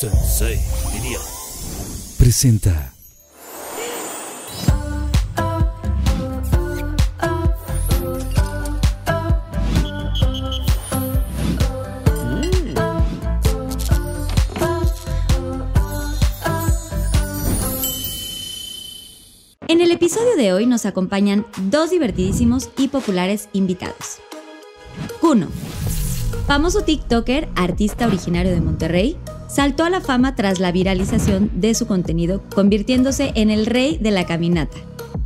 Sensei diría. Presenta. En el episodio de hoy nos acompañan dos divertidísimos y populares invitados. Kuno, famoso TikToker, artista originario de Monterrey, saltó a la fama tras la viralización de su contenido, convirtiéndose en el rey de la caminata.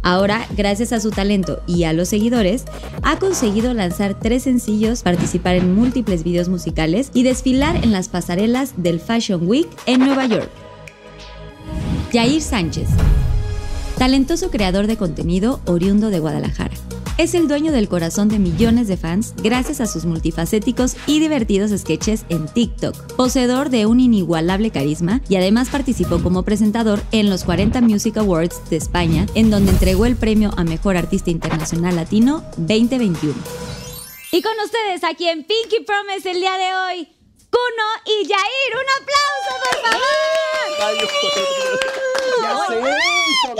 Ahora, gracias a su talento y a los seguidores, ha conseguido lanzar tres sencillos, participar en múltiples videos musicales y desfilar en las pasarelas del Fashion Week en Nueva York. Jair Sánchez, talentoso creador de contenido oriundo de Guadalajara. Es el dueño del corazón de millones de fans gracias a sus multifacéticos y divertidos sketches en TikTok. Poseedor de un inigualable carisma y además participó como presentador en los 40 Music Awards de España, en donde entregó el premio a Mejor Artista Internacional Latino 2021. Y con ustedes aquí en Pinky Promise el día de hoy, Kuno y Jair. ¡Un aplauso, por favor! ¡Ya sé! ¡Con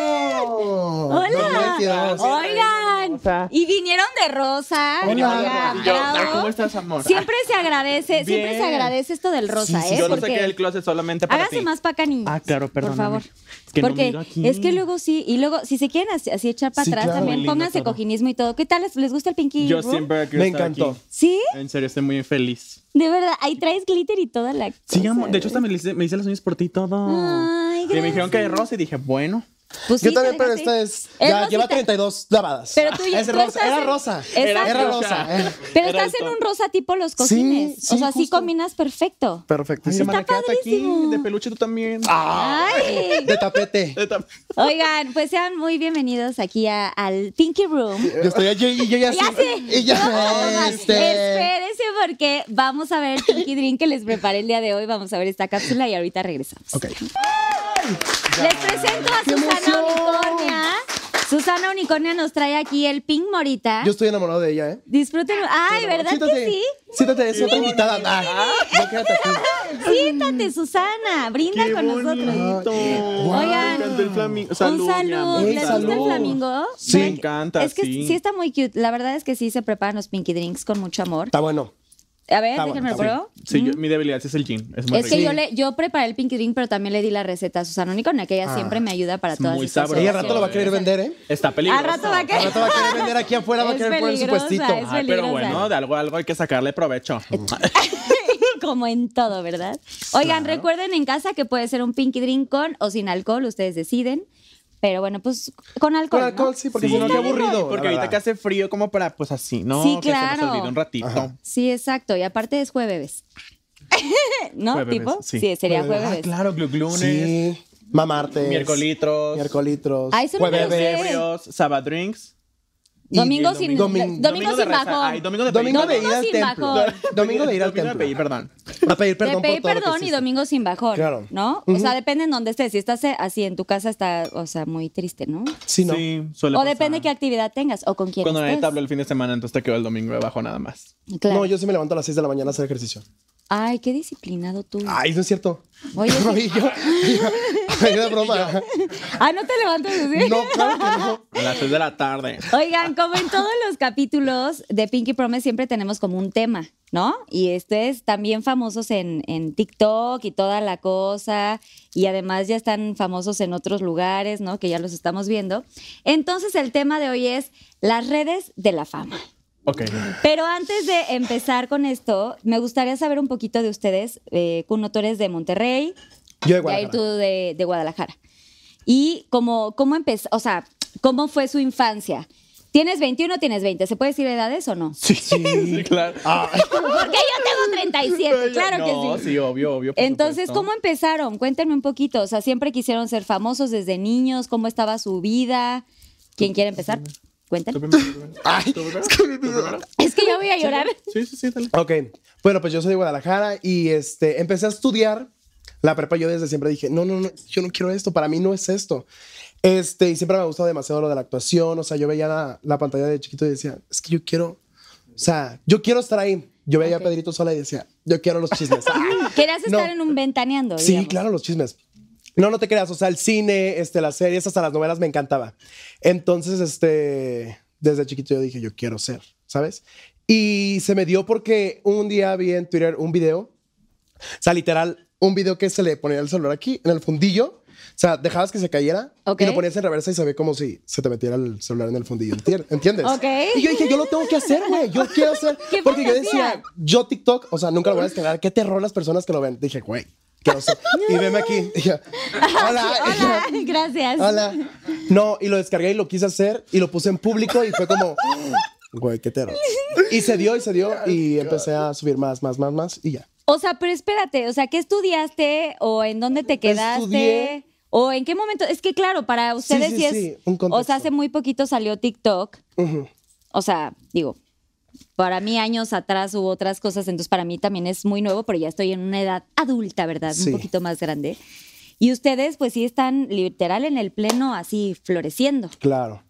todo! ¡Hola! Gracias. Oigan, y vinieron de rosa. Hola. Oigan, Y yo, bravo. "Ah, ¿Cómo estás, amor? Siempre se agradece, siempre se Bien. agradece esto del rosa, Ah, sí, ¿eh? yo no Porque saqué el closet solamente para hágase ti. más pacanillos. Ah, claro, Por perdóname. favor. Es que no Porque miro aquí. es que luego sí, y luego, si se quieren así, así echar para Sí, atrás claro. también, Muy lindo pónganse todo. cojinismo y todo. ¿Qué tal? ¿Les, les gusta el Pinky? Yo Room? siempre quiero Me estar encantó. aquí. ¿Sí? En serio, estoy muy feliz. De verdad, ahí traes glitter y toda la. Sí, cosa, amor. De hecho, güey. hasta me hice, me hice las uñas por ti y todo. Ay, y me dijeron que de rosa y dije, bueno. Pues Yo sí, también, te pero dejaste. esta es. Es Ya rosita. lleva 32 lavadas. Pero tú ya- Es tú rosa. estás Era en- rosa. Exacto. Era rosa. eh. Pero Era estás en esto. un rosa tipo los cojines. Sí, sí, o sea, sí justo. combinas perfecto. Perfecto. Ay, pues, hermana, quédate padrísimo. Ah. aquí. De peluche tú también. Ay. De tapete. Eh, tam- Oigan, pues sean muy bienvenidos aquí a- al Pinky Room. Yo estoy allí y yo ya Ya sé. Y ya No, este. Espérense porque vamos a ver el Pinky Drink que les preparé el día de hoy. Vamos a ver esta cápsula y ahorita regresamos. Ok. Les presento a ¡Qué Susana emoción! Unicornia. Susana Unicornia nos trae aquí el Pink Morita. Yo estoy enamorado de ella, ¿eh? Disfrútenlo. Ay, ¿verdad que sí? Siéntate, es otra invitada. Ah, no, quédate aquí. Siéntate, Susana. Brinda ¡Qué con nosotros. bonito! Oigan. Me encanta el flamingo. Salud, un mi salud. amor. Ey, ¿Les gusta el salud. flamingo? Sí. ¿Ven? Me encanta, Es que sí. sí está muy cute. La verdad es que sí se preparan los Pinky Drinks con mucho amor. Está bueno. A ver, Está bueno, déjenme está bueno. probar. Sí, yo- mi debilidad es el jean. Es muy ¿Mm? Es que rico. yo le, yo preparé el Pinky Drink, pero también le di la receta a Susana Unicornia, que ella siempre me ayda para Ah, Es todas muy estas sabroso. Ella al rato lo va a querer vender, ¿eh? Está peligroso. Al rato va a Al querer. rato va a querer vender aquí afuera, va a Es querer poner su peligrosa, puestito. es Ay, pero peligrosa. bueno, de algo, algo hay que sacarle provecho. Como en todo, ¿verdad? Oigan, recuerden en casa que puede ser un Pinky Drink con o sin alcohol, ustedes deciden. Pero bueno, pues con alcohol. Con ¿no? alcohol, sí, porque Sí. si no, qué Está aburrido. la Porque ahorita verdad. que hace frío, como para, pues así, ¿no? Sí, Que se claro. nos olvide un ratito. Sí, exacto. Y aparte es jueves. ¿No? Jueves, ¿Tipo? sí. sería Jueves. jueves. Ah, claro, gluglunes, Sí. Mamarte. miércolitros, Miércolitros. Ay, eso no me lo jueves. sé. ebrios, sabadrinks. Domingo y sin, domingo. domingo de sin reza- bajón. Ay, domingo de Domingo de pedir. Domingo ir al sin templo. bajón. Domingo de ir al Domingo de templo. pedir, perdón. A pedir perdón de pedir por todo lo que perdón y hiciste. domingo sin bajón, Claro. ¿no? O sea, depende en dónde estés. Si estás eh, así en tu casa está, o sea, muy triste, ¿no? Sí, no. Sí, suele O pasar. depende qué actividad tengas o con quién Cuando nadie estés. te habló el fin de semana, entonces te quedó el domingo de bajo nada más. Claro. No, yo sí me levanto a las 6 de la mañana a hacer ejercicio. Ay, qué disciplinado tú. Ay, no es cierto. Oye, sí. Y yo, y yo- ay, era broma. Ah, no te levantas así. No, claro que no. A las 6 de la tarde. Oigan, como en todos los capítulos de Pinky Promise siempre tenemos como un tema, ¿no? Y ustedes también famosos en, en TikTok y toda la cosa, y además ya están famosos en otros lugares, ¿no? Que ya los estamos viendo. Entonces el tema de hoy es las redes de la fama. Ok. Pero antes de empezar con esto, me gustaría saber un poquito de ustedes. Eh, Kuno, tú eres de Monterrey, Yo de Jair, tú Guadalajara. de, de Guadalajara. Y cómo, cómo empezó, o sea, cómo fue su infancia. ¿Tienes 21 tienes 20? ¿Se puede decir edades o no? Sí, Ah. sí, claro. Porque yo tengo 37, claro no, que sí. obvio, obvio. por Entonces, supuesto. ¿cómo empezaron? Cuéntenme un poquito. O sea, siempre quisieron ser famosos desde niños, cómo estaba su vida. ¿Quién quiere empezar? Tú Cuéntenme. primero, tú primero. Ay, ¿Tú primero? ¿Tú primero? Es que yo voy a llorar. Sí, sí, sí, dale. Ok. Bueno, pues yo soy de Guadalajara y este, empecé a estudiar la prepa. Yo desde siempre dije, no, no, no, yo no quiero esto. Para mí no es esto. Este, y siempre me ha gustado demasiado lo de la actuación. O sea, yo veía la, la pantalla de chiquito y decía, es que yo quiero, o sea, yo quiero estar ahí. Yo veía a Pedrito Sola y decía, yo quiero los chismes. Ah, Querías estar No. en un ventaneando. Sí, digamos. claro, los chismes. No, no te creas, o sea, el cine, este, las series, hasta las novelas me encantaba. Entonces, este, desde chiquito yo dije, yo quiero ser, ¿sabes? Y se me dio porque un día vi en Twitter un video, o sea, literal, un video que se le ponía el celular aquí, en el fundillo, o sea, dejabas que se cayera Ok. y lo ponías en reversa y se ve como si se te metiera el celular en el fundillo, ¿entier- ¿entiendes? Ok. Y yo dije, yo lo tengo que hacer, güey, yo quiero hacer. ¡Qué Porque yo fantasía! decía, yo TikTok, o sea, nunca lo voy a descargar. Qué terror las personas que lo ven. Dije, güey, que no sé. Y veme aquí. Y yo, hola. Hola, gracias. Hola. No, y lo descargué y lo quise hacer y lo puse en público y fue como, güey, qué terror. Y se dio y se dio Oh y empecé a subir más, más, más, más y ya. O sea, pero espérate, o sea, ¿qué estudiaste o en dónde te quedaste? Estudié. ¿O en qué momento? Es que claro, para ustedes sí, sí, es... sí, un o contexto. sea, hace muy poquito salió TikTok. Ujú. O sea, digo, para mí años atrás hubo otras cosas, entonces para mí también es muy nuevo, pero ya estoy en una edad adulta, ¿verdad? Sí. Un poquito más grande. Y ustedes pues sí están literal en el pleno así floreciendo. Claro.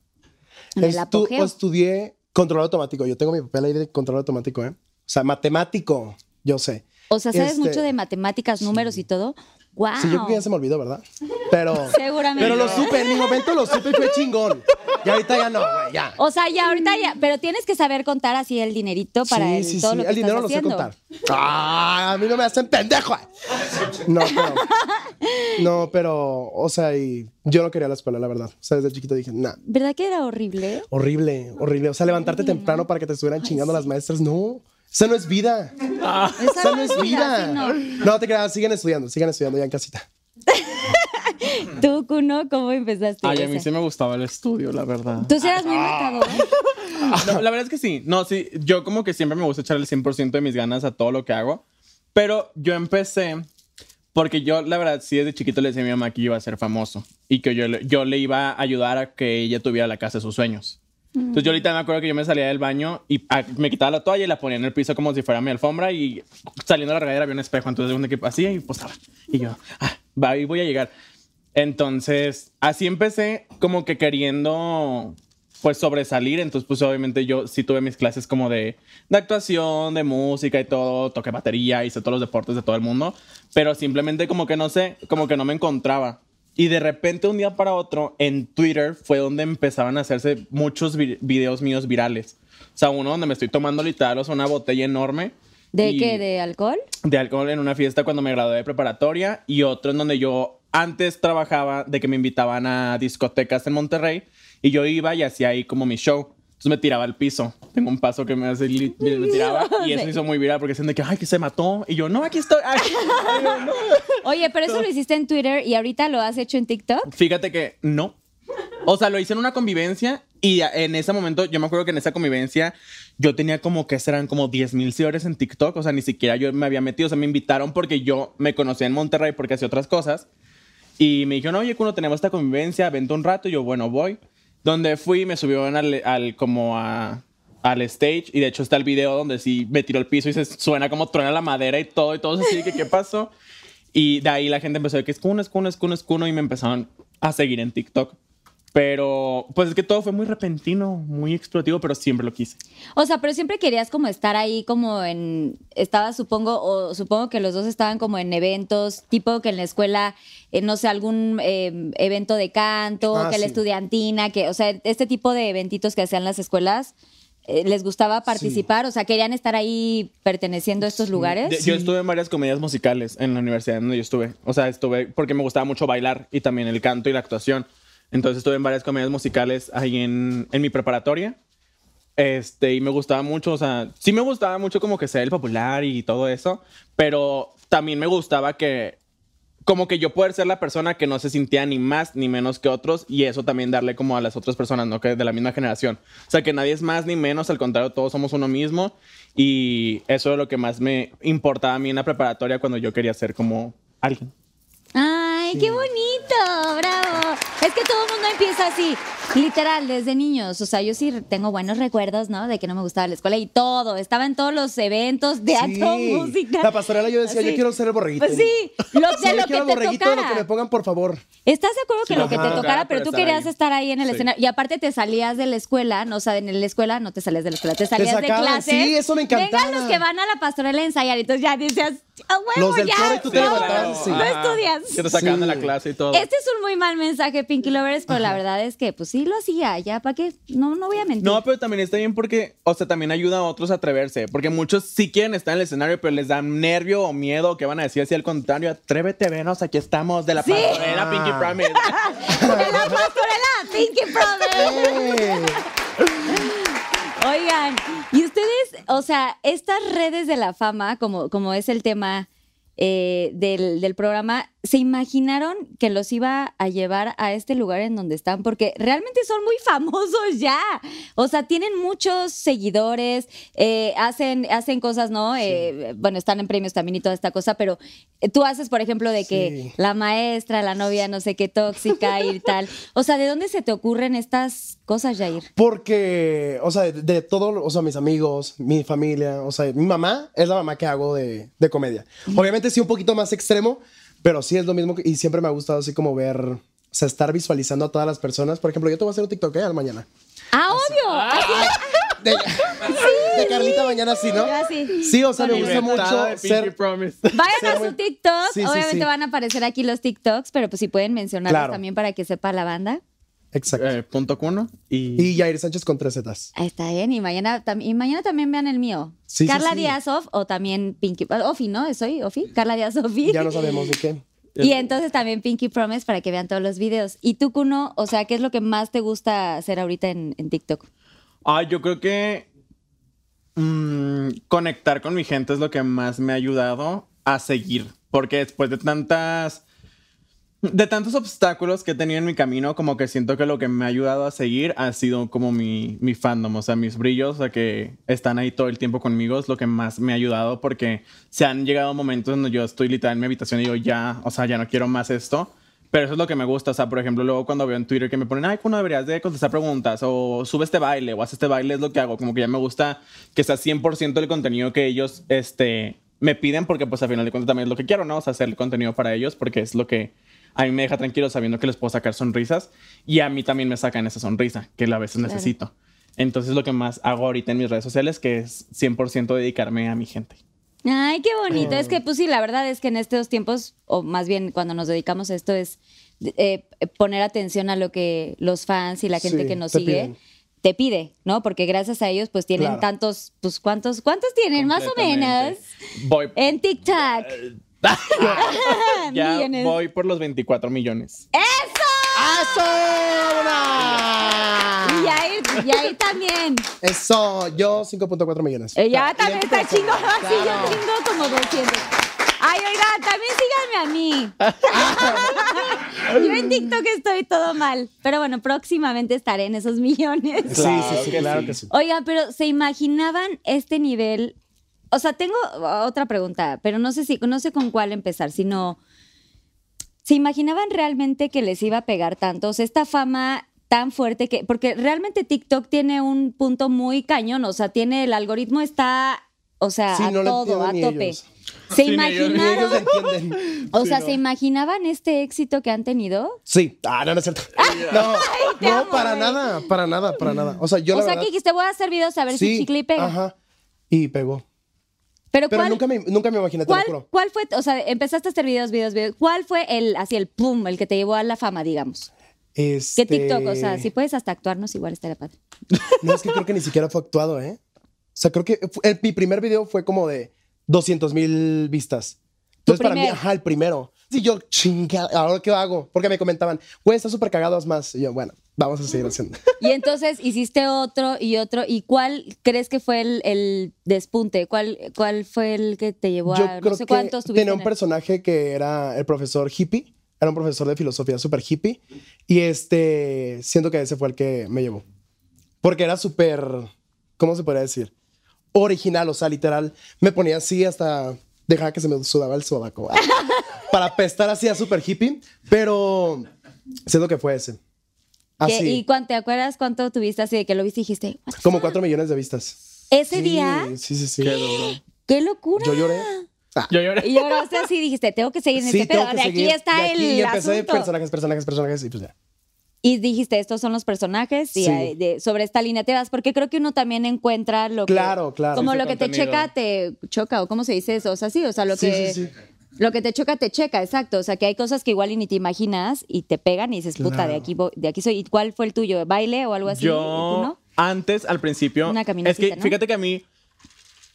En el Estu- apogeo. estudié control automático. Yo tengo mi papel ahí de control automático, ¿eh? O sea, matemático, yo sé. O sea, sabes Este- mucho de matemáticas, números y todo. ¡Wow! Sí, yo creo que ya se me olvidó, ¿verdad? Pero. Seguramente. Pero lo supe, en mi momento lo supe y fue chingón. Y ahorita ya no, güey, ya. O sea, ya ahorita ya, Mm. pero tienes que saber contar así el dinerito para el, todo lo que el dinero estás lo sé haciendo. contar. ¡Ah! A mí no me hacen pendejo. eh. No, pero. No, pero. O sea, y yo no quería la escuela, la verdad. O sea, desde chiquito dije, nah. ¿Verdad que era horrible? Horrible, horrible. O sea, levantarte temprano para que te estuvieran chingando las maestras. No. Esa no es vida. Esa no es vida. sí, No. Ah. no. te creas, sigan estudiando, sigan estudiando ya en casita. Tú, Cuno, ¿cómo empezaste? Ay, a mí Ah. Esa. sí me gustaba el estudio, la verdad. Tú sí eras muy ¿eh? matador. No, la verdad es que sí. No, sí, yo como que siempre me gusta echar el 100% de mis ganas a todo lo que hago. Pero yo empecé porque yo, la verdad, sí desde chiquito le decía a mi mamá que iba a ser famoso y que yo, le- yo le iba a ayudar a que ella tuviera la casa de sus sueños. Entonces yo ahorita me acuerdo que yo me salía del baño y ah, me quitaba la toalla y la ponía en el piso como si fuera mi alfombra y saliendo a la regadera había un espejo, entonces un equipo así y posaba. Y yo, ah, va, ahí voy a llegar. Entonces, así empecé como que queriendo pues sobresalir, entonces pues obviamente yo sí tuve mis clases como de, de actuación, de música y todo, toqué batería, hice todos los deportes de todo el mundo, pero simplemente como que no sé, como que no me encontraba. Y de repente un día para otro en Twitter fue donde empezaban a hacerse muchos vi- videos míos virales. O sea, uno donde me estoy tomando literal o sea, una botella enorme. ¿De y- qué? ¿De alcohol? de alcohol en una fiesta cuando me gradué de preparatoria y otro en donde yo antes trabajaba de que me invitaban a discotecas en Monterrey y yo iba y hacía ahí como mi show. Entonces me tiraba al piso. Tengo un paso que me, hace li- me- me tiraba y eso me hizo muy viral porque decían de que, ay, que se mató. Y yo, no, aquí estoy. Ay, ay, no, no. Oye, pero eso lo hiciste en Twitter y ahorita lo has hecho en TikTok. Fíjate que no. O sea, lo hice en una convivencia y a- en ese momento yo me acuerdo que en esa convivencia yo tenía como que serán como 10 mil seguidores en TikTok. O sea, ni siquiera yo me había metido. O sea, me invitaron porque yo me conocía en Monterrey porque hacía otras cosas. Y me dijeron, oye, cuando tenemos esta convivencia, vente un rato. Y yo, bueno, voy. Donde fui, me subieron al, al- como a- al stage. Y de hecho está el video donde sí me tiró al piso y se suena como truena la madera y todo. Y todo así, que qué pasó. Y de ahí la gente empezó de que es cuno, es cuno, es cuno, es cuno. Y me empezaron a seguir en TikTok. Pero pues es que todo fue muy repentino, muy explosivo, pero siempre lo quise. O sea, pero siempre querías como estar ahí como en... Estabas, supongo, o supongo que los dos estaban como en eventos, tipo que en la escuela, eh, no sé, algún eh, evento de canto, Ah, que la sí. estudiantina, que, o sea, este tipo de eventitos que hacían las escuelas, eh, ¿les gustaba participar? O sea, ¿querían estar ahí perteneciendo a estos lugares? De- Yo estuve en varias comedias musicales en la universidad donde yo estuve. O sea, estuve porque me gustaba mucho bailar y también el canto y la actuación. Entonces estuve en varias comedias musicales ahí en, en mi preparatoria. Este, y me gustaba mucho, o sea, sí me gustaba mucho como que ser el popular y todo eso, pero también me gustaba que, como que yo poder ser la persona que no se sentía ni más ni menos que otros y eso también darle como a las otras personas, ¿no? Que de la misma generación. O sea, que nadie es más ni menos, al contrario, todos somos uno mismo y eso es lo que más me importaba a mí en la preparatoria cuando yo quería ser como alguien. Ay, qué bonito, bravo. Es que todo el mundo empieza así, literal, desde niños. O sea, yo sí tengo buenos recuerdos, ¿no? De que no me gustaba la escuela y todo. Estaba en todos los eventos, teatro, Sí. música. La pastorela yo decía, Así. yo quiero ser el borreguito. Pues sí, lo, Sí, de yo lo quiero que el te borreguito, tocara. lo que me pongan, por favor. ¿Estás de acuerdo que Sí, lo que ajá. te tocara, Tocara, pero pero tú estar querías ahí. estar ahí en el Sí. escenario? Y aparte te salías de la escuela, no, o sea, en la escuela no te salías de la escuela, te salías de sacaban, clase. sí, eso me encantaba. Vengan los que van a la pastorela a ensayar, entonces ya decías, A huevo, Los del ya, coro y tú te no, levantabas así. no Ajá. estudias. Que te sacaban de la Sí. clase y todo. Este es un muy mal mensaje, Pinky Lovers, pero la verdad es que, pues sí lo hacía, ya, ¿para qué? No, no voy a mentir. No, pero también está bien porque, o sea, también ayuda a otros a atreverse. Porque muchos sí quieren estar en el escenario, pero les dan nervio o miedo que van a decir así al contrario. Atrévete, venos, aquí estamos de la Sí. pastorela Ah. Pinky Promise. ¡De la pastorela, Pinky Promise! ¡Eh! Oigan, y ustedes, o sea, estas redes de la fama, como, como es el tema eh, del, del programa, ¿se imaginaron que los iba a llevar a este lugar en donde están? Porque realmente son muy famosos ya. O sea, tienen muchos seguidores, eh, hacen, hacen cosas, ¿no? Eh, bueno, están en premios también y toda esta cosa, pero eh, tú haces, por ejemplo, de que Sí. la maestra, la novia, no sé qué, tóxica y tal. O sea, ¿de dónde se te ocurren estas cosas, Jair? Porque, o sea, de, de todo, o sea, mis amigos, mi familia, o sea, mi mamá es la mamá que hago de, de comedia. Obviamente sí un poquito más extremo, pero sí es lo mismo que- y siempre me ha gustado así como ver, o sea, estar visualizando a todas las personas. Por ejemplo, yo te voy a hacer un TikTok ¿eh? al mañana. ¡Ah, obvio! De, de Carlita mañana sí, ¿no? Yo así. Sí, o sea, Con me el- gusta Inventada mucho de Pinky ser... Promise. Vayan ser a muy- su TikTok. Sí, sí, Obviamente sí. van a aparecer aquí los TikToks, pero pues si pueden mencionarlos Claro. también para que sepa la banda. Exacto. Eh, punto cuno. Y, Y Jair Sánchez con tres Zetas. Ahí está bien. Y mañana, tam- y mañana también vean el mío. Sí, sí, Carla sí. Díaz-Off o también Pinky. ah, Ofi, ¿no? ¿Soy Ofi? Carla Díaz-Ofi. Ya no sabemos de qué. Y entonces también Pinky Promise para que vean todos los videos. Y tú, Kuno, o sea, ¿qué es lo que más te gusta hacer ahorita en, en TikTok? Ah, yo creo que mm, conectar con mi gente es lo que más me ha ayudado a seguir. Porque después de tantas. De tantos obstáculos que he tenido en mi camino, como que siento que lo que me ha ayudado a seguir ha sido como mi, mi fandom, o sea, mis brillos, o sea, que están ahí todo el tiempo conmigo, es lo que más me ha ayudado porque se han llegado momentos donde yo estoy literal en mi habitación y digo, ya, o sea, ya no quiero más esto. Pero eso es lo que me gusta. O sea, por ejemplo, luego cuando veo en Twitter que me ponen, ay, cuando deberías de contestar preguntas o sube este baile o haz este baile, es lo que hago. Como que ya me gusta que sea 100% el contenido que ellos este, me piden, porque pues al final de cuentas también es lo que quiero, ¿no? O sea, hacer el contenido para ellos, porque es lo que a mí me deja tranquilo sabiendo que les puedo sacar sonrisas y a mí también me sacan esa sonrisa que a veces necesito. Entonces, lo que más hago ahorita en mis redes sociales que es 100% dedicarme a mi gente. Ay, qué bonito. Es que, pues sí, la verdad es que en estos tiempos, o más bien cuando nos dedicamos a esto, es eh, poner atención a lo que los fans y la gente Sí, que nos te sigue piden. te pide, ¿no? Porque gracias a ellos, pues tienen Claro. tantos, pues cuántos, cuántos tienen, más o menos, Completamente. Voy, en TikTok. ya millones. voy por los 24 millones. Y ¡Eso! ahí, y ahí también. Eso, yo 5.4 millones. Ella Claro, Eh, también bien está chingona, sí, claro. yo chingo como 200. Ay, oigan, también síganme a mí. Yo en TikTok estoy todo mal. Pero bueno, próximamente estaré en esos millones. Sí, sí, Claro sí, que claro sí. que sí. Oigan, pero ¿se imaginaban este nivel? O sea, tengo otra pregunta, pero no sé si, no sé con cuál empezar, sino. ¿Se imaginaban realmente que les iba a pegar tanto? O sea, esta fama tan fuerte que. Porque realmente TikTok tiene un punto muy cañón. O sea, tiene el algoritmo está. O sea, Sí, a no lo todo, a entienden ni tope. ellos. ¿Se Sí, ni ellos, ni imaginaron? Ellos entienden. O Sí, sea, no. ¿se imaginaban este éxito que han tenido? Sí. Ah, no, no es cierto. No, te no, amo, para güey. nada, para nada, para nada. O sea, yo o la sea, verdad, que dijiste, voy a hacer videos a ver si sí, chicle y pega. Ajá. Y pegó. Pero, Pero ¿cuál, nunca me, nunca me imaginé, te lo ¿Cuál, juro. cuál fue, o sea, empezaste a hacer videos, videos, videos? ¿Cuál fue el, así el pum, el que te llevó a la fama, digamos? Este... ¿Qué TikTok? O sea, si puedes hasta actuarnos, igual estaría padre. No, es que creo que ni siquiera fue actuado, ¿eh? O sea, creo que fu- el- mi primer video fue como de 200 mil vistas. ¿Tu Entonces, para mí, primer? ajá, el primero. Sí, yo, chinga, ¿ahora qué hago? Porque me comentaban, güey, está súper cagados más. Y yo, bueno, vamos a seguir haciendo. Y entonces hiciste otro y otro. ¿Y cuál crees que fue el, el despunte? ¿Cuál, ¿Cuál fue el que te llevó Yo a no creo sé que cuántos tuviste? tenía en un el- personaje que era el profesor hippie. Era un profesor de filosofía súper hippie. Y este, siento que ese fue el que me llevó. Porque era súper, ¿cómo se podría decir? Original, o sea, literal. Me ponía así hasta, dejaba que se me sudaba el sobaco. ah, para apestar así a súper hippie. Pero siento que fue ese. ¿Qué- ¿Y Así, cuánto, te acuerdas cuánto tuviste así de que lo viste y dijiste? "What the como fuck?" 4 millones de vistas. Ese día, Sí, sí, sí. Qué duro. qué locura. Yo lloré. Ah. Yo lloré. Y lloraste así y dijiste, tengo que seguir en este pedo. tengo que De aquí seguir. está De aquí el ya empecé asunto. personajes, personajes, personajes y pues ya. Y dijiste, estos son los personajes y Sí. eh, de- sobre esta línea te vas, porque creo que uno también encuentra lo que... Claro, claro. Como Sí, lo su que te contenido. checa, te choca, o cómo se dice eso, o sea, sí, o sea, lo Sí, que... sí, sí. Lo que te choca, te checa, exacto. O sea, que hay cosas que igual y ni te imaginas y te pegan y dices, puta, Claro. de aquí, voy- de aquí soy. ¿Y cuál fue el tuyo? ¿Baile o algo así? ¿Tú Yo no? antes, al principio, Una es caminatita, que ¿no? fíjate que a mí,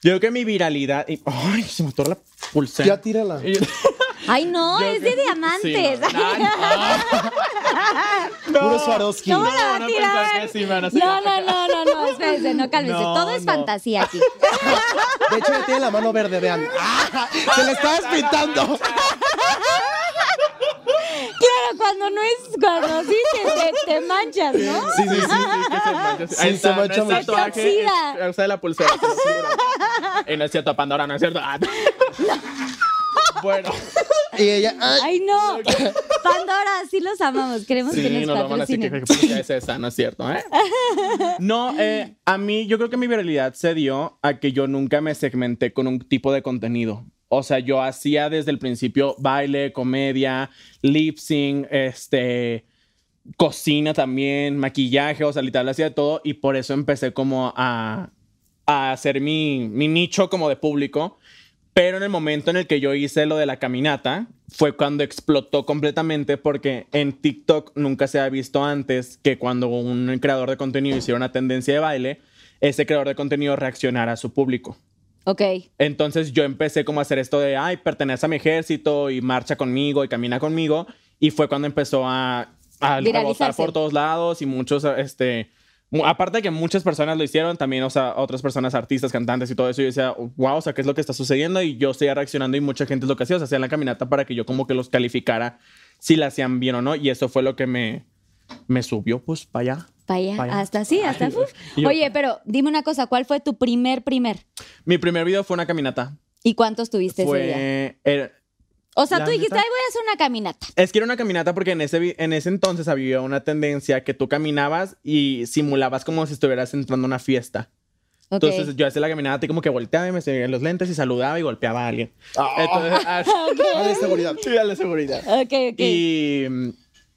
yo creo que mi viralidad, y- ay, se me atoró la pulsera. Ya tírala. Y- Ay, no, Yo es creo- de diamantes. Sí, no, no, no. Puro Swarovski. No, me la va No, a no tirar. pensar que sí me van a no, sacar. no, no, no, no, espérense, no, cálmense. No, Todo es no. fantasía aquí. De hecho, ya tiene la mano verde, vean. ¡Ah! ¡Se le está despintando! Claro, cuando no es, cuando sí te, te- te manchas, ¿no? Sí, sí, sí, sí, que se mancha. Sí, Ahí se está, no mancha es mucho. tatuaje, es- Oxida. o sea, la pulsera. te lo juro. Y no es cierto, Pandora, no es cierto. Ah. Bueno, Y ella. ¡ay! Ay, no. Pandora, sí los amamos. Queremos que sí, nos nos vamos a decir que, patrocinen. que pulsera es esa, no es cierto, ¿eh? No, eh, a mí, yo creo que mi viralidad se dio a que yo nunca me segmenté con un tipo de contenido. O sea, yo hacía desde el principio baile, comedia, lip sync, este, cocina también, maquillaje, o sea, literal hacía de todo y por eso empecé como a, a hacer mi, mi nicho como de público. Pero en el momento en el que yo hice lo de la caminata, fue cuando explotó completamente porque en TikTok nunca se había visto antes que cuando un creador de contenido hiciera una tendencia de baile, ese creador de contenido reaccionara a su público. Ok. Entonces yo empecé como a hacer esto de, ay, pertenece a mi ejército y marcha conmigo y camina conmigo. Y fue cuando empezó a, a Viralizarse. rebotar por todos lados y muchos, este, mu- aparte de que muchas personas lo hicieron, también, o sea, otras personas, artistas, cantantes y todo eso. Y yo decía, wow, o sea, ¿qué es lo que está sucediendo? Y yo seguía reaccionando y mucha gente es lo que hacía, o sea, hacían la caminata para que yo como que los calificara si la hacían bien o no. Y eso fue lo que me, me subió pues para allá. Para allá, Pa' allá. hasta sí, hasta. Ay, uf. y yo- Oye, pero dime una cosa, ¿cuál fue tu primer primer? Mi primer video fue una caminata. ¿Y cuántos tuviste ese Este día? Fue... er, era- O sea, la tú dijiste, neta- ay, voy a hacer una caminata. Es que era una caminata porque en ese, vi- en ese entonces había una tendencia que tú caminabas y simulabas como si estuvieras entrando a una fiesta. Ok. Entonces yo hacía la caminata y como que volteaba y me seguía los lentes y saludaba y golpeaba a alguien. Entonces, ah, Ah, de seguridad. sí, a la seguridad. ok, ok. Y mm,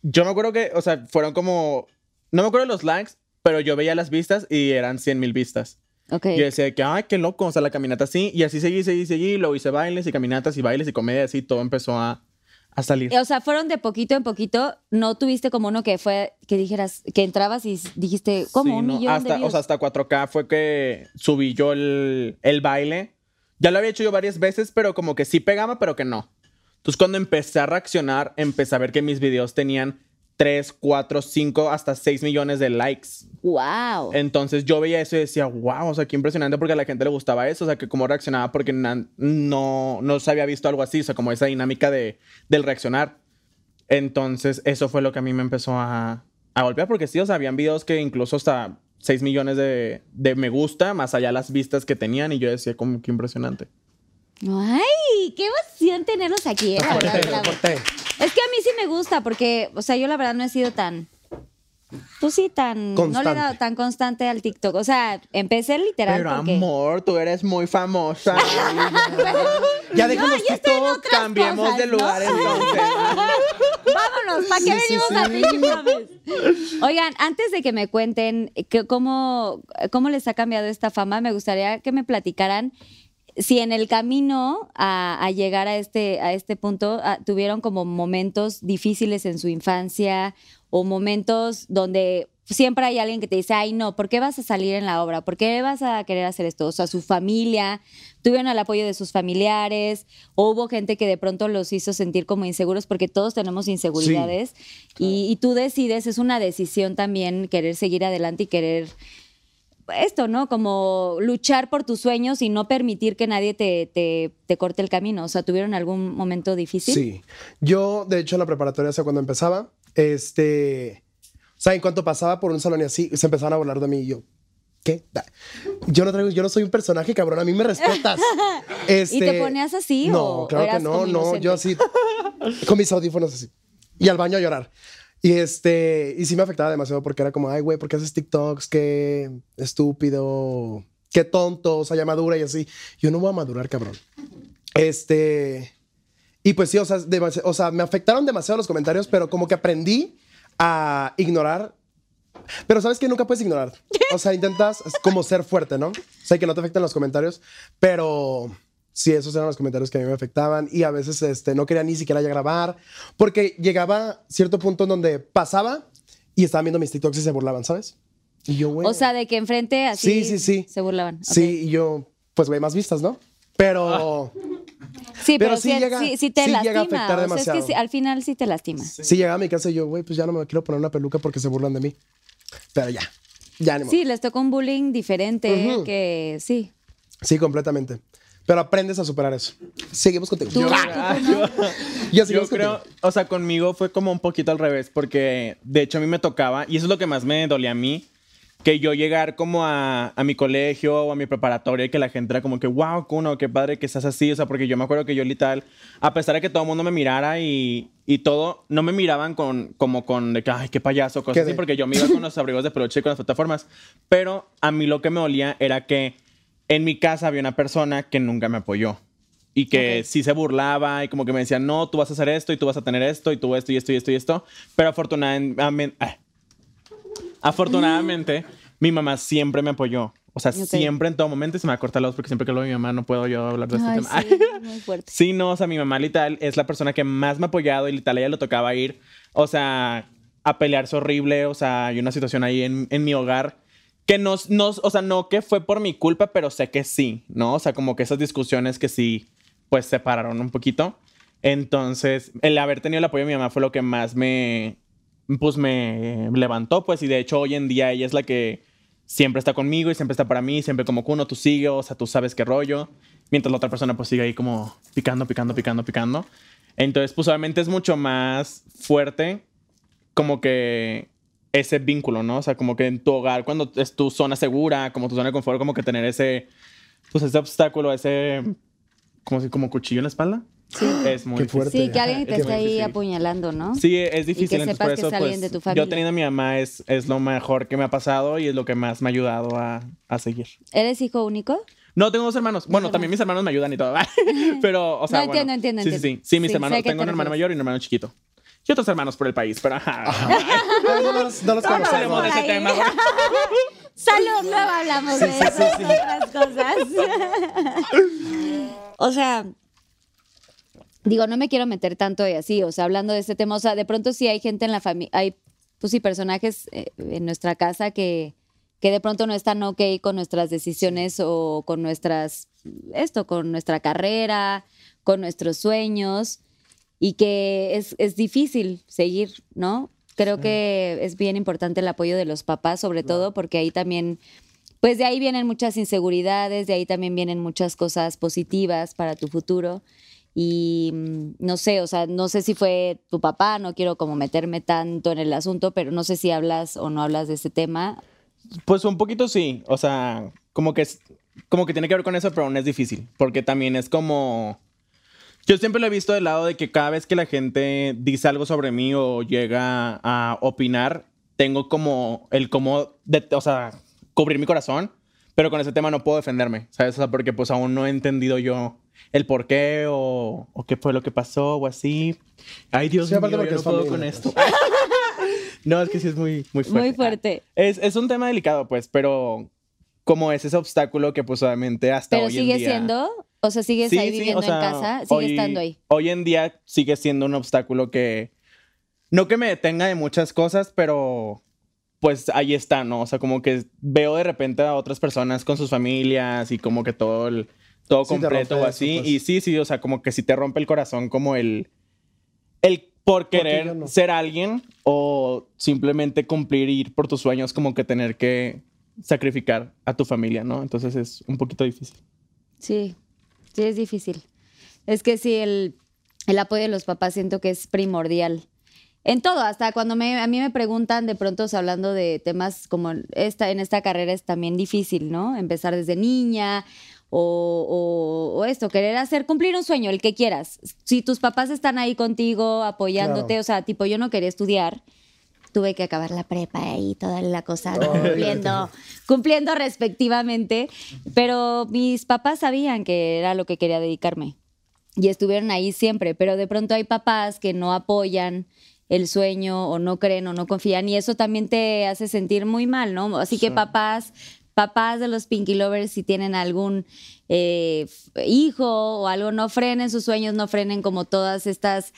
yo me acuerdo que, o sea, fueron como, no me acuerdo los likes, pero yo veía las vistas y eran 100 mil vistas. ok. Yo decía que, ay, qué loco, o sea, la caminata así. Y así seguí, seguí, seguí, luego hice bailes y caminatas y bailes y comedia, así todo empezó a, a salir. O sea, fueron de poquito en poquito. No tuviste como uno que fue, que dijeras, que entrabas y dijiste, como Sí, un no, millón hasta, de views. O sea, hasta 4K fue que subí yo el, el baile. Ya lo había hecho yo varias veces, pero como que sí pegaba, pero que no. Entonces cuando empecé a reaccionar, empecé a ver que mis videos tenían 3, 4, 5, hasta 6 millones de likes. wow. Entonces yo veía eso y decía, wow, o sea, qué impresionante porque a la gente le gustaba eso, o sea, que cómo reaccionaba porque na- no, no se había visto algo así, o sea, como esa dinámica de, del reaccionar. Entonces eso fue lo que a mí me empezó a, a golpear porque sí, o sea, habían videos que incluso hasta 6 millones de, de me gusta, más allá las vistas que tenían y yo decía, como qué impresionante. Ay, qué emoción tenerlos aquí. eh, la verdad, Reporté, bravo. reporté. Es que a mí sí me gusta porque, o sea, yo la verdad no he sido tan... Pues sí, tan... No le he dado Constante. tan constante al TikTok. O sea, empecé literal Pero porque... amor, tú eres muy famosa. ya No, dejamos yo estoy en TikTok, otras cambiemos cosas, de ¿no? lugar entonces. Vámonos, ¿para qué venimos a Pinky Promise? Oigan, antes de que me cuenten que cómo, cómo les ha cambiado esta fama, me gustaría que me platicaran si en el camino a, a llegar a este, a este punto ah, tuvieron como momentos difíciles en su infancia o momentos donde siempre hay alguien que te dice, ay no, ¿por qué vas a salir en la obra? ¿Por qué vas a querer hacer esto? O sea, su familia, tuvieron el apoyo de sus familiares o hubo gente que de pronto los hizo sentir como inseguros porque todos tenemos inseguridades y, y tú decides, es una decisión también querer seguir adelante y querer esto, ¿no? Como luchar por tus sueños y no permitir que nadie te, te- te corte el camino. O sea, ¿tuvieron algún momento difícil? Sí. Yo, de hecho, en la preparatoria, o sea, cuando empezaba, este. O sea, en cuanto pasaba por un salón y así, se empezaban a hablar de mí y yo. ¿Qué? Da- Yo no traigo, yo no soy un personaje, cabrón. A mí me respetas. Este, ¿Y te ponías así No, o claro que eras no, como no. Yo así, inocente? con mis audífonos así. Y al baño a llorar. Y este, y sí me afectaba demasiado porque era como, ay, güey, ¿por qué haces TikToks? Qué estúpido, qué tonto, o sea, ya madura y así. Yo no voy a madurar, cabrón. Este, y pues sí, o sea, demasi- o sea, me afectaron demasiado los comentarios, pero como que aprendí a ignorar. Pero sabes que nunca puedes ignorar. O sea, intentas como ser fuerte, ¿no? Sé que no te afectan los comentarios, pero sí, esos eran los comentarios que a mí me afectaban y a veces este, no quería ni siquiera ya grabar porque llegaba cierto punto en donde pasaba y estaban viendo mis TikToks y se burlaban, ¿sabes? Y yo, güey. O sea, de que enfrente así Sí, sí, sí. se burlaban. Sí, Ok. Ah. y yo, pues, güey, más vistas, ¿no? Pero Sí, pero, pero sí, sí llega- sí- sí te sí llega a lastima. o afectar sea, es que demasiado. sí, al final sí te lastima. sí. llegaba a mi casa y yo, güey, pues ya no me quiero poner una peluca porque se burlan de mí. Pero ya, ya ánimo. Sí, les tocó un bullying diferente Ujú. que sí. Sí, completamente. Pero aprendes a superar eso. Seguimos contigo. Tú- Yo, Yo, ya seguimos creo, contigo. o sea, conmigo fue como un poquito al revés, porque de hecho a mí me tocaba, y eso es lo que más me dolía a mí, que yo llegar como a, a mi colegio o a mi preparatoria y que la gente era como que, wow, Kuno, qué padre que estás así, o sea, porque yo me acuerdo que yo literal, a pesar de que todo el mundo me mirara y, y todo, no me miraban con, como con, de que, ay, qué payaso, cosas Qué así, de- porque yo me iba con los abrigos de peluche y con las plataformas, pero a mí lo que me dolía era que en mi casa había una persona que nunca me apoyó y que sí se burlaba y como que me decía, no, tú vas a hacer esto y tú vas a tener esto y tú esto y esto y esto y esto. Pero afortunadamente, ah, afortunadamente mi mamá siempre me apoyó. O sea, Ok. siempre en todo momento y se me va a cortar la voz porque siempre que hablo de mi mamá no puedo yo hablar de este Ay, tema. sí, muy fuerte. Sí, no, o sea, mi mamá literal es la persona que más me ha apoyado y literal ella lo tocaba ir, o sea, a pelearse horrible, o sea, hay una situación ahí en, en mi hogar que no, no, o sea, no que fue por mi culpa, pero sé que sí, ¿no? O sea, como que esas discusiones que sí, pues separaron un poquito. Entonces, el haber tenido el apoyo de mi mamá fue lo que más me, pues me levantó, pues, y de hecho hoy en día ella es la que siempre está conmigo y siempre está para mí, siempre como Kuno, tú sigue, o sea, tú sabes qué rollo, mientras la otra persona pues sigue ahí como picando, picando, picando, picando. Entonces, pues obviamente es mucho más fuerte como que ese vínculo, ¿no? O sea, como que en tu hogar, cuando es tu zona segura, como tu zona de confort, como que tener ese, pues ese obstáculo, ese, como si, como cuchillo en la espalda. Sí. Es muy Qué difícil. fuerte. Sí, que alguien te Es esté muy ahí difícil. apuñalando, ¿no? Sí, Y es que difícil. entonces, sepas por que eso, es alguien pues, de tu familia. yo teniendo a mi mamá es, es lo mejor que me ha pasado y es lo que más me ha ayudado a, a seguir. ¿Eres hijo único? No, tengo dos hermanos. Bueno, también mis hermanos me ayudan y todo. pero, o sea, No, bueno. entiendo, entiendo, Sí, sí, sí. entiendo. Sí, mis Sí, sé a hermanos. qué Tengo te un hermano refieres. mayor y un hermano chiquito. Y otros hermanos por el país, pero... ajá. No, no, los- no los No hablemos conocemos. de ese Ay. tema. güey. Salud, luego hablamos de esas otras cosas. o sea, digo, no me quiero meter tanto y así, o sea, hablando de este tema, o sea, de pronto sí hay gente en la familia, hay, pues sí, personajes eh, en nuestra casa que, que de pronto no están ok con nuestras decisiones o con nuestras, esto, con nuestra carrera, con nuestros sueños y que es, es difícil seguir, ¿no? Creo que es bien importante el apoyo de los papás, sobre todo porque ahí también, pues de ahí vienen muchas inseguridades, de ahí también vienen muchas cosas positivas para tu futuro. Y mm, no sé, o sea, no sé si fue tu papá, no quiero como meterme tanto en el asunto, pero no sé si hablas o no hablas de ese tema. Pues un poquito sí. O sea, como que es, como que tiene que ver con eso, pero aún es difícil. Porque también es como. Yo siempre lo he visto del lado de que cada vez que la gente dice algo sobre mí o llega a opinar, tengo como el cómo, de- o sea, cubrir mi corazón, pero con ese tema no puedo defenderme, ¿sabes? O sea, porque pues aún no he entendido yo el por qué o, o qué fue lo que pasó o así. Ay, Dios Sí, mío, aparte yo porque no es puedo familia. con esto. no, es que sí es muy, muy fuerte. Muy fuerte. Ah, Es, es un tema delicado, pues, pero como es ese obstáculo que pues obviamente hasta Pero hoy en sigue día... siendo, o sea, sigues Sí, ahí sí, viviendo o sea, en casa, sigue hoy- estando ahí. Hoy en día sigue siendo un obstáculo que no que me detenga de muchas cosas, pero pues ahí está, ¿no? O sea, como que veo de repente a otras personas con sus familias y como que todo el todo Sí te rompe completo o eso, así pues. y sí, sí, o sea, como que sí te rompe el corazón como el el por qué querer yo no? ser alguien o simplemente cumplir ir por tus sueños como que tener que sacrificar a tu familia, ¿no? Entonces es un poquito difícil. Sí, sí, es difícil. Es que sí, el, el apoyo de los papás siento que es primordial. En todo, hasta cuando me- a mí me preguntan de pronto, o sea, hablando de temas como esta, en esta carrera es también difícil, ¿no? Empezar desde niña o, o- o esto, querer hacer, cumplir un sueño, el que quieras. Si tus papás están ahí contigo, apoyándote, Claro. o sea, tipo, yo no quería estudiar, tuve que acabar la prepa y toda la cosa ¿no? Ay, cumpliendo, cumpliendo respectivamente. Pero mis papás sabían que era lo que quería dedicarme y estuvieron ahí siempre, pero de pronto hay papás que no apoyan el sueño o no creen o no confían y eso también te hace sentir muy mal, ¿no? Así que papás, papás de los Pinky Lovers, si tienen algún eh, hijo o algo, no frenen sus sueños, no frenen como todas estas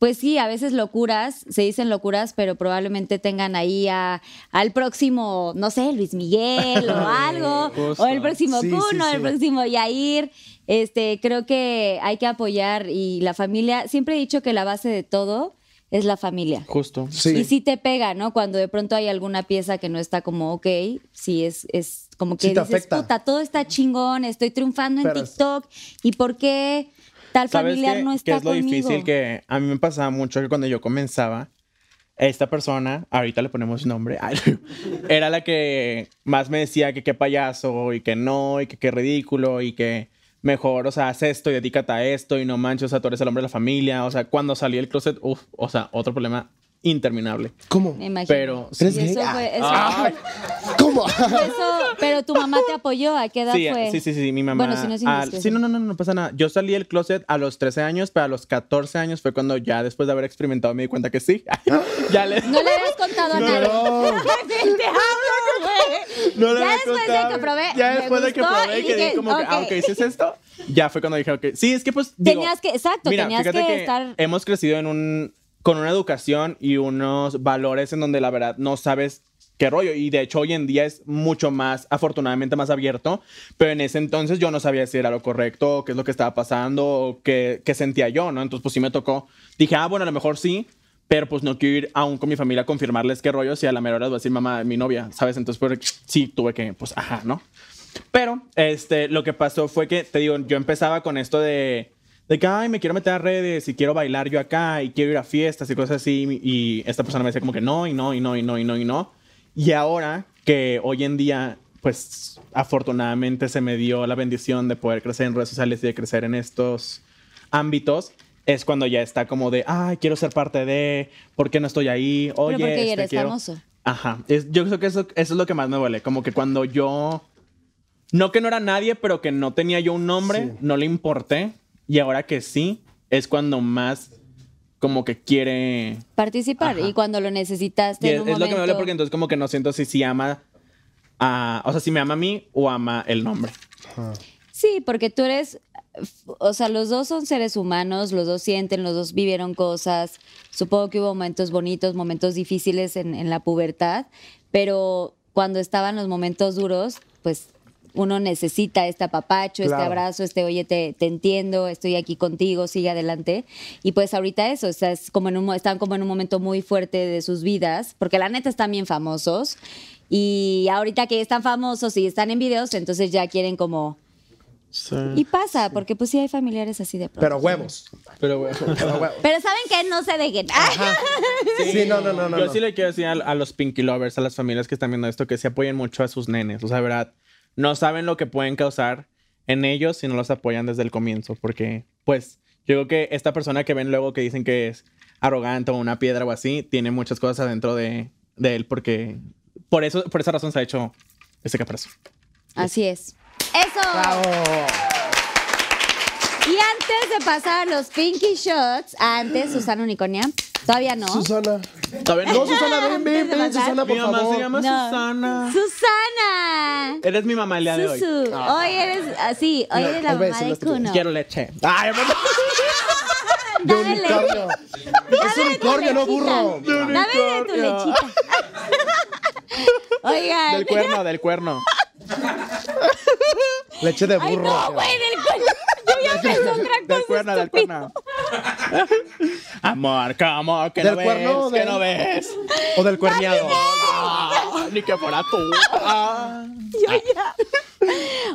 pues sí, a veces locuras, se dicen locuras, pero probablemente tengan ahí a, al próximo, no sé, Luis Miguel o algo, Justo. o el próximo Sí, Kuno, sí, sí. el próximo Yair. Este, creo que hay que apoyar y la familia, siempre he dicho que la base de todo es la familia. Justo. Sí. Y sí te pega, ¿no? Cuando de pronto hay alguna pieza que no está como ok, sí es, es como que Sí te dices, afecta. puta, todo está chingón, estoy triunfando en Pero es- TikTok, ¿y por qué tal ¿Sabes familiar qué, no qué está es lo conmigo? difícil que a mí me pasaba mucho que cuando yo comenzaba, esta persona, ahorita le ponemos nombre, ay, era la que más me decía que qué payaso y que no y que qué ridículo y que mejor, o sea, haz esto y dedícate a esto y no manches, o sea, tú eres el hombre de la familia, o sea, cuando salí del closet, uff, o sea, otro problema interminable. ¿Cómo? Me imagino. Pero Y sí, ¿Eres eso gay? fue- eso- Ah. ¿Cómo? eso- pero tu mamá te apoyó, ¿a qué edad sí, fue? sí, sí, sí, mi mamá. Bueno, si no es ah, indiscreción. sí, no, no, no, no pasa nada. Yo salí del closet a los 13 años, pero a los 14 años fue cuando ya después de haber experimentado me di cuenta que sí. ya le... No le habías contado a No, nadie. no. Sí, te hablo, güey. No le ya había después contado. de que probé, Ya me después de que gustó probé y y que dije, dije, como que, ah, ok. ok, ¿hiciste esto? Ya fue cuando dije, ok. Sí, es que pues. digo, Tenías que- exacto, mira, tenías fíjate que estar- Hemos crecido en un. con una educación y unos valores en donde la verdad no sabes qué rollo. Y de hecho, hoy en día es mucho más, afortunadamente, más abierto. Pero en ese entonces yo no sabía si era lo correcto, o qué es lo que estaba pasando, o qué, qué sentía yo, ¿no? Entonces, pues sí me tocó. Dije, ah, bueno, a lo mejor sí. Pero pues no quiero ir aún con mi familia a confirmarles qué rollo, si a la mera hora les voy a decir mamá, mi novia, ¿sabes? Entonces, pues, sí, tuve que, pues, ajá, ¿no? Pero este, lo que pasó fue que, te digo, yo empezaba con esto de, de que, ay, me quiero meter a redes y quiero bailar yo acá y quiero ir a fiestas y cosas así. Y esta persona me decía como que no, y no, y no, y no, y no, y no. Y ahora que hoy en día, pues afortunadamente se me dio la bendición de poder crecer en redes sociales y de crecer en estos ámbitos. Es cuando ya está como de, ay, quiero ser parte de, ¿por qué no estoy ahí? Oye, porque ya este, eres quiero-". famoso. Ajá. Es- yo creo que eso, eso es lo que más me duele. Como que cuando yo no que no era nadie, pero que no tenía yo un nombre, no le importé. Y ahora que sí, es cuando más como que quiere... Participar Ajá. y cuando lo necesitaste Y en es, un es lo que me duele momento- porque entonces como que no siento si, si ama a... O sea, si me ama a mí o ama el nombre. Sí, porque tú eres, o sea, los dos son seres humanos, los dos sienten, los dos vivieron cosas. Supongo que hubo momentos bonitos, momentos difíciles en, en la pubertad, pero cuando estaban los momentos duros, pues uno necesita este apapacho, este Claro. abrazo, este, oye, te, te entiendo, estoy aquí contigo, sigue adelante. Y pues ahorita eso, o sea, es como en un, mo- están como en un momento muy fuerte de sus vidas, porque la neta están bien famosos. Y ahorita que están famosos y están en videos, entonces ya quieren como y pasa, porque pues sí hay familiares así de pronto. Pero huevos. Pero bueno. Pero huevos. Pero saben que no se dejen. Sí, no, no, no, no. Yo no. sí le quiero decir a, a los Pinky Lovers, a las familias que están viendo esto, que se apoyen mucho a sus nenes. O sea, de verdad, no saben lo que pueden causar en ellos si no los apoyan desde el comienzo. Porque, pues, yo creo que esta persona que ven luego que dicen que es arrogante o una piedra o así, tiene muchas cosas adentro de, de él porque por, eso, por esa razón se ha hecho este caparazón. Así es. Eso. Bravo. Y antes de pasar los Pinky Shots, antes Susana Unicornia, todavía no. Susana. ¿Saben? No, Susana, ven, ven, ven, Antes de Susana, mi por mamá favor. se llama No. Susana. Susana. Eres mi mamá el día de hoy. Susu. Hoy eres así, hoy No, eres la ahí va a mamá de decir las Kuno. Quiero leche. Ay, De Dale. unicornio. Es unicornio, no burro. Dame de tu lechita. Oigan. del cuerno, del cuerno. Leche de Ay, burro. no, güey, del cuerno. Yo ya pensé otra cosa. Del cuerno, del estúpido. cuerno. Amor, ¿cómo? ¿Qué Del no cuerno, ves? ¿Qué del- no ves? O del cuerniado. Ah, ni que fuera tú. Ah.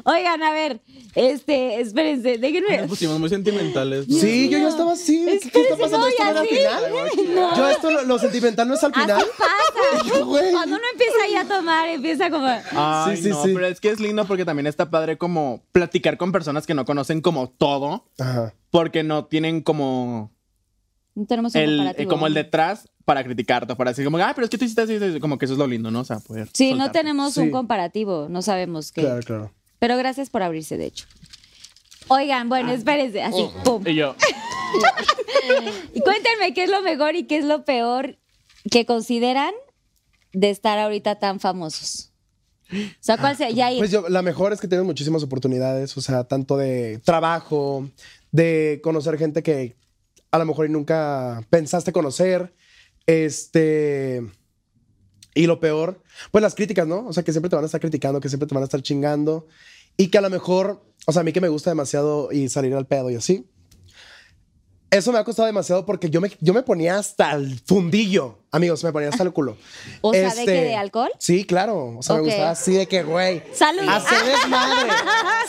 Oigan, a ver, este, espérense, déjenme. Nos pusimos muy sentimentales. ¿no? Sí, yo ya estaba así. ¿Qué, qué está Espérense, no, pasando? ¿Esto ya no era al sí. final? No. Yo esto, lo, lo sentimental no es al Así final. pasa. Güey. Cuando uno empieza ya a tomar, empieza como. Ay, Sí, sí, no, sí. pero es que es lindo porque también está padre como platicar con personas que no conocen como todo, Ajá. porque no tienen como No tenemos un el, eh, comparativo. como el detrás para criticarte, para decir como, ah, pero es que tú hiciste así, así, así", como que eso es lo lindo, ¿no? O sea, poder Sí, no soltarte. tenemos Sí. un comparativo, no sabemos qué. Claro, claro. Ah. Oh. Pero gracias por abrirse, de hecho. Oigan, bueno, espérense, así, pum. Y yo, Y cuéntenme qué es lo mejor y qué es lo peor que consideran de estar ahorita tan famosos. O sea, ¿cuál sea? Ya Pues yo, la mejor es que tienes muchísimas oportunidades, o sea, tanto de trabajo, de conocer gente que a lo mejor y nunca pensaste conocer, este... Y lo peor, pues las críticas, ¿no? O sea, que siempre te van a estar criticando, que siempre te van a estar chingando. Y que a lo mejor, o sea, a mí que me gusta demasiado y salir al pedo y así. Eso me ha costado demasiado porque yo me, yo me ponía hasta el fundillo, amigos, me ponía hasta el culo. Este, O sea, ¿de qué? ¿De alcohol? Sí, claro. O sea, Ok. me gustaba así de que, güey. Salud. Ah. Hacer desmadre.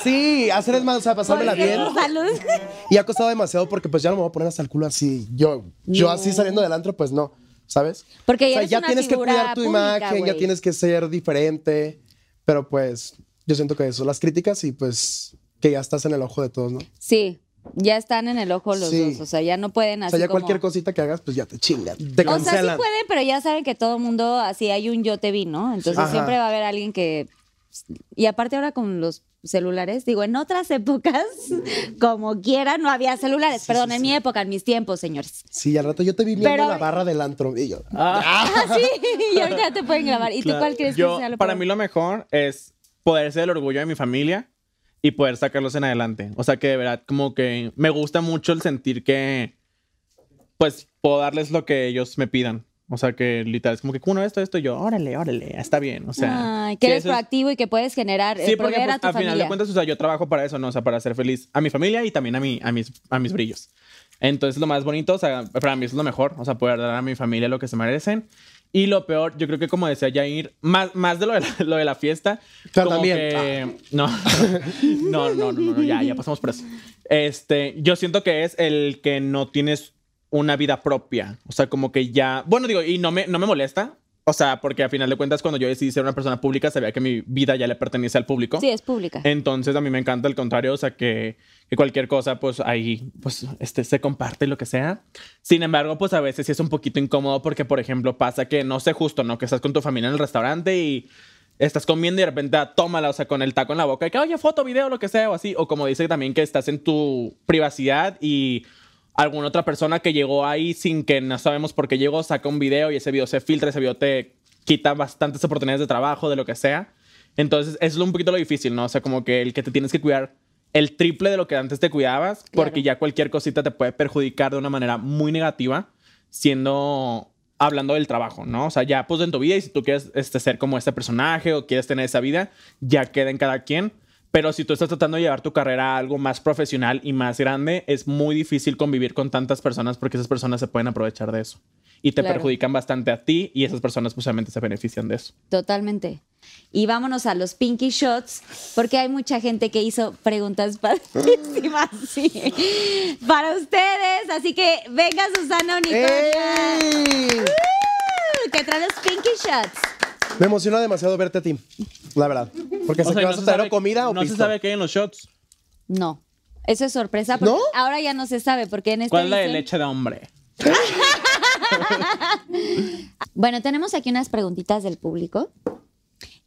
Sí, hacer desmadre, o sea, pasármela bien. Salud. Y ha costado demasiado porque pues ya no me voy a poner hasta el culo así. Yo, yo así saliendo del antro, pues no, ¿sabes? Porque ya O sea, eres una tienes que figura cuidar tu pública, imagen, güey. ya tienes que ser diferente. Pero pues yo siento que eso, las críticas y pues que ya estás en el ojo de todos, ¿no? Sí, ya están en el ojo los Sí. dos. O sea, ya no pueden o hacer. sea, ya cualquier cosita que hagas, pues ya te chingan, te O sea, sí cancelan. pueden, pero ya saben que todo mundo, así hay un yo te vi, ¿no? Entonces Ajá. siempre va a haber alguien que. pues, Y aparte ahora con los celulares, digo, en otras épocas, como quiera, no había celulares. Perdón, en mi época, en mis tiempos, señores. sí, al rato yo te vi viendo Pero- la barra del antro y yo, Ah, sí, y ahorita ya te pueden grabar. ¿Y tú Claro. cuál crees Yo, que sea lo Para peor? mí lo mejor es poder ser el orgullo de mi familia y poder sacarlos en adelante. O sea que de verdad, como que me gusta mucho el sentir que, pues, puedo darles lo que ellos me pidan. O sea que literal es como que uno esto, esto, y yo, órale, órale, está bien. O sea, Ay, que sí, eres eso es- proactivo y que puedes generar, eh, Sí, porque proveer pues, a tu al final de familia. cuentas, o sea, yo trabajo para eso, ¿no? O sea, para ser feliz a mi familia y también a, mi, a, mis, a mis brillos. Entonces, lo más bonito, o sea, para mí es lo mejor, o sea, poder dar a mi familia lo que se merecen. Y lo peor, yo creo que como decía Jair, más, más de lo de la, lo de la fiesta, Pero como también, que- Eh, No, no, no, no, no, no, ya, ya pasamos por eso. Este, yo siento que es el que no tienes una vida propia, o sea, como que ya, bueno, digo, y no me, no me molesta, o sea, porque a final de cuentas, cuando yo decidí ser una persona pública, sabía que mi vida ya le pertenece al público. Sí, es pública. Entonces a mí me encanta el contrario, o sea que, que cualquier cosa pues ahí pues este se comparte lo que sea. Sin embargo pues a veces sí es un poquito incómodo porque por ejemplo pasa que no sé justo, ¿no? Que estás con tu familia en el restaurante y estás comiendo y de repente ah, tómala, o sea con el taco en la boca y que oye foto, video, lo que sea o así. O como dice también que estás en tu privacidad y alguna otra persona que llegó ahí sin que no sabemos por qué llegó, saca un video y ese video se filtra, ese video te quita bastantes oportunidades de trabajo, de lo que sea. Entonces, eso es un poquito lo difícil, ¿no? O sea, como que el que te tienes que cuidar el triple de lo que antes te cuidabas, porque ya cualquier cosita te puede perjudicar de una manera muy negativa, siendo hablando del trabajo, ¿no? O sea, ya pues en tu vida y si tú quieres este, ser como este personaje o quieres tener esa vida, ya queda en cada quien. Pero si tú estás tratando de llevar tu carrera a algo más profesional y más grande, es muy difícil convivir con tantas personas porque esas personas se pueden aprovechar de eso y te Claro. perjudican bastante a ti y esas personas pues obviamente se benefician de eso. Totalmente. Y vámonos a los Pinky Shots, porque hay mucha gente que hizo preguntas padrísimas sí, para ustedes. Así que venga Susana Eh. Unicornia, ¡Ey! que trae los Pinky Shots. Me emociona demasiado verte a ti, la verdad. Porque sé O sea, que y vas a no se traer sabe- o comida o No se pisto. sabe qué hay en los shots. No, eso es sorpresa, porque ¿No? ahora ya no se sabe, porque en este ¿Cuál es la de dicen- leche de hombre? Bueno, tenemos aquí unas preguntitas del público.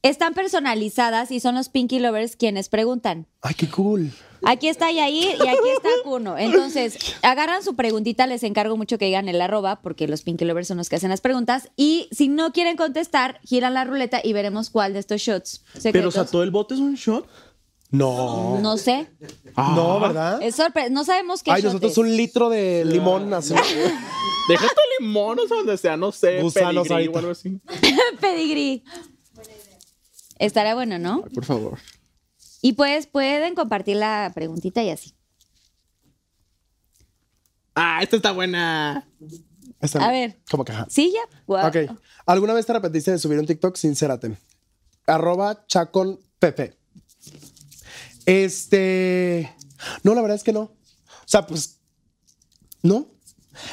Están personalizadas y son los Pinky Lovers quienes preguntan. Ay, qué cool. Aquí está Yair y aquí está Kuno. Entonces, agarran su preguntita, les encargo mucho que digan el arroba, porque los Pinky Lovers son los que hacen las preguntas. Y si no quieren contestar, giran la ruleta y veremos cuál de estos shots. Pero, o secretos. sea, todo el bote es un shot. No. No sé. No, ¿verdad? Es sorpresa. No sabemos qué Ay, shot nosotros es. un litro de limón así. Deja tu limón, o sea, donde sea, no sé, Gusanos pedigrí ahorita. o algo así. Pedigrí. Estará bueno, ¿no? Por favor. Y pues pueden compartir la preguntita y así. Ah, esta está buena. Está- A ver. Como caja. ¿Sí, ya? Guau. Ok. ¿Alguna vez te arrepentiste de subir un TikTok? Sincérate. Arroba chaconpepe. Este. No, la verdad es que no. O sea, pues. No.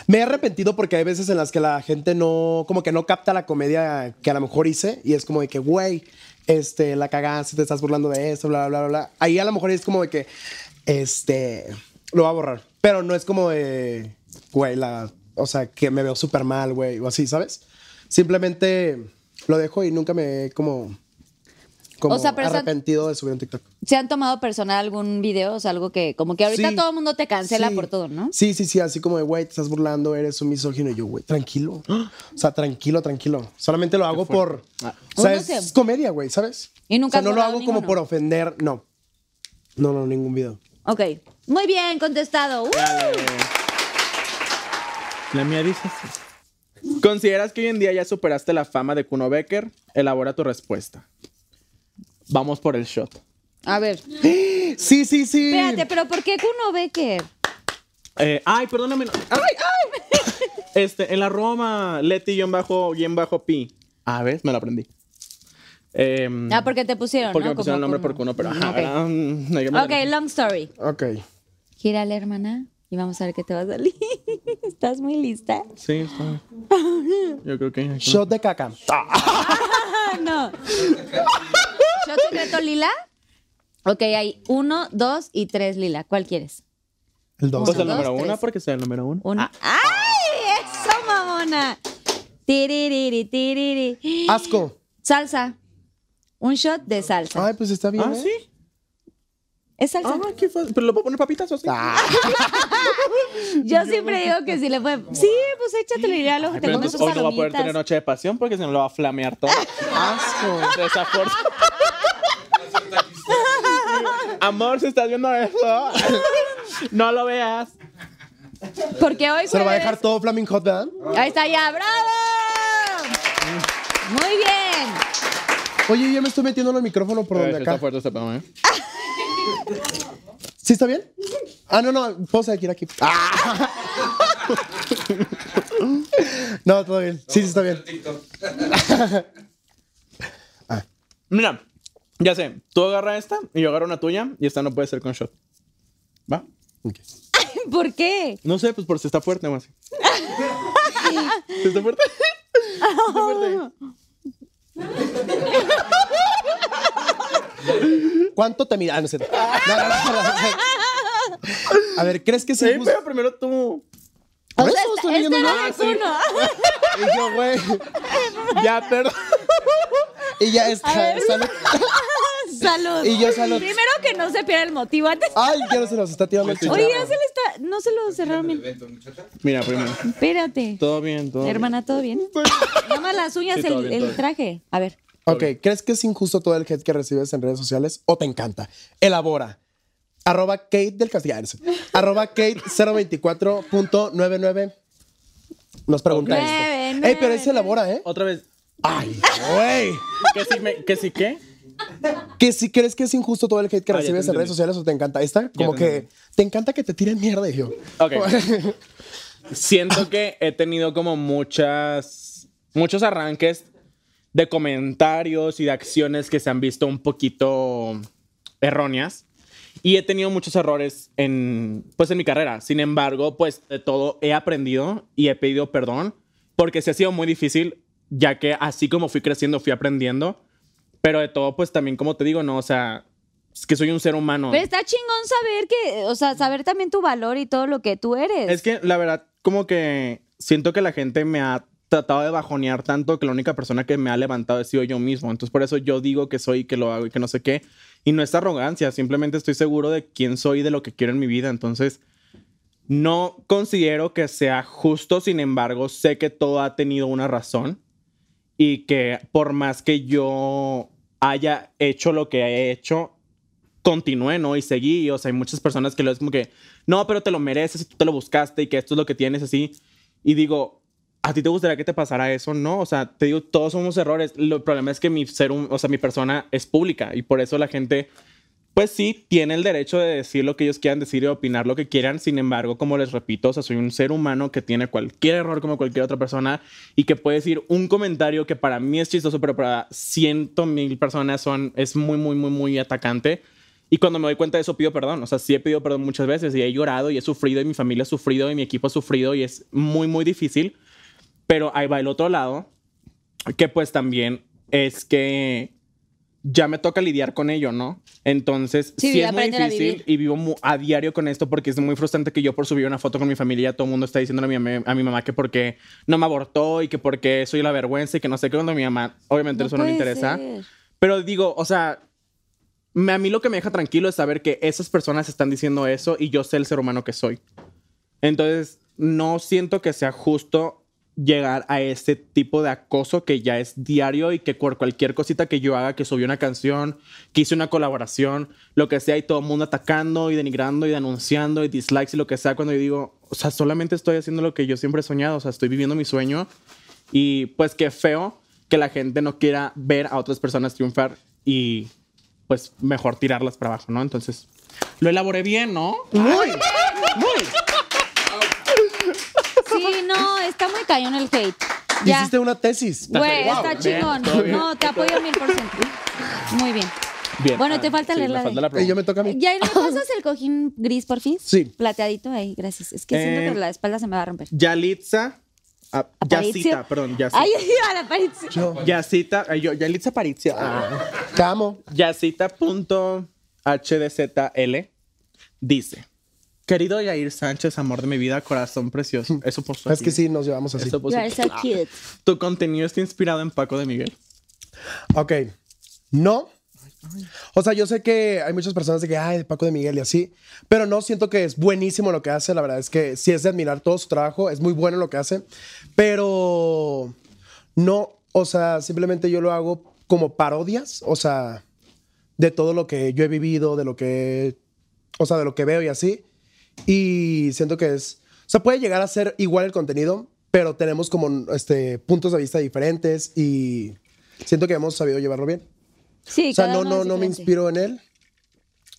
Me he arrepentido porque hay veces en las que la gente no. Como que no capta la comedia que a lo mejor hice. Y es como de que, güey, este, la cagaste, te estás burlando de esto, bla, bla, bla, bla. Ahí a lo mejor es como de que. Este. Lo va a borrar. Pero no es como de. Güey, la. O sea, que me veo súper mal, güey, o así, ¿sabes? Simplemente lo dejo y nunca me. Como. como O sea, pero eso- arrepentido de subir en TikTok. ¿Se han tomado personal algún video? O sea, algo que como que ahorita Sí. todo el mundo te cancela Sí. por todo, ¿no? Sí, sí, sí, así como de, güey, te estás burlando, eres un misógino. Y yo, güey, tranquilo. O sea, tranquilo, tranquilo. Solamente lo hago por. O Uno sea, es se- comedia, güey, ¿sabes? Y nunca O sea, has no lo borrado hago ninguno. como por ofender, no. No, no, ningún video. Ok. Muy bien, contestado. ¡Uh! La mía dice así. ¿Consideras que hoy en día ya superaste la fama de Kuno Becker? Elabora tu respuesta. Vamos por el shot. A ver. Sí, sí, sí. Espérate, pero ¿por qué Kuno Becker? Eh, ay, perdóname. no- ¡Ay, ay! Este, en la Roma, Leti guión bajo, guión bajo pi. A ver, me lo aprendí. Em, Ah, porque te pusieron. porque ¿no? me pusieron el Como nombre por Kuno, pero ajá, ¿verdad? Ok, Mm, no, yo me- Ok, long story. Ok. Gírale, hermana, y vamos a ver qué te va a salir. ¿Estás muy lista? Sí, está bien. Yo creo que. aquí- Shot de caca. Ah, no. ¿Shot secreto lila? Ok, hay uno, dos y tres lila. ¿Cuál quieres? El Pues dos. Uno, el número dos, uno, tres. porque soy el número uno. Uno. ¡Ay! ¡Eso, mamona! Tiririri, tiriri. Asco. Salsa. Un shot de salsa. Ay, pues está bien. Ah, ¿eh? sí. ¿Es salsa? Ah, qué fácil. Pero lo puedo poner papitas o sí. Ah, Yo siempre digo que si le fue. Sí, pues échatelo y ya luego te Pero comes entonces tus hoy no va a poder tener palomitas. noche de pasión porque se me lo va a flamear todo. Asco. De esa fuerza. Amor, si estás viendo eso, no lo veas. Porque hoy Se lo va a jueves- dejar todo Flaming Hot, ¿verdad? Ahí está ya, bravo. Muy bien. Oye, yo me estoy metiendo en el micrófono por A ver, donde si Está acá. fuerte este pedo, ¿eh? ¿Sí está bien? Ah, no, no, puedo seguir aquí. Ah. No, todo bien. Sí, sí, está bien. Mira, ya sé. Tú agarra esta y yo agarro una tuya y esta no puede ser con shot. ¿Va? ¿Por qué? No sé, pues por si está fuerte o así. ¿Sí ¿Está fuerte? ¿Cuánto te mira? Ah, no es cierto. No, no, no, no, no. A ver, ¿crees que Sí, pues, se gusta? pero primero tú. Por O sea, eso estoy esta, leyendo esta yo. era de Kuno. Y yo, güey. Ya, perdón. Y ya está. sale- Salud. Y yo salud. Ah, Primero que no se pierda el motivo antes. Ay, ya no se nos está tirando el Oye, Oye, chicharro. ya se le está. No se lo cerraron bien. Mira, primero. Espérate. Todo bien, todo bien. Hermana, ¿todo bien? Llama las uñas, Sí, todo el, bien, el todo bien. traje. A ver. Ok, ¿crees que es injusto todo el hate que recibes en redes sociales o te encanta? Elabora. Arroba Kate del Castillo. Ah, eres- Arroba Kate 024.99. Nos pregunta Ok. Nueve, esto. nueve, Ey, pero ahí se elabora, ¿eh? Otra vez. Ay, güey. ¿Que si, me- que si qué? Que si crees que es injusto todo el hate que Ah, ya te recibes en entendí. redes sociales o te encanta. Esta, como te que entendí. te encanta que te tiren mierda. Y yo. Ok. Siento que he tenido como muchas, muchos arranques de comentarios y de acciones que se han visto un poquito erróneas. Y he tenido muchos errores en, pues, en mi carrera. Sin embargo, pues, de todo he aprendido y he pedido perdón. Porque sí ha sido muy difícil, ya que así como fui creciendo, fui aprendiendo. Pero de todo, pues, también, como te digo, ¿no? O sea, es que soy un ser humano. Pero está chingón saber que. O sea, saber también tu valor y todo lo que tú eres. Es que la verdad, como que siento que la gente me ha tratado de bajonear tanto que la única persona que me ha levantado ha sido yo mismo. Entonces, por eso yo digo que soy, y que lo hago y que no sé qué. Y no es arrogancia, simplemente estoy seguro de quién soy y de lo que quiero en mi vida. Entonces, no considero que sea justo, sin embargo, sé que todo ha tenido una razón y que por más que yo haya hecho lo que he hecho, continué, ¿no? Y seguí, o sea, hay muchas personas que lo es como que, no, pero te lo mereces y tú te lo buscaste y que esto es lo que tienes así. Y digo, ¿a ti te gustaría que te pasara eso? No, o sea, te digo, todos somos errores. Lo- El problema es que mi ser, hum- o sea, mi persona es pública y por eso la gente, pues sí, tiene el derecho de decir lo que ellos quieran decir y opinar lo que quieran. Sin embargo, como les repito, o sea, soy un ser humano que tiene cualquier error como cualquier otra persona y que puede decir un comentario que para mí es chistoso, pero para ciento mil personas son, es muy, muy, muy, muy atacante. Y cuando me doy cuenta de eso, pido perdón. O sea, sí he pedido perdón muchas veces y he llorado y he sufrido y mi familia ha sufrido y mi equipo ha sufrido y es muy, muy difícil. Pero ahí va el otro lado, que pues también es que ya me toca lidiar con ello, ¿no? Entonces, Sí, sí, es muy aprender a difícil vivir. y vivo mu- a diario con esto porque es muy frustrante que yo por subir una foto con mi familia todo el mundo está diciéndole a mi, mam- a mi mamá que porque no me abortó y que porque soy la vergüenza y que no sé qué cuando mi mamá obviamente No eso no le puede interesa. ser. Pero digo, o sea, me- a mí lo que me deja tranquilo es saber que esas personas están diciendo eso y yo sé el ser humano que soy. Entonces, no siento que sea justo llegar a ese tipo de acoso que ya es diario y que por cualquier cosita que yo haga, que subí una canción, que hice una colaboración, lo que sea, y todo el mundo atacando y denigrando y denunciando y dislikes y lo que sea, cuando yo digo, o sea, solamente estoy haciendo lo que yo siempre he soñado, o sea, estoy viviendo mi sueño y pues qué feo que la gente no quiera ver a otras personas triunfar y pues mejor tirarlas para abajo, ¿no? Entonces, lo elaboré bien, ¿no? Muy. Sí, no, está muy cañón el hate. Ya. Hiciste una tesis. Güey, Wow, está bien, chingón. todo bien. No, te apoyo mil por ciento. Muy bien. Bien. Bueno, Ah, te falta sí, leer me la falta de- la Y pregunta. yo me toca a mí. ¿Ya no pasas el cojín gris por fin? Sí. Plateadito ahí, gracias. Es que siento Eh, que la espalda se me va a romper. Yalitza. ah, Aparicio. Yacita, perdón, Yacita. Ay, a la pared. Yo Yacita, ay, yo, Yalitza Aparicio. Ah. te amo. Yacita.hdzl dice: Querido Yair Sánchez, amor de mi vida, corazón precioso. Eso por Es que sí, nos llevamos así. Eso You puso are aquí. so cute. Tu contenido está inspirado en Paco de Miguel. Ok. No. O sea, yo sé que hay muchas personas de que, ay, Paco de Miguel y así, pero no siento que es buenísimo lo que hace. La verdad es que sí es de admirar todo su trabajo, es muy bueno lo que hace, pero no, o sea, simplemente yo lo hago como parodias, o sea, de todo lo que yo he vivido, de lo que, o sea, de lo que veo y así. Y siento que es, o sea, puede llegar a ser igual el contenido, pero tenemos como este, puntos de vista diferentes y siento que hemos sabido llevarlo bien. Sí, O sea, cada no, uno no, es no me diferente. inspiro en él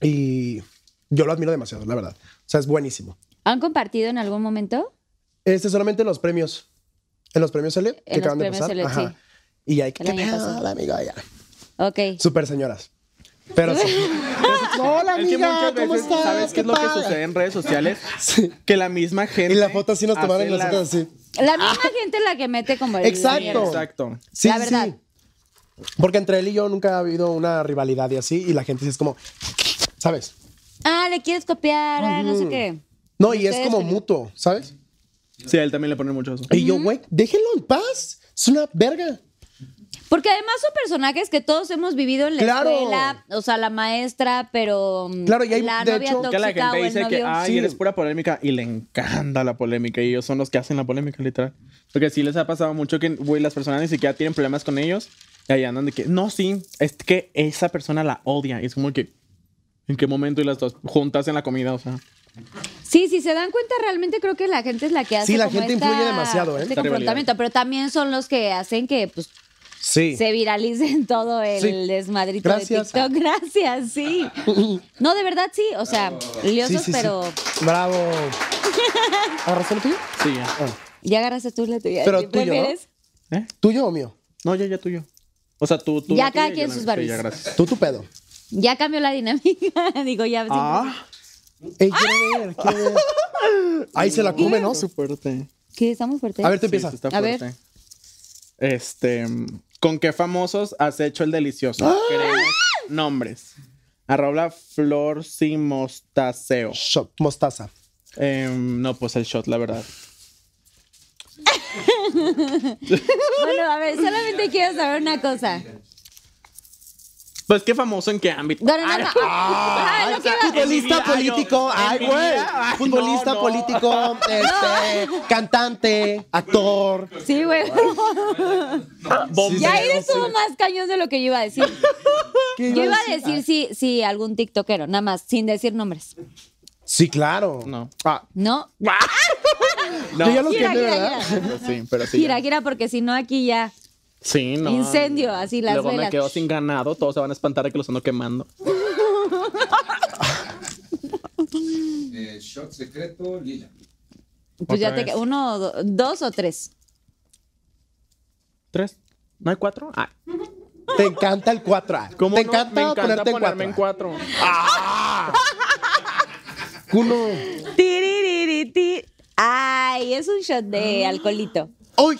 y yo lo admiro demasiado, la verdad. O sea, es buenísimo. ¿Han compartido en algún momento? Este solamente en los premios. En los premios L que En los acaban premios de L, pasar. sí. Y hay que El año pasado. amigo ya. Ok. Super señoras. Pero sí. Hola, Es que amiga, muchas ¿cómo veces, estás? ¿sabes qué es lo que sucede en redes sociales? Sí. Que la misma gente. Y la foto así nos hace tomaron y la- nosotros así. La misma gente es la que mete como el... Ah. Exacto. Exacto. Sí, La sí, verdad. sí. Porque entre él y yo nunca ha habido una rivalidad y así, y la gente sí es como, ¿sabes? Ah, le quieres copiar, ah, no sé qué. No, y es Ustedes como también. mutuo, ¿sabes? Sí, a él también le ponen mucho eso. Y yo, güey, déjenlo en paz. Es una verga. Porque además son personajes que todos hemos vivido en la Claro. escuela, o sea, la maestra, pero mm, Claro, y hay- la de novia hecho- tóxica Que la o gente el dice que, novio. ay, Sí. eres pura polémica. Y le encanta la polémica. Y ellos son los que hacen la polémica, literal. Porque sí les ha pasado mucho que, güey, las personas ni siquiera tienen problemas con ellos. Y ahí andan de que, no, sí, es que esa persona la odia. Y es como que, ¿en qué momento? Y las dos juntas en la comida, o sea. Sí, si se dan cuenta, realmente creo que la gente es la que hace Sí, la como gente esta- influye demasiado, ¿eh? este Esta rivalidad. confrontamiento, pero también son los que hacen que pues, Sí. se viralicen todo el Sí. desmadrito Gracias. de TikTok. Gracias, sí. No, de verdad sí, o sea, liosos, pero Bravo. ¿Agarraste el tuyo? Ah. Sí, ya. ya agarraste tú la tuya. Pero ¿Qué tuyo, ¿no? prefieres? ¿Eh? ¿Tuyo o mío? No, ya, ya tuyo. O sea, tú, tú. Ya la cada tuya y quien yo la sus mía. Sí, ya, Barbies. gracias. Tú tu pedo. Ya cambió la dinámica. Digo, ya. Ah, Ey, quiero ver, quiero ver. Ahí se la come, ¿no? está Su- fuerte. ¿Qué? ¿Estamos fuertes? A ver, tú Sí, empieza. sí está A ver. fuerte. Este, ¿con qué famosos has hecho el delicioso? ¡Ah! Queremos nombres. Arroba Flor Simostaseo. Shot, mostaza. Em, no, pues el shot, la verdad. Bueno, a ver, solamente quiero saber una cosa. Pues qué famoso en qué ámbito. No, no, no, no. Ah, lo que iba- Futbolista En mi vida, político, yo- en ay, mi güey. vida, ay, Futbolista no, no. político, este, cantante, actor. Sí, güey. Bombero. Ya ahí estuvo más cañón de lo que yo iba a decir. ¿Qué Yo iba ibas? a decir sí, sí, algún tiktokero, nada más, sin decir nombres. Sí, claro. No. Ah, ¿No? No, Yo ya lo sí, Gira, quemé, gira, ¿verdad? gira. pero sí, pero sí. Gira, ya. gira, porque si no aquí ya. Sí, no. Incendio, así las Luego velas. me quedo sin ganado, todos se van a espantar de que los ando quemando. Eh, shot secreto lila. Pues ya Otra te vez. que- uno, do- dos o tres. ¿Tres? ¿No hay cuatro? Ah, Te encanta el 4. ¿cómo Te no? encanta, Me encanta ponerte ponerme en 4. en cuatro. Cuno. Tiriririti. Ay, es un shot Ah. de alcoholito. ¡Uy!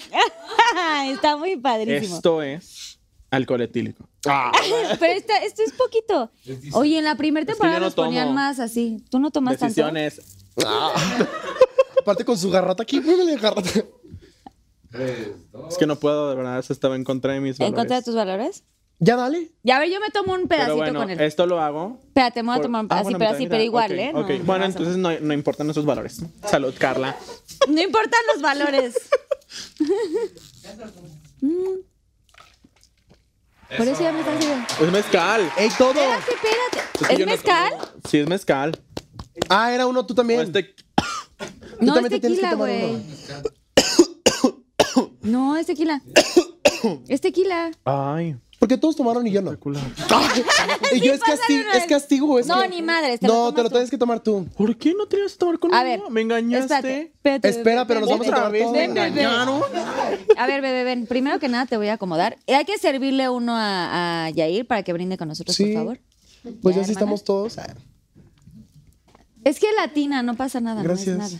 Está muy padrísimo. Esto es alcohol etílico. Pero esta- esto es poquito. Oye, en la primera que temporada yo no nos ponían tomo. más así. ¿Tú no tomas tanto? Decisiones. Aparte con su garrota aquí, muévele garrota. Es que no puedo, de verdad, eso estaba en contra de mis ¿En contra de valores. tus valores? Ya dale. Ya a ver, yo me tomo un pedacito Pero bueno, con él. esto lo hago. Espérate, me voy a por- tomar un Ah, pedacito, bueno, pero mitad y así, mitad. pero igual, Ok, ¿eh? ok. No, no Bueno, vas a- entonces no, no importan nuestros valores. Salud, Carla. No importan los valores. Mm. Por eso ya me estás diciendo. Es mezcal. ¡Ey, todo! Espérate, que espérate. ¿Es yo no mezcal? Sí, es mezcal. Ah, era uno tú también. O este- Tú No, es también te tienes que tequila, tomar güey. uno. No, es tequila. es tequila. Ay, Porque todos tomaron y yo no. este culo. Y yo es, pásale casti- una vez. es castigo, es No, que- ni madres, te lo No, tomas te lo tú. tienes que tomar tú. ¿Por qué no te ibas a tomar conmigo? A ver. Me engañaste. Espérate, espérate, Espera, pero nos ven, vamos a ven, tomar Otra vez todo. me Ven, ven, ven. engañaron. A ver, bebé, ven. Primero que nada te voy a acomodar. Eh, Hay que servirle uno a, a Yair para que brinde con nosotros, Sí. por favor. Pues ya Ya, hermana. sí estamos todos. Ah, Es que latina, no pasa nada. no es nada. Gracias.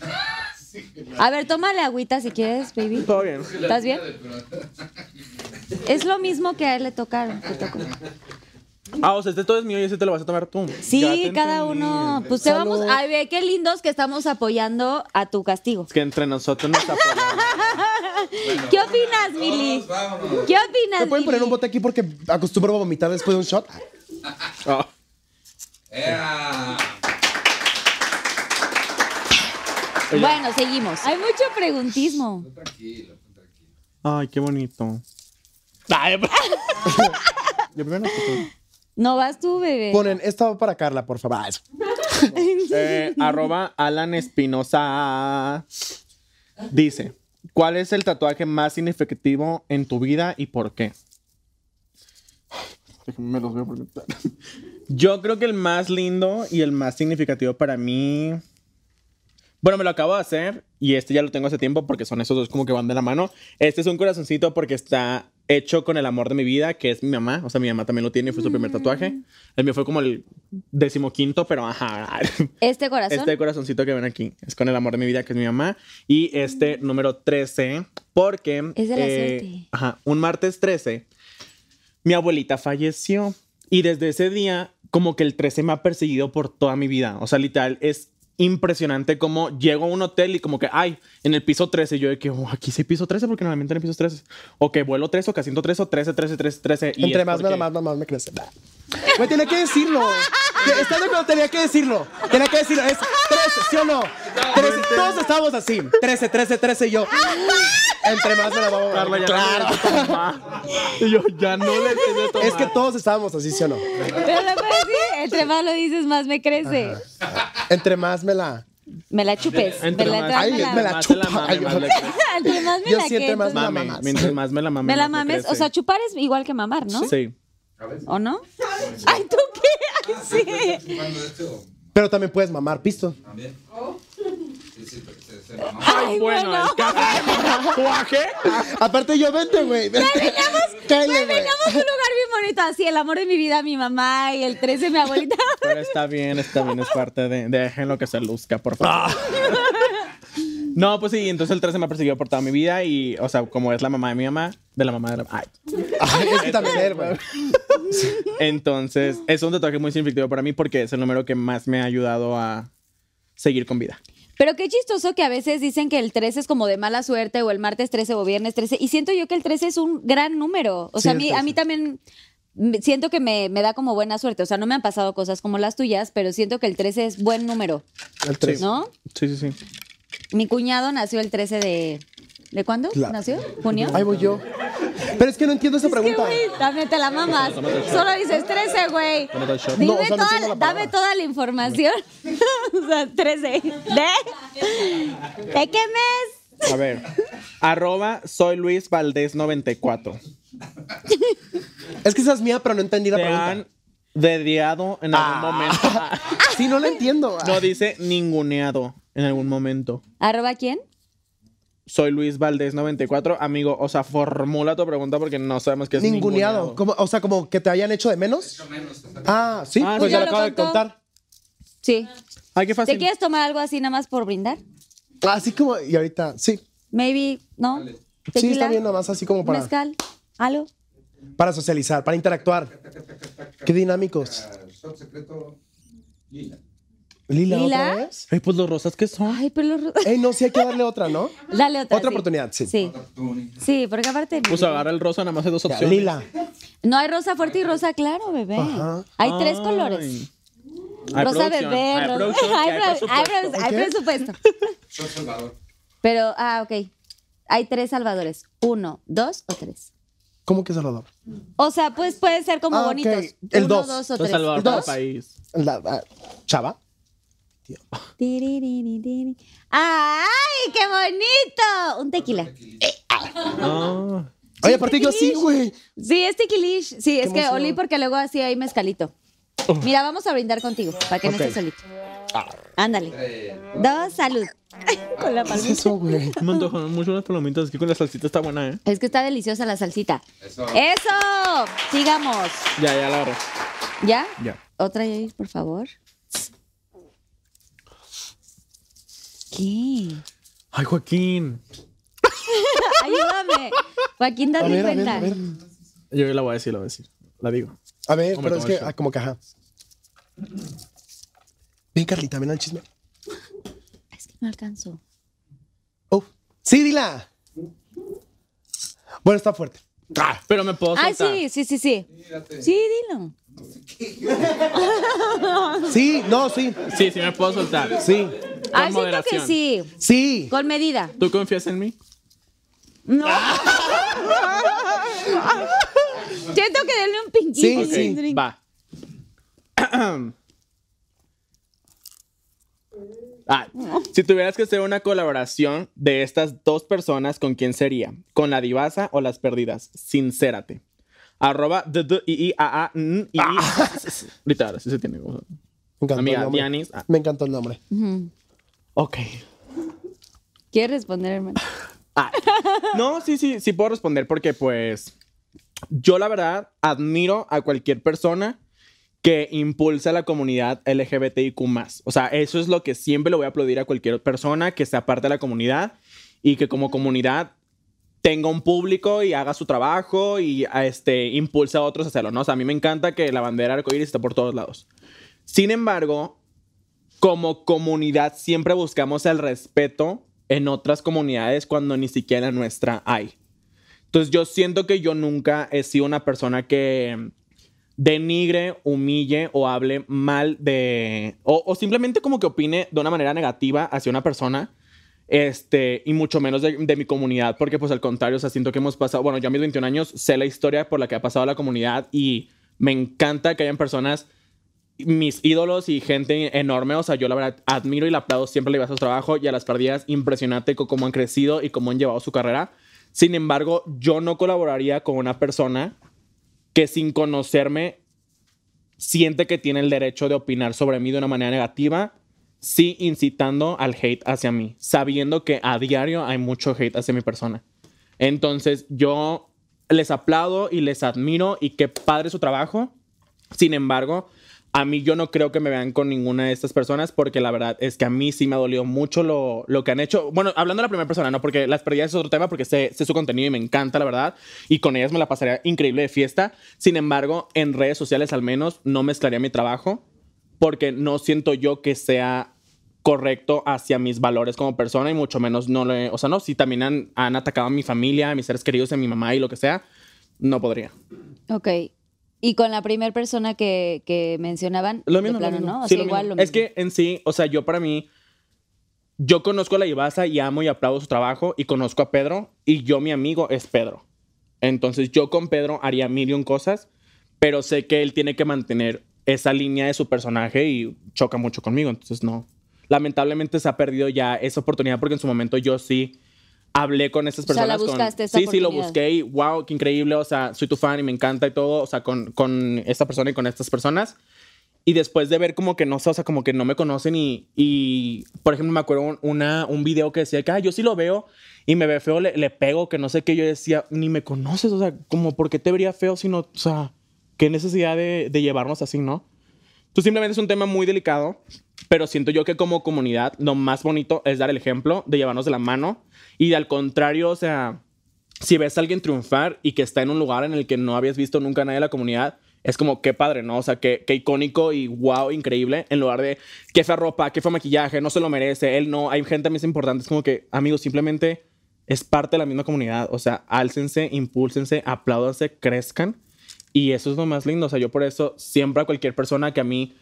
A ver, tómale agüita si quieres, baby. Todo bien. ¿Estás bien? Es lo mismo que a él le tocaron. te tocó. Ah, o sea, este todo es mío y ese te lo vas a tomar tú. Ya Sí, te cada entendí. uno. Pues te Salud. vamos. Ay, ve qué lindos que estamos apoyando a tu castigo. Es que entre nosotros nos apoyamos. ¿Qué opinas, Mili? Todos, vámonos. ¿Qué opinas? ¿Me pueden poner Mili? un bote aquí porque acostumbro a vomitar después de un shot? Ah. ¡Ea! Bueno, seguimos. Hay mucho preguntismo. Tranquilo, tranquilo. Ay, qué bonito. Ay, Yo primero No vas tú, bebé. Ponen, esta va para Carla, por favor. Ah, eso. Eh, arroba Alan Espinosa. Dice, ¿cuál es el tatuaje más significativo en tu vida y por qué? Déjenme los veo porque- Yo creo que el más lindo y el más significativo para mí... Bueno, me lo acabo de hacer y este ya lo tengo hace tiempo porque son esos dos como que van de la mano. Este es un corazoncito porque está hecho con el amor de mi vida, que es mi mamá. O sea, mi mamá también lo tiene y fue su primer tatuaje. El mío fue como el decimoquinto, pero ajá. Este corazón. Este corazoncito que ven aquí es con el amor de mi vida, que es mi mamá. Y este número 13, porque. Mm. eh, Es de la suerte. Ajá, un martes 13, mi abuelita falleció. Y desde ese día, como que el 13 me ha perseguido por toda mi vida. O sea, literal, es impresionante como llego a un hotel y como que, ay, en el piso 13, yo de que, oh, aquí sí hay piso 13 porque normalmente no hay pisos 13. O que vuelo 13 o que asiento 13 o 13, 13, 13, 13. Y Entre es más me da porque- más, más, más me crece. Bah. Güey, tenía que decirlo. Que- Estás de acuerdo, tenía que decirlo. Tenía que decirlo. Es 13, ¿sí o no? 13. Todos estábamos así. 13, 13, 13 y yo. Entre más me la vamos a Carla, ya dar. claro. Claro. Y yo ya no le sé de tomar. Es que todos estábamos así, ¿sí o no? Pero le puedes decir, entre más lo dices, más me crece. Entre más me la. Me la chupes. Entre me la más- traes, Ay, me la- me la Más te la chupa. mame, Ay, más yo- le crece. Entre más me Yo la sí, entre que- más entonces- la Mame, mamas. mientras más me la mame. Me la más me mames. crece. O sea, chupar es igual que mamar, ¿no? Sí. A ver, ¿O no? Ay, ¿tú qué? Ay, sí. ¿cuándo de esto? Pero también puedes mamar pisto. También. Sí, sí, porque se, se mamó. Ay, bueno. el tatuaje. Aparte, yo vente, güey. Cállate, güey. Terminamos un lugar bien bonito así, el amor de mi vida, mi mamá y el 13 mi abuelita. Pero está bien, está bien, es parte de. Déjenlo que se luzca, por favor. Ah. No, pues sí, entonces el 13 me ha perseguido por toda mi vida y, o sea, como es la mamá de mi mamá, de la mamá de la. Ay. Ay, es que también él, güey. Entonces, es un tatuaje muy significativo para mí porque es el número que más me ha ayudado a seguir con vida. Pero qué chistoso que a veces dicen que el 13 es como de mala suerte o el martes 13 o viernes 13 y siento yo que el 13 es un gran número. O sea, Sí, a, mí, el a mí 13. también me- siento que me, me da como buena suerte. O sea, no me han pasado cosas como las tuyas, pero siento que el 13 es buen número, El tres. ¿no? Sí, sí, sí. Mi cuñado nació el 13 de... ¿De cuándo La- nació? ¿Junio? Ahí voy yo. Pero es que no entiendo esa pregunta. Es que, güey, también te la mamas. Solo dices 13, güey. Tómate el shot. Dime No, o sea, no toda- tengo la palabra. dame toda la información. o sea, 13. ¿De? ¿De qué mes? A ver. Arroba soy Luis Valdés 94. Es que esa es mía, pero no entendí la Te pregunta. han dediado en algún momento. Sí, no la entiendo. No dice ninguneado en algún momento. ¿Arroba quién? Soy Luis Valdés 94, amigo. O sea, formula tu pregunta porque no sabemos qué es Ninguneado. Como- o sea, como que te hayan hecho de menos. Ah, sí, Ah, pues sí, ya ya lo lo acabo de contó. contar. Sí. Ay, qué ¿Te fácil. quieres tomar algo así nada más por brindar? Así como, y ahorita, sí. Maybe, ¿no? Sí, Tequila, está bien, nada más así como para, Mezcal, algo. para socializar, para interactuar. Qué dinámicos. Shot secreto lila. Lila, ¿Lila? otra vez. Ay, pues los rosas que son. Ay, pero... Ey, no, sí hay que darle otra, ¿no? Dale otra. Eh, Otra sí. oportunidad, sí. Sí. Tony. Sí, porque aparte... Pues agarra el rosa, nada más hay dos Ya, opciones. Lila. No hay rosa fuerte y rosa claro, bebé. Ajá. Hay tres Ay. colores. rosa Hay producción, bebé, hay rosa- producción y hay hay pro- hay presupuesto. pro- hay ¿Ok? presupuesto. Soy Salvador. Pero, ah, ok. Hay tres salvadores. Uno, dos o tres. ¿Cómo que Salvador? O sea, pues pueden ser como Ah, ok. bonitos. El Uno, dos. dos o Soy tres. Salvador para el dos. país. La, la- Chava. Tiriririri. ¡Ay, qué bonito! Un tequila. Ah. Oye, aparte yo sí, güey. Sí, es tequilish. Sí, es que emoción. Oh. olí porque luego así hay mezcalito. Mira, vamos a brindar contigo para que Ok. Ah. no estés solito. Ándale. Dos, salud. Eh, Con la ¿Qué es palmita. eso, güey? Me antojaron mucho unas palomitas. Aquí con la salsita está buena, ¿eh? Es que está deliciosa la salsita. Eso. ¡Eso! Sigamos. Ya, ya la agarré. ¿Ya? Ya. Otra, Yair, por favor. ¿Qué? Ay, Joaquín. Ayúdame. Joaquín, A date ver, a ver, cuenta. a ver. Yo la voy a decir, la voy a decir. La digo. A ver, Hombre, pero es toma que, eso. ah, como caja. Ven, Carlita, ven al chisme. Es que no alcanzó. Oh. Sí, dila. Bueno, está fuerte. Ah, Pero me puedo Ah, saltar. sí, sí, sí, sí. Sí, dilo. Sí, no, sí. Sí, sí me puedo soltar. Sí. Con Ay, siento que moderación. sí. Sí. Con medida. ¿Tú confías en mí? No. siento que denle un pinquito. Sí, Ok, sí. va. Ah, si tuvieras que hacer una colaboración de estas dos personas, ¿con quién sería? ¿Con la divasa o las perdidas? Sincérate. Arroba d d i i a a n i Ahorita ahora sí se tiene. como- Me encantó Amiga, el nombre. Dianis. ah, Me encantó el nombre. Ok. ¿Quieres responder, hermano? Ah, No, sí, sí, sí puedo responder porque pues yo la verdad admiro a cualquier persona que impulsa a la comunidad LGBTIQ+. O sea, eso es lo que siempre le voy a aplaudir a cualquier persona que sea parte de la comunidad y que como comunidad tenga un público y haga su trabajo y a, este, impulsa a otros a hacerlo, ¿no? O sea, a mí me encanta que la bandera arcoíris está por todos lados. Sin embargo, como comunidad siempre buscamos el respeto en otras comunidades cuando ni siquiera en la nuestra hay. Entonces yo siento que yo nunca he sido una persona que denigre, humille o hable mal de... O, o simplemente como que opine de una manera negativa hacia una persona. Este, y mucho menos de, de mi comunidad, porque pues al contrario, o sea, siento que hemos pasado, bueno, yo a mis 21 años sé la historia por la que ha pasado la comunidad y me encanta que hayan personas mis ídolos y gente enorme. O sea, yo la verdad admiro y la aplaudo siempre le a su trabajo y a las perdidas. Impresionante co- cómo han crecido y cómo han llevado su carrera. Sin embargo, yo no colaboraría con una persona que sin conocerme siente que tiene el derecho de opinar sobre mí de una manera negativa, sí incitando al hate hacia mí, sabiendo que a diario hay mucho hate hacia mi persona. Entonces, yo les aplaudo y les admiro y qué padre su trabajo. Sin embargo, a mí yo no creo que me vean con ninguna de estas personas porque la verdad es que a mí sí me ha dolido mucho lo, lo que han hecho. Bueno, hablando de la primera persona, no, porque las perdidas es otro tema porque sé, sé su contenido y me encanta, la verdad. Y con ellas me la pasaría increíble de fiesta. Sin embargo, en redes sociales al menos no mezclaría mi trabajo porque no siento yo que sea correcto hacia mis valores como persona y mucho menos no le... O sea, no, si también han, han atacado a mi familia, a mis seres queridos, a mi mamá y lo que sea, no podría. Ok. Y con la primera persona que, que mencionaban, Lo de mismo, lo plano, mismo. ¿no? O Sí, sea, lo igual mismo. lo Es que en sí, o sea, yo para mí, yo conozco a la Ibaza y amo y aplaudo su trabajo y conozco a Pedro y yo mi amigo es Pedro. Entonces yo con Pedro haría mil y un cosas, pero sé que él tiene que mantener esa línea de su personaje y choca mucho conmigo, entonces no. Lamentablemente se ha perdido ya esa oportunidad porque en su momento yo sí hablé con esas O sea, personas. la con- buscaste, esa sí, sí, lo oportunidad. busqué y wow, qué increíble, o sea, soy tu fan y me encanta y todo, o sea, con, con esta persona y con estas personas. Y después de ver como que no sé, o sea, como que no me conocen y, y, por ejemplo, me acuerdo un- una, un video que decía que, ah, yo sí lo veo y me ve feo, le, le pego, que no sé qué, yo decía, ni me conoces, o sea, como, ¿por qué te vería feo si no, o sea, qué necesidad de, de llevarnos así, ¿no? Tú simplemente es un tema muy delicado, pero siento yo que como comunidad lo más bonito es dar el ejemplo, de llevarnos de la mano y al contrario, o sea, si ves a alguien triunfar y que está en un lugar en el que no habías visto nunca a nadie de la comunidad, es como qué padre, ¿no? O sea, qué, qué icónico y wow, increíble, en lugar de qué fea ropa, qué fue maquillaje, no se lo merece, él no, hay gente más importante, es como que, amigos, simplemente es parte de la misma comunidad, o sea, álcense, impúlsense, apláudanse, crezcan Y eso es lo más lindo. O sea, yo por eso siempre a cualquier persona que a mí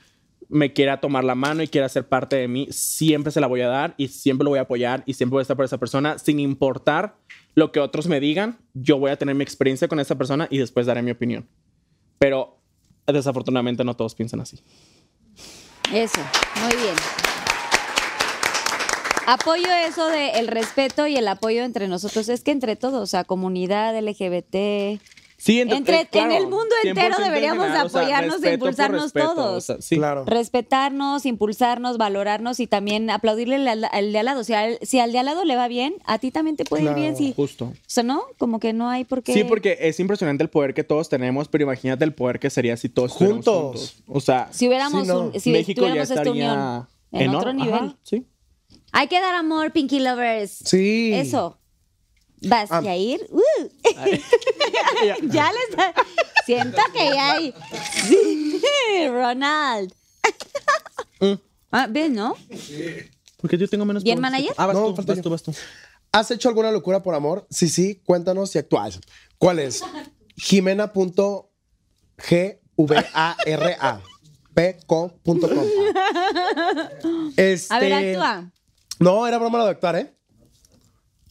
me quiera tomar la mano y quiera ser parte de mí, siempre se la voy a dar y siempre lo voy a apoyar y siempre voy a estar por esa persona, sin importar lo que otros me digan, yo voy a tener mi experiencia con esa persona y después daré mi opinión. Pero desafortunadamente no todos piensan así. Eso, muy bien. Apoyo eso de el respeto y el apoyo entre nosotros. Es que entre todos, o sea, comunidad LGBT. Sí, Entre- eh, claro, en el mundo entero 100% deberíamos terminar, o sea, apoyarnos e respeto por impulsarnos respeto, todos. o sea, sí. Claro. Respetarnos, impulsarnos, valorarnos y también aplaudirle al, al de al lado. Si al, si al de al lado le va bien, a ti también te puede Claro. ir bien. Si, o Justo. sea, ¿no? Como que no hay por qué. Sí, porque es impresionante el poder que todos tenemos, pero imagínate el poder que sería si todos estuviéramos Juntos. juntos. O sea, Si hubiéramos, Sí, no. un- si México ya tuviéramos esta estaría unión en otro enorme. nivel. Ajá, sí. Hay que dar amor, Pinky Lovers. Sí. Eso. Vas, Ah. Yair. Uh. ya le está. Siento que ya hay. Sí, Ronald. Ah, ¿Ves, no? Porque yo tengo menos. ¿Y el preguntas manager? que tú. Ah, vas No, tú, falta vas yo. tú, vas tú. ¿Has hecho alguna locura por amor? Sí, sí, cuéntanos y actúas. ¿Cuál es? Jimena.gvara. Pco.com. Este, ah, A ver, actúa. No, era broma lo de actuar, ¿eh?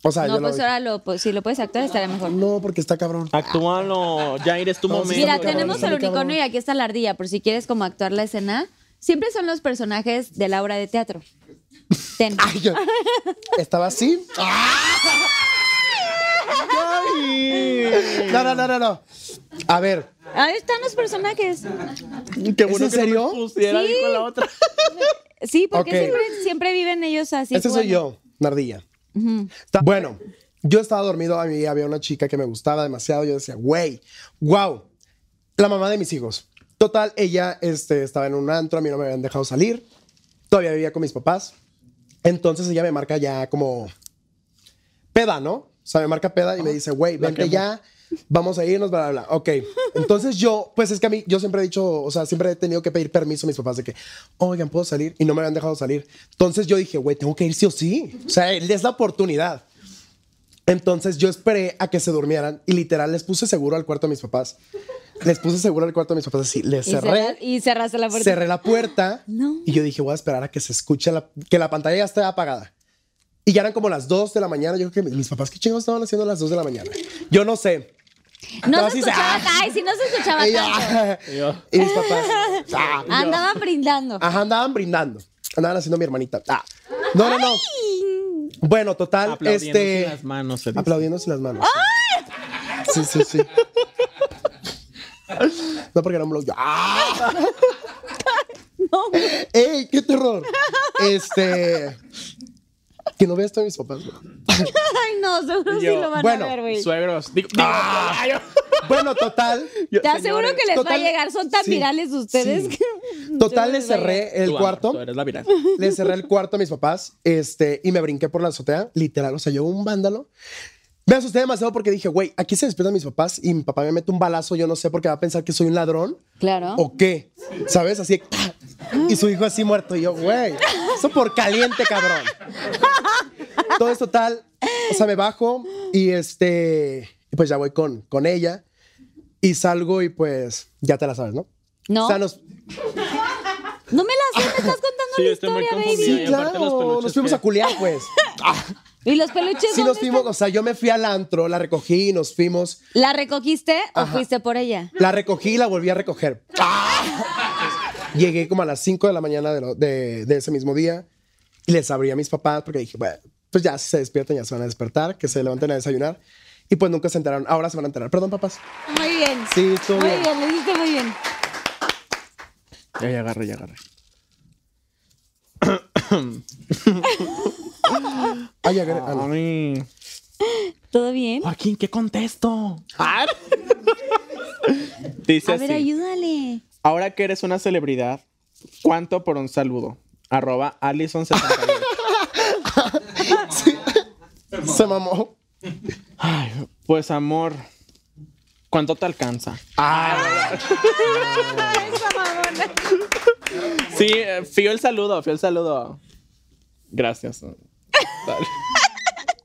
O sea, yo No, lo pues vi. ahora lo, pues, si lo puedes actuar estaría mejor. No, porque está cabrón. Ah. Actúalo. Ya eres tu No, sí, momento. Mira, está muy tenemos cabrón, el está muy unicornio y aquí está la ardilla, por si quieres como actuar la escena. Siempre son los personajes de la obra de teatro. Ten. Ay, yo- Estaba así. No, no, no, no, no. A ver, Ahí están los personajes. ¿Es Qué en que no me serio? pusiera, Sí. dijo la otra. Sí, porque Ok. siempre, siempre viven ellos así. este soy jugando. yo, Nardilla. Ta- Bueno, yo estaba dormido, a mí había una chica que me gustaba demasiado. Yo decía, güey, wow, la mamá de mis hijos. Total, ella este, estaba en un antro, a mí no me habían dejado salir. Todavía vivía con mis papás. Entonces ella me marca ya como peda, ¿no? O sea, me marca peda y me dice, güey, vente quemó. ya, vamos a irnos, bla, bla, bla. Ok. Entonces yo, pues es que a mí, yo siempre he dicho, o sea, siempre he tenido que pedir permiso a mis papás de que, oigan, ¿puedo salir? Y no me habían dejado salir. Entonces yo dije, güey, tengo que ir sí o sí. O sea, es la oportunidad. Entonces yo esperé a que se durmieran y literal les puse seguro al cuarto a mis papás. Les puse seguro al cuarto a mis papás así. Les Y, cerra- cerré. y cerraste la puerta. Cerré la puerta No. y yo dije, voy a esperar a que se escuche, la- que la pantalla ya esté apagada. Y ya eran como las 2 de la mañana. Yo creo que mis papás, ¿qué chingados estaban haciendo a las 2 de la mañana? Yo no sé. No Todas se así, escuchaba. ¡ah! Ay, si no se escuchaba Y, yo, tanto. Y yo, y mis papás ¡ah! Andaban brindando. Ajá, andaban brindando. Andaban haciendo mi hermanita. ¡ah! No, no, no. Bueno, total, aplaudiendo este. sin las manos. se dice. Aplaudiéndose las manos. Oh. Sí, sí, sí. No, porque era un blog. ¡Ah! ¡Ey, qué terror! Este. Que no vea esto de mis papás. güey. Ay, no, seguro Y sí yo, lo van bueno, a ver, güey. Suegros. Digo, ¡Ah! digo, ay, yo- Bueno, total. yo, Te aseguro señores, que les va a total- llegar. Son tan sí, virales ustedes. sí. que- Total, le les va a llegar. cerré el tú, amor, cuarto. tú eres la viral. Le cerré el cuarto a mis papás este, y me brinqué por la azotea, literal. O sea, yo un vándalo. Me asusté demasiado porque dije, güey, aquí se despiertan mis papás y mi papá me mete un balazo. Yo no sé porque va a pensar que soy un ladrón. Claro. ¿O qué? ¿Sabes? Así. ¡tac! Y su hijo así muerto. Y yo, güey, eso por caliente, cabrón. Todo es total. O sea, me bajo y este. y Pues ya voy con, con ella. Y salgo y pues ya te la sabes, ¿no? No. O sea, nos, No me la sé, me estás contando Sí, la yo estoy muy historia, baby. confundida. Sí, y aparte los claro, peluches nos fuimos a que- culear, pues. ¿Y los peluches? Sí, dónde nos fuimos, están? o sea, yo me fui al antro, la recogí y nos fuimos. ¿La recogiste o Ajá. fuiste por ella? La recogí y la volví a recoger. Llegué como a las 5 de la mañana de, lo- de- de ese mismo día y les abrí a mis papás porque dije, bueno, pues ya si se despiertan, ya se van a despertar, que se levanten a desayunar. Y pues nunca se enteraron. Ahora se van a enterar. Perdón, papás. Muy bien. Sí, estuvo Muy bien. bien, lo hiciste muy bien. Ya, ya agarré, ya agarré. Ay, ya, ah, no. Ay. ¿Todo bien? Joaquín, ¿qué contesto? Ah. Dice A ver, así. ayúdale. Ahora que eres una celebridad, ¿cuánto por un saludo? Arroba Allison78. se mamó. Ay, pues amor, ¿cuánto te alcanza? Ah. Sí, eh, fío el saludo, fío el saludo. Gracias. Dale.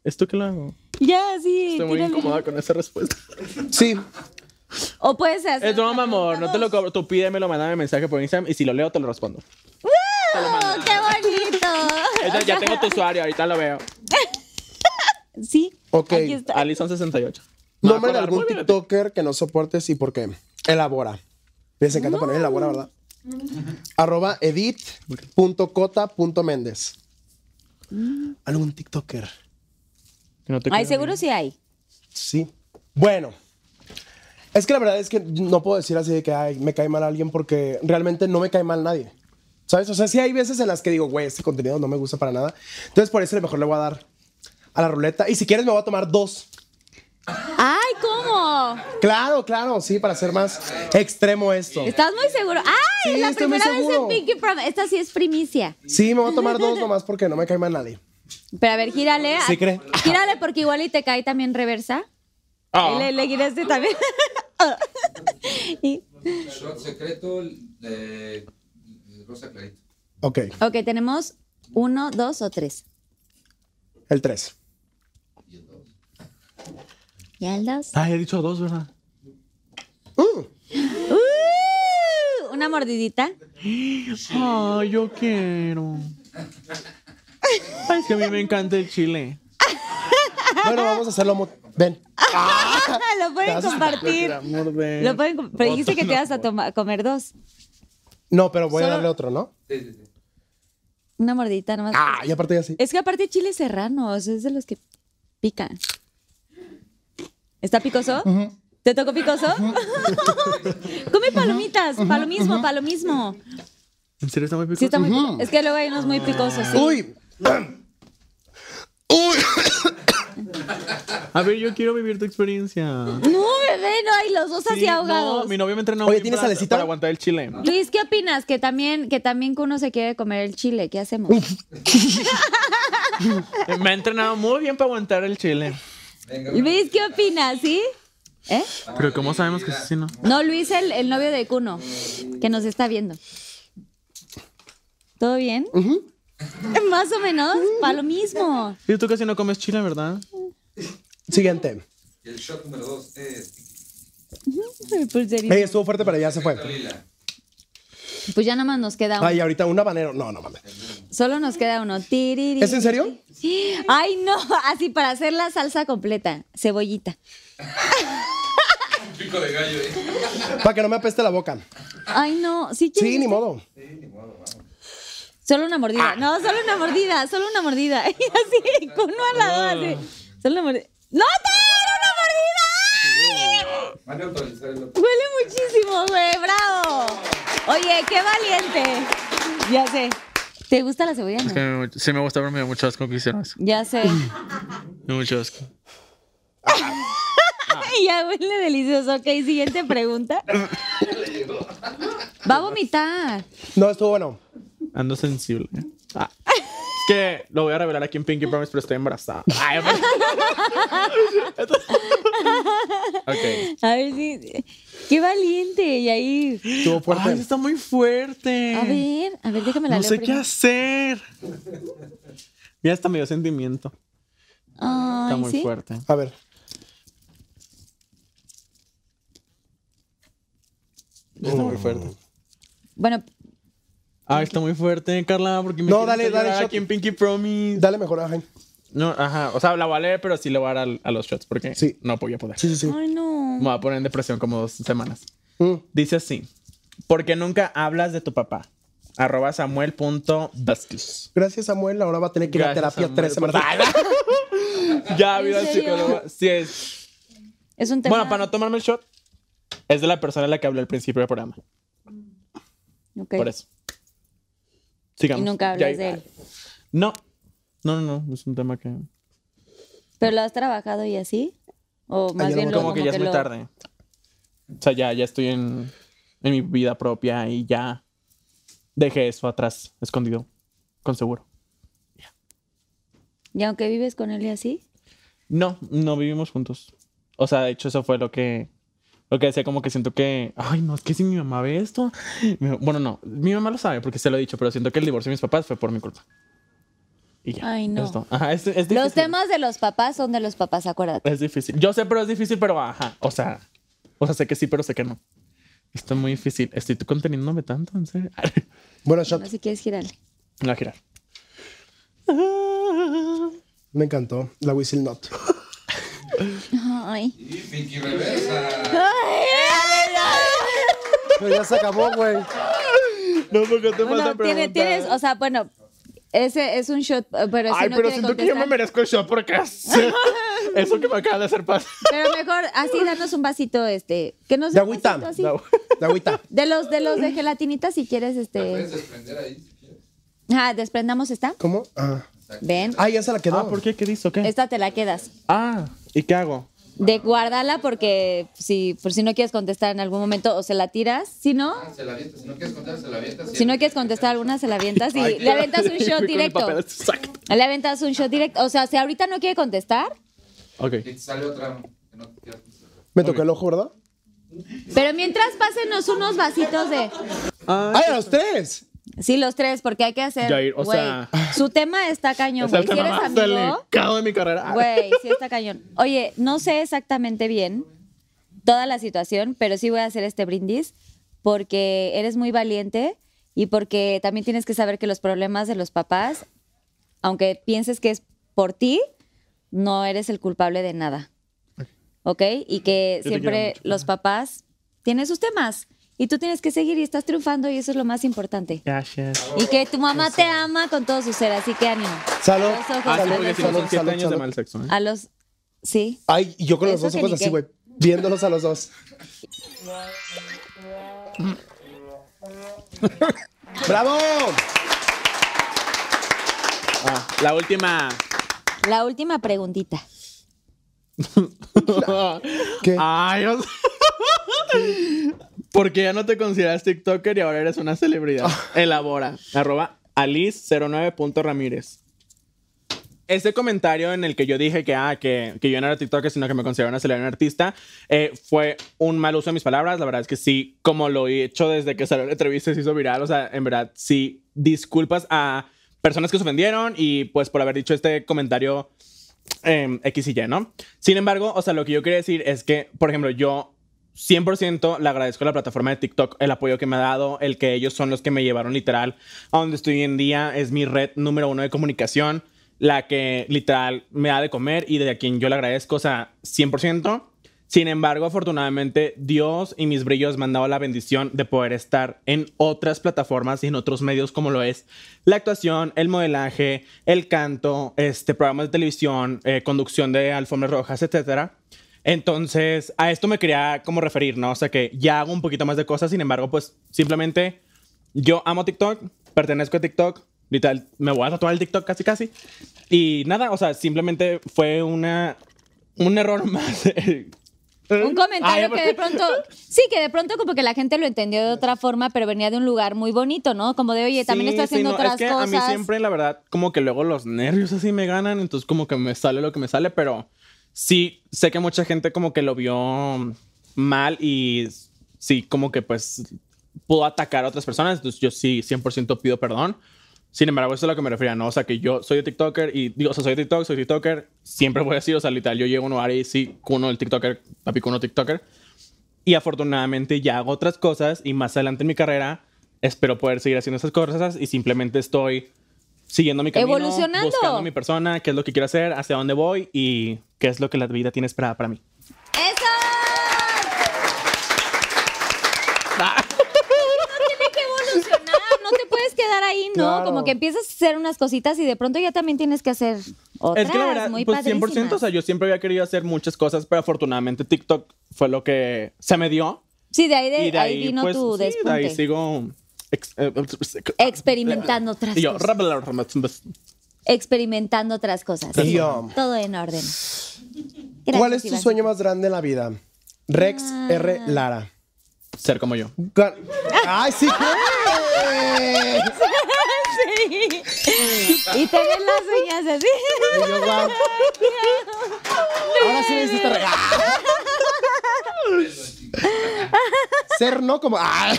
¿Esto qué lo hago? Ya, sí. Estoy muy tírale. incómoda con esa respuesta. Sí. O puedes hacer. Es broma, una amor. pregunta No te lo dos. cobro. Tú pídemelo, mandame mensaje por Instagram y si lo leo, te lo respondo. ¡Oh, ¡Qué bonito! Eso, ya tengo tu usuario, ahorita lo veo. Sí. Ok. Aquí está. Alison68. Nombre de algún TikToker que no soportes y por qué. Elabora. Les encanta poner elabora, ¿verdad? Arroba edit.cota.méndez. ¿Algún TikToker? Ay, seguro sí hay. Sí. Bueno. Es que la verdad es que no puedo decir así de que ay, me cae mal alguien porque realmente no me cae mal nadie. ¿Sabes? O sea, sí hay veces en las que digo, güey, este contenido no me gusta para nada. Entonces, por eso a lo mejor le voy a dar a la ruleta. Y si quieres, me voy a tomar dos. ¡Ay, cómo! Claro, claro, sí, para ser más extremo esto. ¿Estás muy seguro? ¡Ay! Sí, la estoy muy primera vez en seguro. Pinky Prom. Esta sí es primicia. Sí, me voy a tomar dos nomás porque no me cae mal nadie. Pero a ver, gírale. Sí, cree. Gírale porque igual y te cae también reversa. Ah. Le, le giraste también. Y- Shot secreto de Rosa Clarita. Ok, ok, tenemos uno, dos o tres. el tres. Ya el dos. Ay, Ah, he dicho dos, ¿verdad? ¡Uh! Una mordidita. Ay, yo quiero. Ay, es que a mí me encanta el chile. Bueno, vamos a hacerlo. mu- Ven. Lo Te pueden vas a- compartir. Amor de... Lo pueden, com- pero dijiste que te ibas a toma- comer dos. No, pero voy a Solo- darle otro, ¿no? Sí, sí, sí. Una mordidita nomás. Ah, y aparte ya sí. Es que aparte chile serrano, o sea, es de los que pican. ¿Está picoso? ¿Te tocó picoso? Come palomitas, palomismo, palomismo. ¿En serio está muy picoso? Sí, está muy pico- Es que luego hay unos muy picosos, sí. Uy. Uy. A ver, yo quiero vivir tu experiencia. No, bebé, no, hay los dos Sí, así no, ahogados. mi novio me entrenó Oye, bien ¿tienes para- salecita? Para aguantar el chile. Luis, ¿qué opinas? Que también, que también que uno se quiere comer el chile, ¿qué hacemos? Me ha entrenado muy bien para aguantar el chile. Venga, Luis, ¿qué opinas? ¿Sí? ¿Eh? Pero ¿cómo sabemos que sí, no? No, Luis, el, el novio de Cuno, que nos está viendo. ¿Todo bien? Más o menos, para lo mismo. Y tú casi no comes chile, ¿verdad? Siguiente. Y el shot número dos es Pulserita. Ey, estuvo fuerte, pero ya se fue. Lila. Pues ya nada más nos queda uno. Ay, ahorita un habanero. No, no mames. Solo nos queda uno. Tiriri. ¿Es en serio? Ay, no, así para hacer la salsa completa. Cebollita. Pico de gallo, eh. Para que no me apeste la boca. Ay, no, sí quieres? Sí, ni Ah. modo. Solo una mordida. No, solo una mordida, solo una mordida. Y así, con uno al lado, así. Ah. Solo una mordida. ¡No, te una mordida! ¡Ay! Van a autorizar el otro. Huele muchísimo, güey, bravo. Oye, qué valiente. Ya sé. ¿Te gusta la cebolla? no? Sí, me gusta, pero me dio mucho asco que hicieron eso. Ya sé. Mucho asco. ya huele delicioso. Ok, siguiente pregunta. Va a vomitar. No, estuvo bueno. Ando sensible. Ah. Es que lo voy a revelar aquí en Pinky Promise, pero estoy embarazada. Ay, hombre. ok. A ver si. Qué valiente, y ahí. Estuvo fuerte. Ay, está muy fuerte. A ver, a ver, déjame la No leo sé qué primero. hacer. Ya hasta me dio sentimiento. Ay, Está muy ¿sí? fuerte. A ver. Está muy fuerte. Bueno, Ay, Ah, está muy fuerte, Carla, porque me No, quieres dale, hacer dale, llorar shot. aquí en Pinky Promise. Dale mejor a Jaime. No, ajá. O sea, la voy a leer, pero sí le voy a dar al- a, los shots porque Sí. no voy a poder. Sí, sí, sí. ay, no. Me voy a poner en depresión como dos semanas. Mm. Dice así: ¿Por qué nunca hablas de tu papá? Arroba samuel.vasquez. Gracias, Samuel. Ahora va a tener que ir a Gracias, terapia tres Samuel. semanas. ya, ¿En mira, el serio? psicólogo. Sí es. Es un tema. Bueno, para no tomarme el shot, es de la persona de la que hablé al principio del programa. Ok. Por eso. Sigamos. Y nunca Ya- hablas de él. No. No, no, no. Es un tema que. ¿Pero lo has trabajado y así? O más ya lo bien boté. lo, como que ya es muy lo- tarde. O sea, ya, ya estoy en, en mi vida propia y ya dejé eso atrás, escondido, con seguro. Y aunque vives con él y así. No, no vivimos juntos. O sea, de hecho, eso fue lo que, lo que decía, como que siento que, ay, no, es que si mi mamá ve esto. mi- bueno, no, mi mamá lo sabe porque se lo he dicho, pero siento que el divorcio de mis papás fue por mi culpa. Y ya. Ay, no. esto. Ajá, es, es difícil. Los temas de los papás son de los papás, acuérdate. Es difícil. Yo sé, pero es difícil, pero ajá. O sea, O sea, sé que sí, pero sé que no. Está muy difícil. Estoy tú conteniéndome tanto, en serio. Bueno, No shot. si quieres girarle. Me va a girar. Me encantó. La whistle not. Ay. Y Pinky reversa. Pero ya se acabó, güey. No, porque te Bueno, tiene- tienes, o sea, bueno, ese es un shot, eh, pero si Ay, no pero quiere siento que yo me contestar- merezco el show porque es- eso que me acaba de hacer paz. Pero mejor así danos un vasito, este, que nos De dé un agüita. vasito así. De agü- de agüita. De los, de los de gelatinita, si quieres, Puedes este. desprender ahí si quieres. Ah, desprendamos esta. ¿Cómo? Ah. Ven. Ah, ya se la quedó. Ah, ¿por qué? ¿Qué dice? o ¿Qué? Esta te la quedas. Ah, ¿y qué hago? De guardarla porque si, por si no quieres contestar en algún momento o se la tiras. Si no, Ah, se la avienta. Si no quieres contar, se la avienta. si no quieres contestar alguna, se la avientas y Ay, le aventas un fui con shot el directo. papel, exacto. Le aventas un shot directo. O sea, si ahorita no quiere contestar, Ok. Y te sale otra que no quieras contestar. Me toqué el ojo, ¿verdad? pero mientras pásenos unos vasitos de. Ah, ¡Ay, a los tres! Sí, los tres, porque hay que hacer. Jair, o güey, sea- Su tema está cañón, güey. Si eres el amigo. cabo de mi carrera. Güey, sí está cañón. Oye, no sé exactamente bien toda la situación, pero sí voy a hacer este brindis porque eres muy valiente y porque también tienes que saber que los problemas de los papás, aunque pienses que es por ti, no eres el culpable de nada. ¿Ok? Y que Yo te quiero siempre mucho. los papás tienen sus temas y tú tienes que seguir y estás triunfando y eso es lo más importante. Gracias. Y que tu mamá te ama con todo su ser, así que ánimo. Salud. Los ojos, Ah, sí, salud, porque si no salud, son 7 años de mal sexo. ¿eh? A los... Sí. Ay, y yo con los Eso dos que ojos ni así, qué. güey. Viéndolos a los dos. ¡Bravo! Ah, la última. La última preguntita. ¿Qué? Ay, o sea, Porque ya no te consideras TikToker y ahora eres una celebridad. Elabora. Arroba alice09.ramírez. Ese comentario en el que yo dije que, ah, que, que yo no era TikToker, sino que me consideraba una celebridad artista, eh, fue un mal uso de mis palabras. La verdad es que sí, como lo he hecho desde que salió la entrevista, se hizo viral. O sea, en verdad, sí, disculpas a personas que se ofendieron y pues por haber dicho este comentario em, X y Y, ¿no? Sin embargo, o sea, lo que yo quería decir es que, por ejemplo, yo 100% le agradezco a la plataforma de TikTok el apoyo que me ha dado, el que ellos son los que me llevaron literal a donde estoy hoy en día, es mi red número uno de comunicación, la que literal me da de comer y de a quien yo le agradezco, o sea, 100%. Sin embargo, afortunadamente, Dios y mis brillos me han dado la bendición de poder estar en otras plataformas y en otros medios como lo es la actuación, el modelaje, el canto, este, programas de televisión, eh, conducción de alfombras rojas, etcétera. Entonces, a esto me quería como referir, ¿no? O sea, que ya hago un poquito más de cosas, sin embargo, pues simplemente yo amo TikTok, pertenezco a TikTok, literal, me voy a tatuar el TikTok casi casi. Y nada, o sea, simplemente fue una, un error más. Un comentario ¿Eh? Ay, que de pronto, sí, que de pronto como que la gente lo entendió de otra forma, pero venía de un lugar muy bonito, ¿no? Como de, oye, también Sí, está sí, haciendo no, otras es que cosas. A mí siempre, la verdad, como que luego los nervios así me ganan, entonces como que me sale lo que me sale, pero sí, sé que mucha gente como que lo vio mal y sí, como que pues pudo atacar a otras personas, entonces yo sí 100% pido perdón. Sin embargo, eso es a lo que me refería, ¿no? O sea, que yo soy TikToker y digo, o sea, soy TikTok, soy TikToker, siempre voy a decir, o sea, literal, yo llego a un lugar y sí, cuno el TikToker, papi cuno TikToker. Y afortunadamente ya hago otras cosas y más adelante en mi carrera espero poder seguir haciendo esas cosas y simplemente estoy siguiendo mi camino, Evolucionando. buscando mi persona, qué es lo que quiero hacer, hacia dónde voy y qué es lo que la vida tiene esperada para mí. ¡Eso! Tiene que evolucionar, no te puedes quedar ahí, ¿no? Claro. Como que empiezas a hacer unas cositas y de pronto ya también tienes que hacer otras, es que la verdad, muy pues 100%, padrísimas. o sea, yo siempre había querido hacer muchas cosas, pero afortunadamente TikTok fue lo que se me dio. sí, de ahí, de, y de ahí, ahí, vino pues, tu sí, de despunte. ahí sigo ex- eh, Experimentando otras y yo, cosas. Experimentando otras cosas. Y yo. Todo en orden. Gracias, ¿Cuál Ah. es tu Iván. sueño más grande en la vida? Rex R. Lara. ser como yo. Ga- ¡Ay, sí! güey! Sí. Y tener las uñas así. Y yo, guau. Ahora sí me hiciste ¡Ah! regalar. Ser no como. Ah.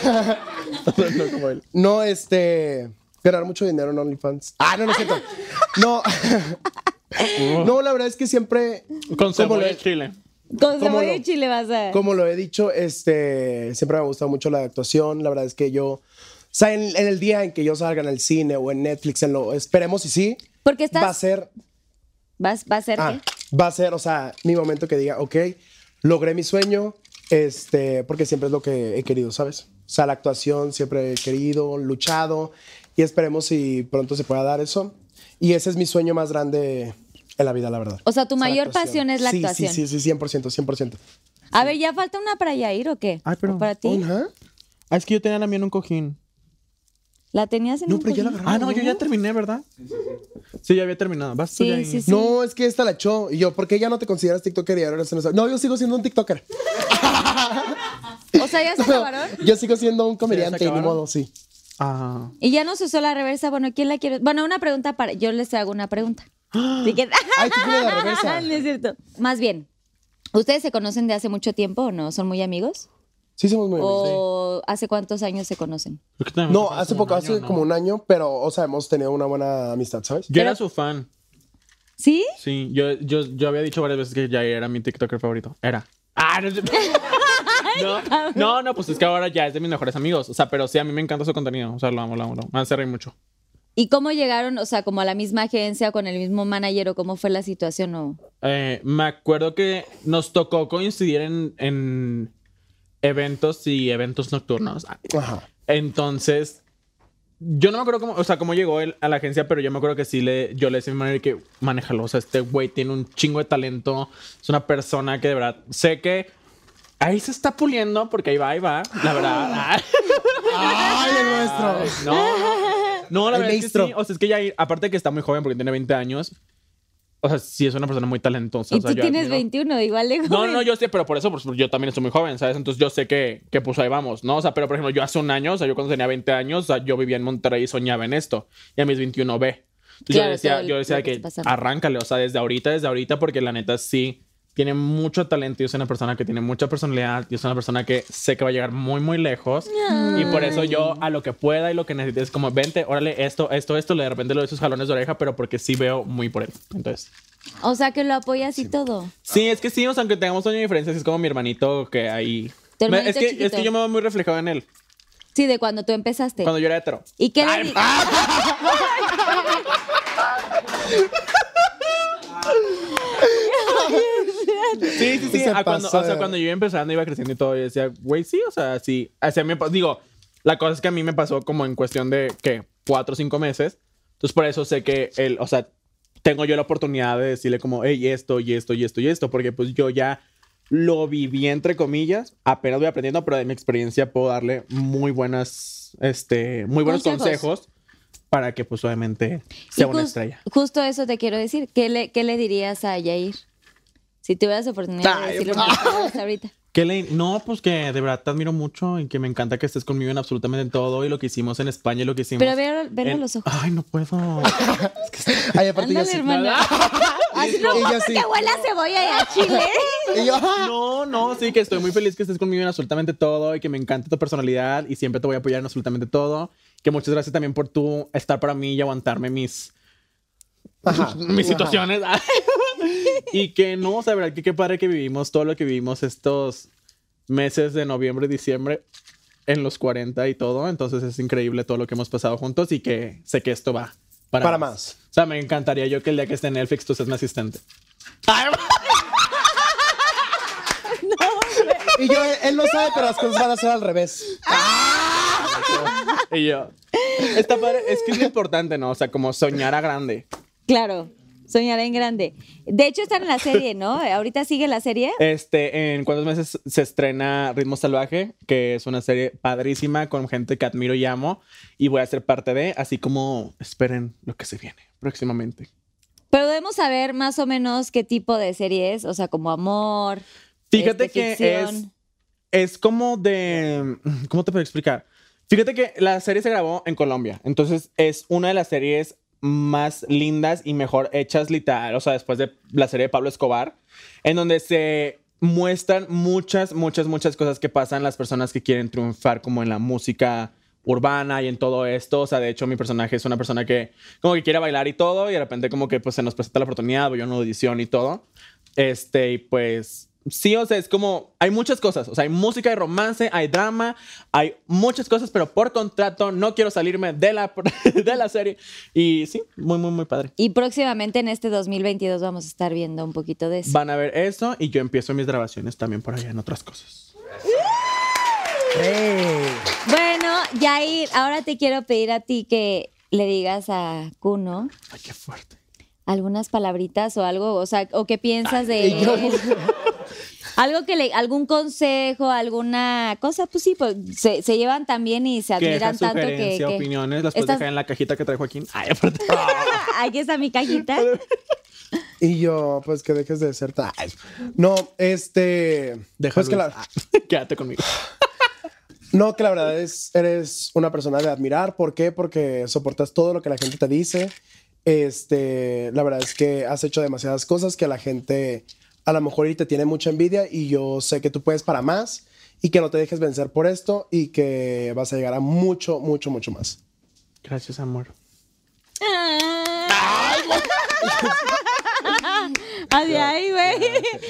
no como él. No, este. Ganar mucho dinero en OnlyFans. Ah, no, no es cierto. No. No, la verdad es que siempre. Con como cebolla le- y chile. Con ¿Cómo cebolla no? y chile vas a. Como lo he dicho, este, siempre me ha gustado mucho la actuación. La verdad es que yo, o sea, en, en el día en que yo salga en el cine o en Netflix, en lo, esperemos y sí, Porque estás. va a ser, vas- va a ser ah, qué? va a ser, o sea, mi momento que diga, ok, logré mi sueño, este, porque siempre es lo que he querido, ¿sabes? O sea, la actuación siempre he querido, luchado, y esperemos si pronto se pueda dar eso. Y ese es mi sueño más grande en la vida, la verdad. O sea, tu la mayor actuación. pasión es la Sí, actuación. Sí, sí, sí, 100%, 100%. A ver, ¿ya falta una para Yair o qué? Ay, pero- ¿O para ti? Ajá. Ah, es que yo tenía la mía en un cojín. ¿La tenías en No, un pero ya la cojín? agarré. Ah, no, yo ya terminé, ¿verdad? Sí, ya había terminado. Vas tú, Sí, Yair. sí, sí. No, es que esta la echó. Y yo, ¿por qué ya no te consideras TikToker y ahora eres una- No, yo sigo siendo un TikToker. O sea, ya se acabaron. Yo sigo siendo un comediante y ni acabaron? modo, sí. Ah. Y ya nos usó la reversa. Bueno, ¿quién la quiere? Bueno, una pregunta para. Yo les hago una pregunta. ¡Ah! Así que- Ay, tú tienes la reversa. no es cierto. Más bien, ¿ustedes se conocen de hace mucho tiempo o no? ¿Son muy amigos? Sí, somos muy amigos. ¿O hace cuántos años se conocen? Creo que también No, fue hace como poco, un año, hace ¿no? como un año, pero, o sea, hemos tenido una buena amistad, ¿sabes? Yo era su fan. ¿Sí? Sí, yo, yo, yo había dicho varias veces que Jair era mi TikToker favorito. Era. Ah, no, es cierto. no, no, no, pues es que ahora ya es de mis mejores amigos. O sea, pero sí, a mí me encanta su contenido. O sea, lo amo, lo amo, lo amo. Me hace reír mucho. ¿Y cómo llegaron, o sea, como a la misma agencia, con el mismo manager o cómo fue la situación? O... Eh, me acuerdo que nos tocó coincidir en, en eventos y eventos nocturnos. Ajá. Entonces, yo no me acuerdo cómo, o sea, cómo llegó él a la agencia, pero yo me acuerdo que sí le, yo le decía a mi manager que manéjalo. O sea, este güey tiene un chingo de talento. Es una persona que de verdad sé que ahí se está puliendo porque ahí va, ahí va. La verdad. Ay, ¡Ay, el nuestro! no, no, la El verdad es que maestro. sí. O sea, es que ya, aparte de que está muy joven porque tiene 20 años, o sea, sí es una persona muy talentosa. y o sea, tú yo tienes admiro- 21, igual de no, joven. no, yo sé, pero por eso, pues, yo también estoy muy joven, ¿sabes? Entonces yo sé que, que pues ahí vamos, ¿no? O sea, pero por ejemplo, yo hace un año, o sea, yo cuando tenía 20 años, o sea, yo vivía en Monterrey y soñaba en esto. Y a mis 21 ve. Entonces Claro, yo decía, todo el- yo decía lo que que está pasando. arráncale, o sea, desde ahorita, desde ahorita, porque la neta sí tiene mucho talento y es una persona que tiene mucha personalidad y es una persona que sé que va a llegar muy, muy lejos. Y por eso yo a lo que pueda y lo que necesite es como, vente, órale, esto, esto, esto, le de repente le doy sus jalones de oreja, pero porque sí veo muy por él. Entonces... O sea, que lo apoyas y todo. Sí, es que sí, o sea, aunque tengamos año de diferencia, sí es como mi hermanito que ahí. Tu hermanito es, que, es chiquito. que yo me veo muy reflejado en él. Sí, de cuando tú empezaste. Cuando yo era hetero. ¿Y qué le Ay, ah, di- Sí, sí, sí. Se a cuando, pasó o sea, de- cuando yo iba empezando, iba creciendo y todo, y decía, güey, sí, o sea, sí. O sea, me pa- digo, la cosa es que a mí me pasó como en cuestión de, ¿qué? Cuatro o cinco meses. Entonces, por eso sé que él, o sea, tengo yo la oportunidad de decirle como, hey, esto, y esto, y esto, y esto, porque pues yo ya lo viví, entre comillas, apenas voy aprendiendo, pero de mi experiencia puedo darle muy buenas, este, muy buenos Consejos. consejos, para que pues obviamente Y sea una jus- estrella. Justo eso te quiero decir. ¿Qué le, qué le dirías a Yair? Si tuvieras oportunidad de Ay, decirlo por favor, hasta ahorita. Que le- no, pues que de verdad te admiro mucho y que me encanta que estés conmigo en absolutamente todo y lo que hicimos en España y lo que hicimos. Pero ver- verlo a en- los ojos. Ay, no puedo. Ay, aparte yo Ándale, sí. hermana. Así no Y yo puedo sí. que huela a cebolla y a chile. Y yo, ¡ah! No, no, sí, que estoy muy feliz que estés conmigo en absolutamente todo y que me encanta tu personalidad y siempre te voy a apoyar en absolutamente todo. Que muchas gracias también por tú estar para mí y aguantarme mis, Ajá. mis situaciones. y que no, o sea, de verdad que qué padre que vivimos todo lo que vivimos estos meses de noviembre, diciembre, en los 40 y todo. Entonces es increíble todo lo que hemos pasado juntos y que sé que esto va para, Para más. O sea, me encantaría yo que el día que esté en Netflix tú seas mi asistente. Y yo, él no sabe, pero las cosas van a ser al revés. Y yo. Está padre, es que es lo importante, ¿no? O sea, como soñar a grande. Claro, soñaré en grande. De hecho, están en la serie, ¿no? Ahorita sigue la serie. Este, en cuántos meses se estrena Ritmo Salvaje, que es una serie padrísima con gente que admiro y amo y voy a ser parte de, así como esperen lo que se viene próximamente. Pero debemos saber más o menos qué tipo de serie es. O sea, como amor. Fíjate este, que ficción. es es como de ¿cómo te puedo explicar? Fíjate que la serie se grabó en Colombia, entonces es una de las series más lindas y mejor hechas literal, o sea, después de la serie de Pablo Escobar, en donde se muestran muchas, muchas, muchas cosas que pasan las personas que quieren triunfar como en la música urbana y en todo esto, o sea, de hecho mi personaje es una persona que como que quiere bailar y todo y de repente como que pues se nos presenta la oportunidad, voy a una audición y todo, este, y pues sí, o sea, es como, hay muchas cosas, o sea, hay música, hay romance, hay drama, hay muchas cosas, pero por contrato no quiero salirme de la, de la serie. Y sí, muy, muy, muy padre. Y próximamente en este 2022 vamos a estar viendo un poquito de eso. Van a ver eso y yo empiezo mis grabaciones también por allá en otras cosas. Bueno, Yair, ahora te quiero pedir a ti que le digas a Kuno Ay, qué fuerte. algunas palabritas o algo, o sea, o qué piensas de él. Algo que le, algún consejo, alguna cosa, pues sí, pues, se, se llevan tan bien y se admiran Quejas, tanto que, sugerencias, que- opiniones, las puedes Estas- dejar en la cajita que trae Joaquín. Ay, aparte. Aquí está mi cajita. Y yo, pues que dejes de ser tal. No, este. Déjalo. Pues que la, Ah, Quédate conmigo. no, que la verdad es, eres una persona de admirar. ¿Por qué? Porque soportas todo lo que la gente te dice. Este, la verdad es que has hecho demasiadas cosas que la gente a lo mejor y te tiene mucha envidia y yo sé que tú puedes para más y que no te dejes vencer por esto y que vas a llegar a mucho, mucho, mucho más. Gracias, amor. Así Ah, ahí, güey.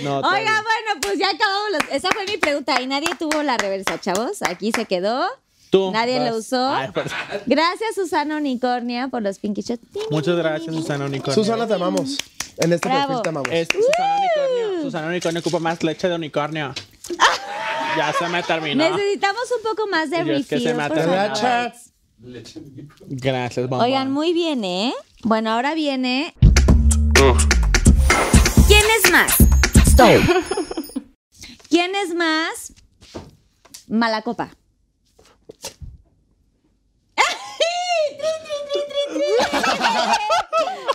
No, está Oiga, bien. bueno, pues ya acabamos. los- Esa fue mi pregunta y nadie tuvo la reversa, chavos. Aquí se quedó. Tú Nadie vas. lo usó. Ay, aparte. Gracias, Susana Unicornia, por los Pinky Shots. Muchas gracias, Susana Unicornio. Susana, te amamos. En este Bravo. perfil te amamos. Es Susana Unicornio. Susana Unicornio ocupa más leche de unicornio. Ah. ya se me terminó. Necesitamos un poco más de Y es que refill. se por mata. favor. Gracias. Leche de unicornio. Gracias, bombón. Oigan, muy bien, ¿eh? Bueno, ahora viene. ¿Quién es más? ¿Quién es más? Mala copa.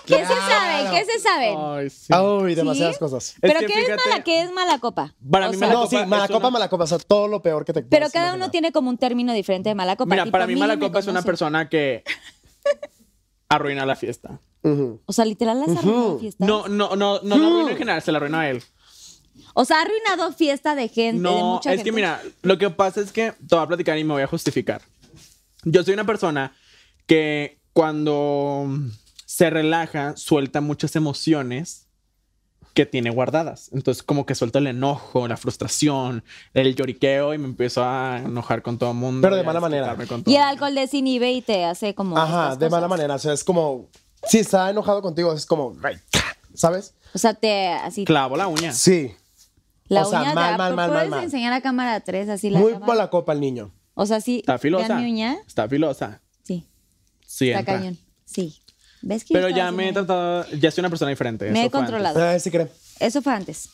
¿Qué se sabe? ¿Qué se sabe? Ay, sí. Uy, demasiadas cosas. Es ¿Pero que qué es fíjate- mala? ¿Qué es mala copa? Para O mí sea, mala no, copa sí, mala es copa, una- mala copa, o sea, todo lo peor que te Pero puedas cada uno imaginar. tiene como un término diferente de mala copa. Mira, Aquí para mí mala me copa es una conocen. persona que arruina la fiesta. Ujú. O sea, literal las arruinó fiestas. No, no, no, no la arruinó en general, se la arruinó a él. O sea, ha arruinado fiesta de gente. de No, mucha es gente. que mira, lo que pasa es que te voy a platicar y me voy a justificar. Yo soy una persona que cuando se relaja, suelta muchas emociones que tiene guardadas. Entonces, como que suelta el enojo, la frustración, el lloriqueo y me empiezo a enojar con todo el mundo. Pero de y a mala manera. desquitarme con todo Y el mundo. alcohol desinhibe y te hace como. Ajá, estas de mala cosas. manera. O sea, es como. Si está enojado contigo, es como. "Ay", ¿Sabes? O sea, te. Así. Clavo la Ah. uña. Sí. la o sea, uña mal, de, mal, mal, ¿Puedes mal, mal. enseñar a cámara 3 así la Muy cámara? mala copa el niño. O sea, sí. Está ¿vean filosa. mi uña? Está filosa. Sí. Sí, Está entra. cañón. Sí. ¿Ves que yo Pero estaba ya me he haciendo- tratado, ya soy una persona diferente. Me he eso fue antes. controlado. Ah, sí cree. Eso fue antes.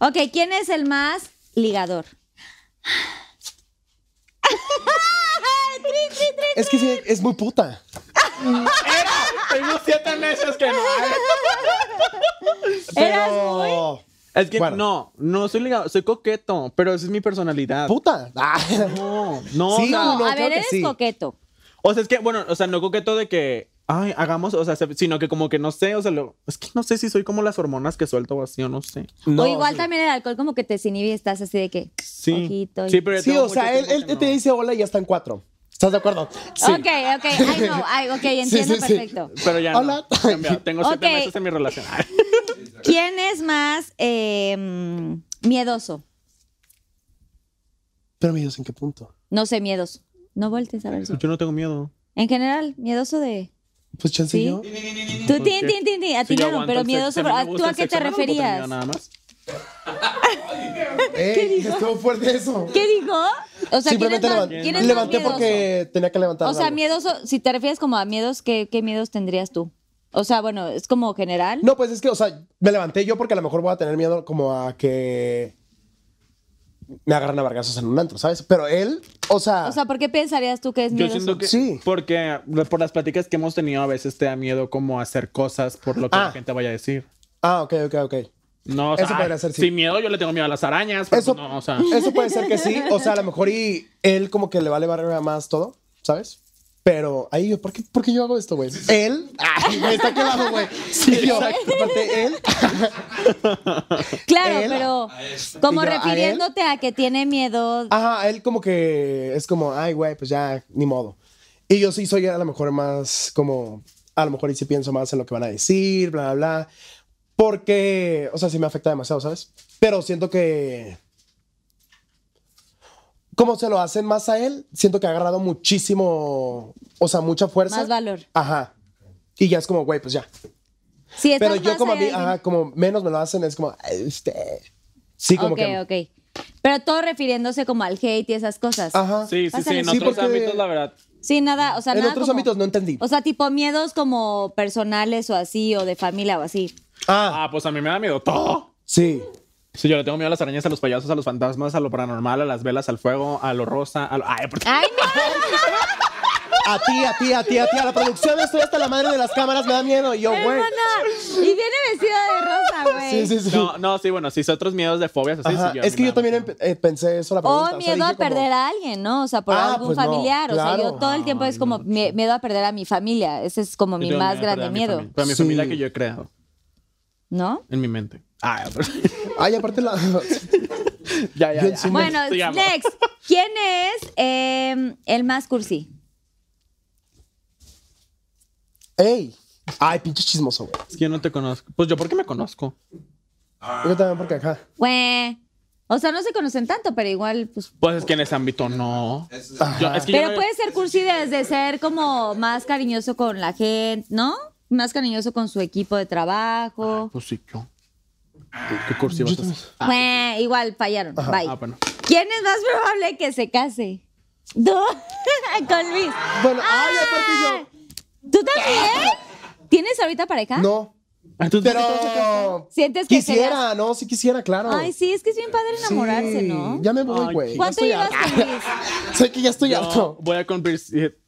Ok, ¿quién es el más ligador? Tri, tri, tri. Es que sí, es muy puta. Tengo siete meses que no. Eras Pero. Es que Bueno. no, no soy ligado, soy coqueto, pero esa es mi personalidad. Puta. Ah. No, no. Sí, o, sea, No, no, a claro ver, que eres sí. coqueto. o sea, es que, bueno, o sea, no coqueto de que, ay, hagamos, o sea, se- sino que como que no sé, o sea, lo- es que no sé si soy como las hormonas que suelto o así, o no sé. o No, igual sí. también el alcohol como que te desinhibe y estás así de que. Sí. Ojito y- Sí, pero ya Sí, tengo o sea, mucho él, tiempo él que te no. dice hola y ya está en cuatro. ¿Estás de acuerdo? Sí. Ok, ok, I know, I- ok, entiendo sí, sí. perfecto. Pero ya Hola. no. Cambiado. Tengo siete Ok. meses en mi relación. Ay. ¿Quién es más eh, mm, miedoso? Pero me dices en qué punto. No sé, miedoso. No voltees a ver. su- Yo no tengo miedo. En general, miedoso de. Pues chance Sí. yo. Tú, tin, tin, tin, tin, Sí, yo atinaron, aguanto pero el sexo. miedoso. mí pero me ¿Tú gusta a el qué te sexo, no me gusta el referías? miedo nada más. Ey, estuvo fuerte eso. ¿Qué dijo? O sea, ¿quién es Simplemente más, levan- quién es más levanté miedoso? porque tenía que levantar. O sea, algo. miedoso, si te refieres como a miedos, ¿qué, qué miedos tendrías tú? O sea, bueno, es como general. No, pues es que, o sea, me levanté yo porque a lo mejor voy a tener miedo como a que me agarren a vergazos en un antro, ¿sabes? Pero él, o sea, O sea, ¿por qué pensarías tú que es Yo miedoso? siento que Sí. porque por las pláticas que hemos tenido a veces te da miedo como hacer cosas por lo que la Ah. gente vaya a decir. ah, ok, ok, ok. No, o sea, Eso podría ser, sí. sin miedo yo le tengo miedo a las arañas, pero Eso, Mm. no, o sea, eso puede ser que sí, o sea, a lo mejor y él como que le vale barrera más todo, ¿sabes? Pero ahí yo, ¿por qué, por qué yo hago esto, güey? Él, ay, güey, está quedado, güey. Sí, yo, aparte, él, Claro, Él- pero este. como Y yo, ¿a él? refiriéndote a que tiene miedo. ajá, él como que es como, ay, güey, pues ya, ni modo. Y yo sí soy a lo mejor más como, a lo mejor y sí pienso más en lo que van a decir, bla, bla, bla. Porque, o sea, sí me afecta demasiado, ¿sabes? Pero siento que. Como se lo hacen más a él, siento que ha agarrado muchísimo. O sea, mucha fuerza. Más valor. Ajá. Y ya es como, güey, pues ya. Sí, estás Pero yo, más como a allá mí, de- ajá, como menos me lo hacen, es como, "Ay, este. Sí, como ok, que. ok. Pero todo refiriéndose como al hate y esas cosas. Ajá. Sí, sí, sí, Pásale. en Sí, otros porque- ámbitos, la verdad. Sí, nada, o sea, En nada otros como- ámbitos no entendí. O sea, tipo miedos como personales o así, o de familia o así. Ah, Ah, pues a mí me da miedo todo. sí. Sí, yo le tengo miedo a las arañas, a los payasos, a los fantasmas, a lo paranormal, a las velas, al fuego, a lo rosa, a lo... Ay, ¿por qué? ¡Ay, no! A ti, a ti, a ti, a ti, a la producción, estoy hasta la madre de las cámaras, me da miedo. Y yo, güey. Hermana, y viene vestida de rosa, güey. Sí, sí, sí. No, no, sí, bueno, sí, son otros miedos de fobias. Así, Ajá, sí, es que yo también empe- eh, pensé eso la pregunta. O Oh, miedo a perder a alguien, ¿no? O sea, por Ah, algún pues no, familiar. O sea, yo claro. pues todo el tiempo es como mie- miedo a perder a mi familia. Ese es como mi más grande miedo, Para mi Sí. familia que yo he creado ¿no? en mi mente. Ay, pero- Ay, aparte la. ya, ya, Yo en ya. su mente- Bueno, Sigamos. next. ¿Quién es eh, el más cursi? ¡Ey! Ay, pinche chismoso, güey. Es que yo no te conozco. Pues yo, ¿por qué me conozco? Yo también porque acá. Güey. O sea, no se conocen tanto, pero igual, pues. Pues es que en ese ámbito no. Eso es- Yo- es que yo Pero no- puede ser cursi desde ser como más cariñoso con la gente, ¿no? Más cariñoso con su equipo de trabajo. Pues sí, yo. ¿Qué, qué cursi vas a hacer? Ah, Güey, igual fallaron. Bye. ah, bueno. ¿Quién es más probable que se case? ¿Tú? Con Luis. Bueno, ay, aparte ¿Tú también? ¿Tienes ahorita pareja? yo. No. Entonces, Pero. ¿Sientes ¿Ah? que serías- Quisiera, no, sí quisiera, claro. Ay, sí, es que es bien padre enamorarse, Sí, ¿no? Ya me voy, Ay, güey. Ya ¿Cuánto estoy llevas harto. con Luis? Sé que ya estoy yo harto. voy a cumplir... siete-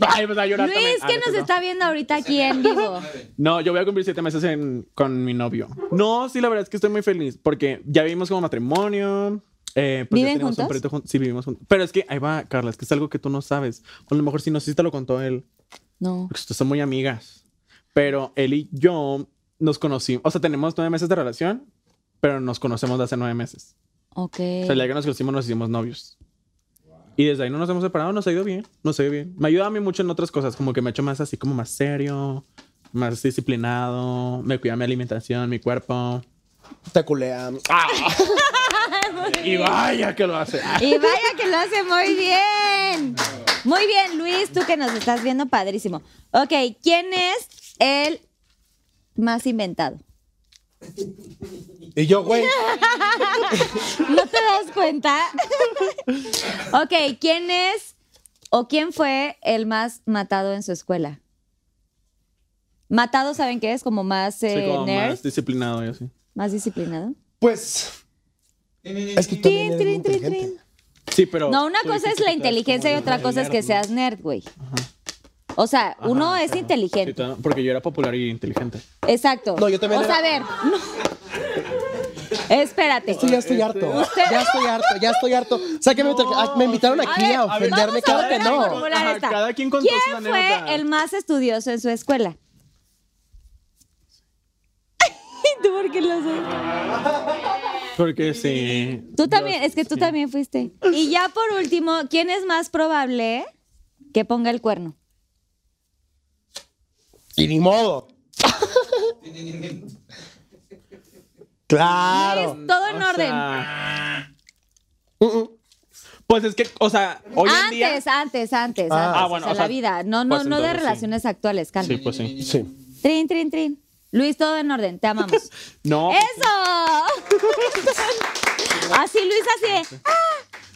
Ay, pues a llorar también. Luis, Ah, que no, nos no. está viendo ahorita aquí en vivo. No, yo voy a cumplir siete meses en- con mi novio. No, sí, la verdad es que estoy muy feliz porque ya vivimos como matrimonio. eh, pues ya ¿Viven tenemos un juntos? perrito jun- Sí, vivimos juntos. Pero es que ahí va, Carla, es que es algo que tú no sabes. O a lo mejor si no, sí te lo contó él. No. Porque ustedes son muy amigas. Pero él y yo nos conocimos. O sea, tenemos nueve meses de relación, pero nos conocemos de hace nueve meses. Ok. O sea, el día que nos conocimos nos hicimos novios. Y desde ahí no nos hemos separado, nos ha ido bien, nos ha ido bien. Me ayuda a mí mucho en otras cosas, como que me ha hecho más así, como más serio, más disciplinado, me cuida mi alimentación, mi cuerpo. Te culea. Y vaya que lo hace. Ah, Y vaya que lo hace muy bien. Muy bien, Luis, tú que nos estás viendo, padrísimo. Ok, ¿quién es el más inventado? Y yo, güey. ¿No te das cuenta? ok, ¿quién es o quién fue el más matado en su escuela? Matado, ¿saben qué es? Como más eh, Soy como nerd, más más, disciplinado y así. disciplinado. Pues. Es que también eres Trin, muy trin, trin, inteligente. trin. Sí, pero. No, una tú cosa dijiste es la que tú eres inteligencia y como otra el cosa es que nerd, seas nerd, güey. O sea, ¿no? uno Ajá, es ajá. Sí, inteligente. tú no, porque yo era popular y inteligente. Exacto. No, yo también O sea, a era- ver. no. Espérate. Sí, ya estoy harto. Ya estoy harto, ya estoy harto. O sea, que me, ah, me invitaron Este- A aquí ver, a a ver, ofenderme. vamos a Claro que volver a no. formular Ajá, esta. cada quien contó ¿Quién su anécdota. fue el más estudioso en su escuela? ¿Tú por qué lo sabes? Porque sí. Tú también, es que tú también fuiste. Y ya por último, ¿quién es más probable que ponga el cuerno? Y ni modo. claro. Es todo en o orden. sea, Mm, Pues es que, o sea, hoy en día. antes, antes, antes, Ah. antes. Ah, bueno, o sea, o sea, la vida. No, no, pues no de entonces sí. relaciones actuales, calma. Sí, pues sí. Sí. Trin, trin, trin. Luis, todo en orden, te amamos. No. pues ¡Eso! así Luis, así de, ¡ah!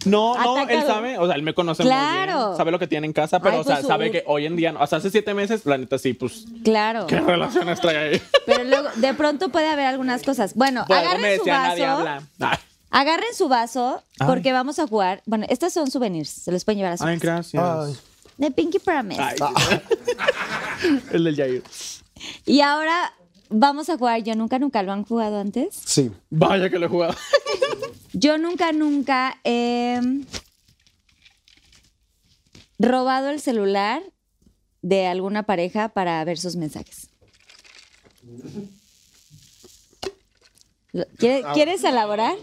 No, no, Ataca él lo- sabe, o sea, él me conoce muy Claro. bien, sabe lo que tiene en casa, pero, Ay, o sea, pues, sabe uh. que hoy en día, no. o sea, hace siete meses, la neta sí, pues, Claro. ¿qué relaciones trae ahí? Pero luego, de pronto puede haber algunas cosas. Bueno, Por algo agarren me su decía, vaso. nadie habla. Ay, Agarren su vaso Ay. porque vamos a jugar. Bueno, estos son souvenirs. Se los pueden llevar a su ay, casa. gracias. Ay. De Pinky Promise. Ah. Ay. Ah. el del Jair. Y ahora vamos a jugar Yo Nunca Nunca. ¿Lo han jugado antes? Sí. Vaya que lo he jugado. Yo Nunca Nunca he robado el celular de alguna pareja para ver sus mensajes. Lo- ¿Quiere- ¿Quieres elaborar?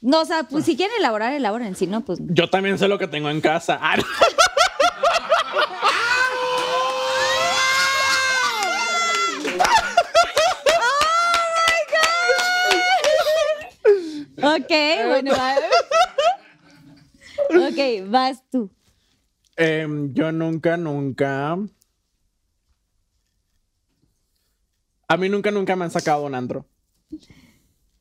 No, o sea, pues si quieren elaborar, elaboren. Si no, pues Yo también sé lo que tengo en casa. Ah, Ay, Oh Ok, bueno, va. Ok, vas tú. Em, yo nunca, nunca. A mí nunca, nunca me han sacado un antro.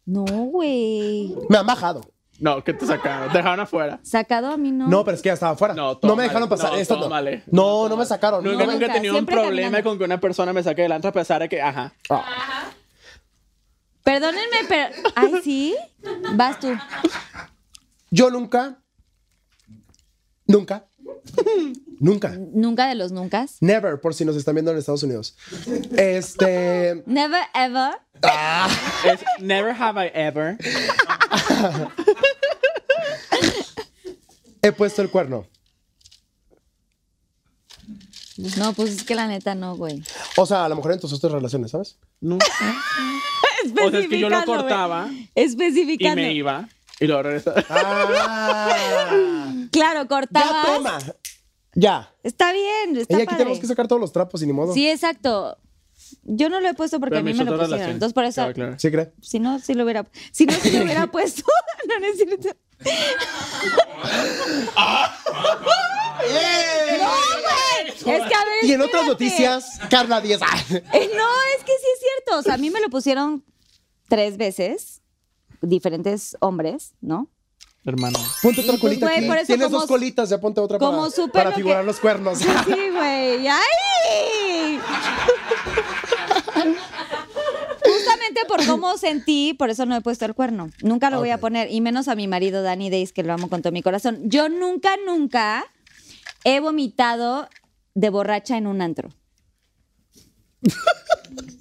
No, güey. Me han bajado. No, ¿qué te sacaron? Te dejaron afuera. Sacado a mí no. No, pero es que ya estaba afuera. No, No, tómale, me dejaron pasar. no, Esto no. eh. tómale. No, no me sacaron. Nunca, No me- nunca he tenido un siempre problema caminando. con que una persona me saque del antro a pesar de que, ajá. Perdónenme, pero. Ay, sí. Vas tú. Yo nunca. Nunca. nunca. Nunca de los nunca. Never, por si nos están viendo en Estados Unidos. Este. Never ever. Es never have I ever. He puesto el cuerno. No, pues es que la neta no, güey. O sea, a lo mejor en tus otras relaciones, ¿sabes? No. O sea, es que yo lo cortaba y Especificando. me iba y luego regresaba. Ah, Claro, ya cortabas. toma. Ya. Está bien, está Y aquí padre. tenemos que sacar todos los trapos y ni modo. Sí, exacto. Yo no lo he puesto porque Pero a mí mis me lo otras pusieron. relaciones. Entonces, por eso, Claro, claro. ¿Sí cree? si no, si lo hubiera, si no, si lo hubiera puesto. no, no es cierto. no, güey. Es que a ver. Y en otras ¡Eh! espérate. noticias, Carla Díaz. Ah. Eh, no, es que sí es cierto. O sea, a mí me lo pusieron tres veces, diferentes hombres, ¿no? Hermano. Ponte otra Pues, colita güey, aquí. por eso Tienes como dos su- colitas, ya ponte otra como para, supe para lo figurar que- los cuernos. Sí, sí, güey. ¡Ay! Justamente por cómo sentí, por eso no he puesto el cuerno. Nunca lo voy a Ok. poner, y menos a mi marido Danny Days, que lo amo con todo mi corazón. Yo nunca, nunca he vomitado de borracha en un antro.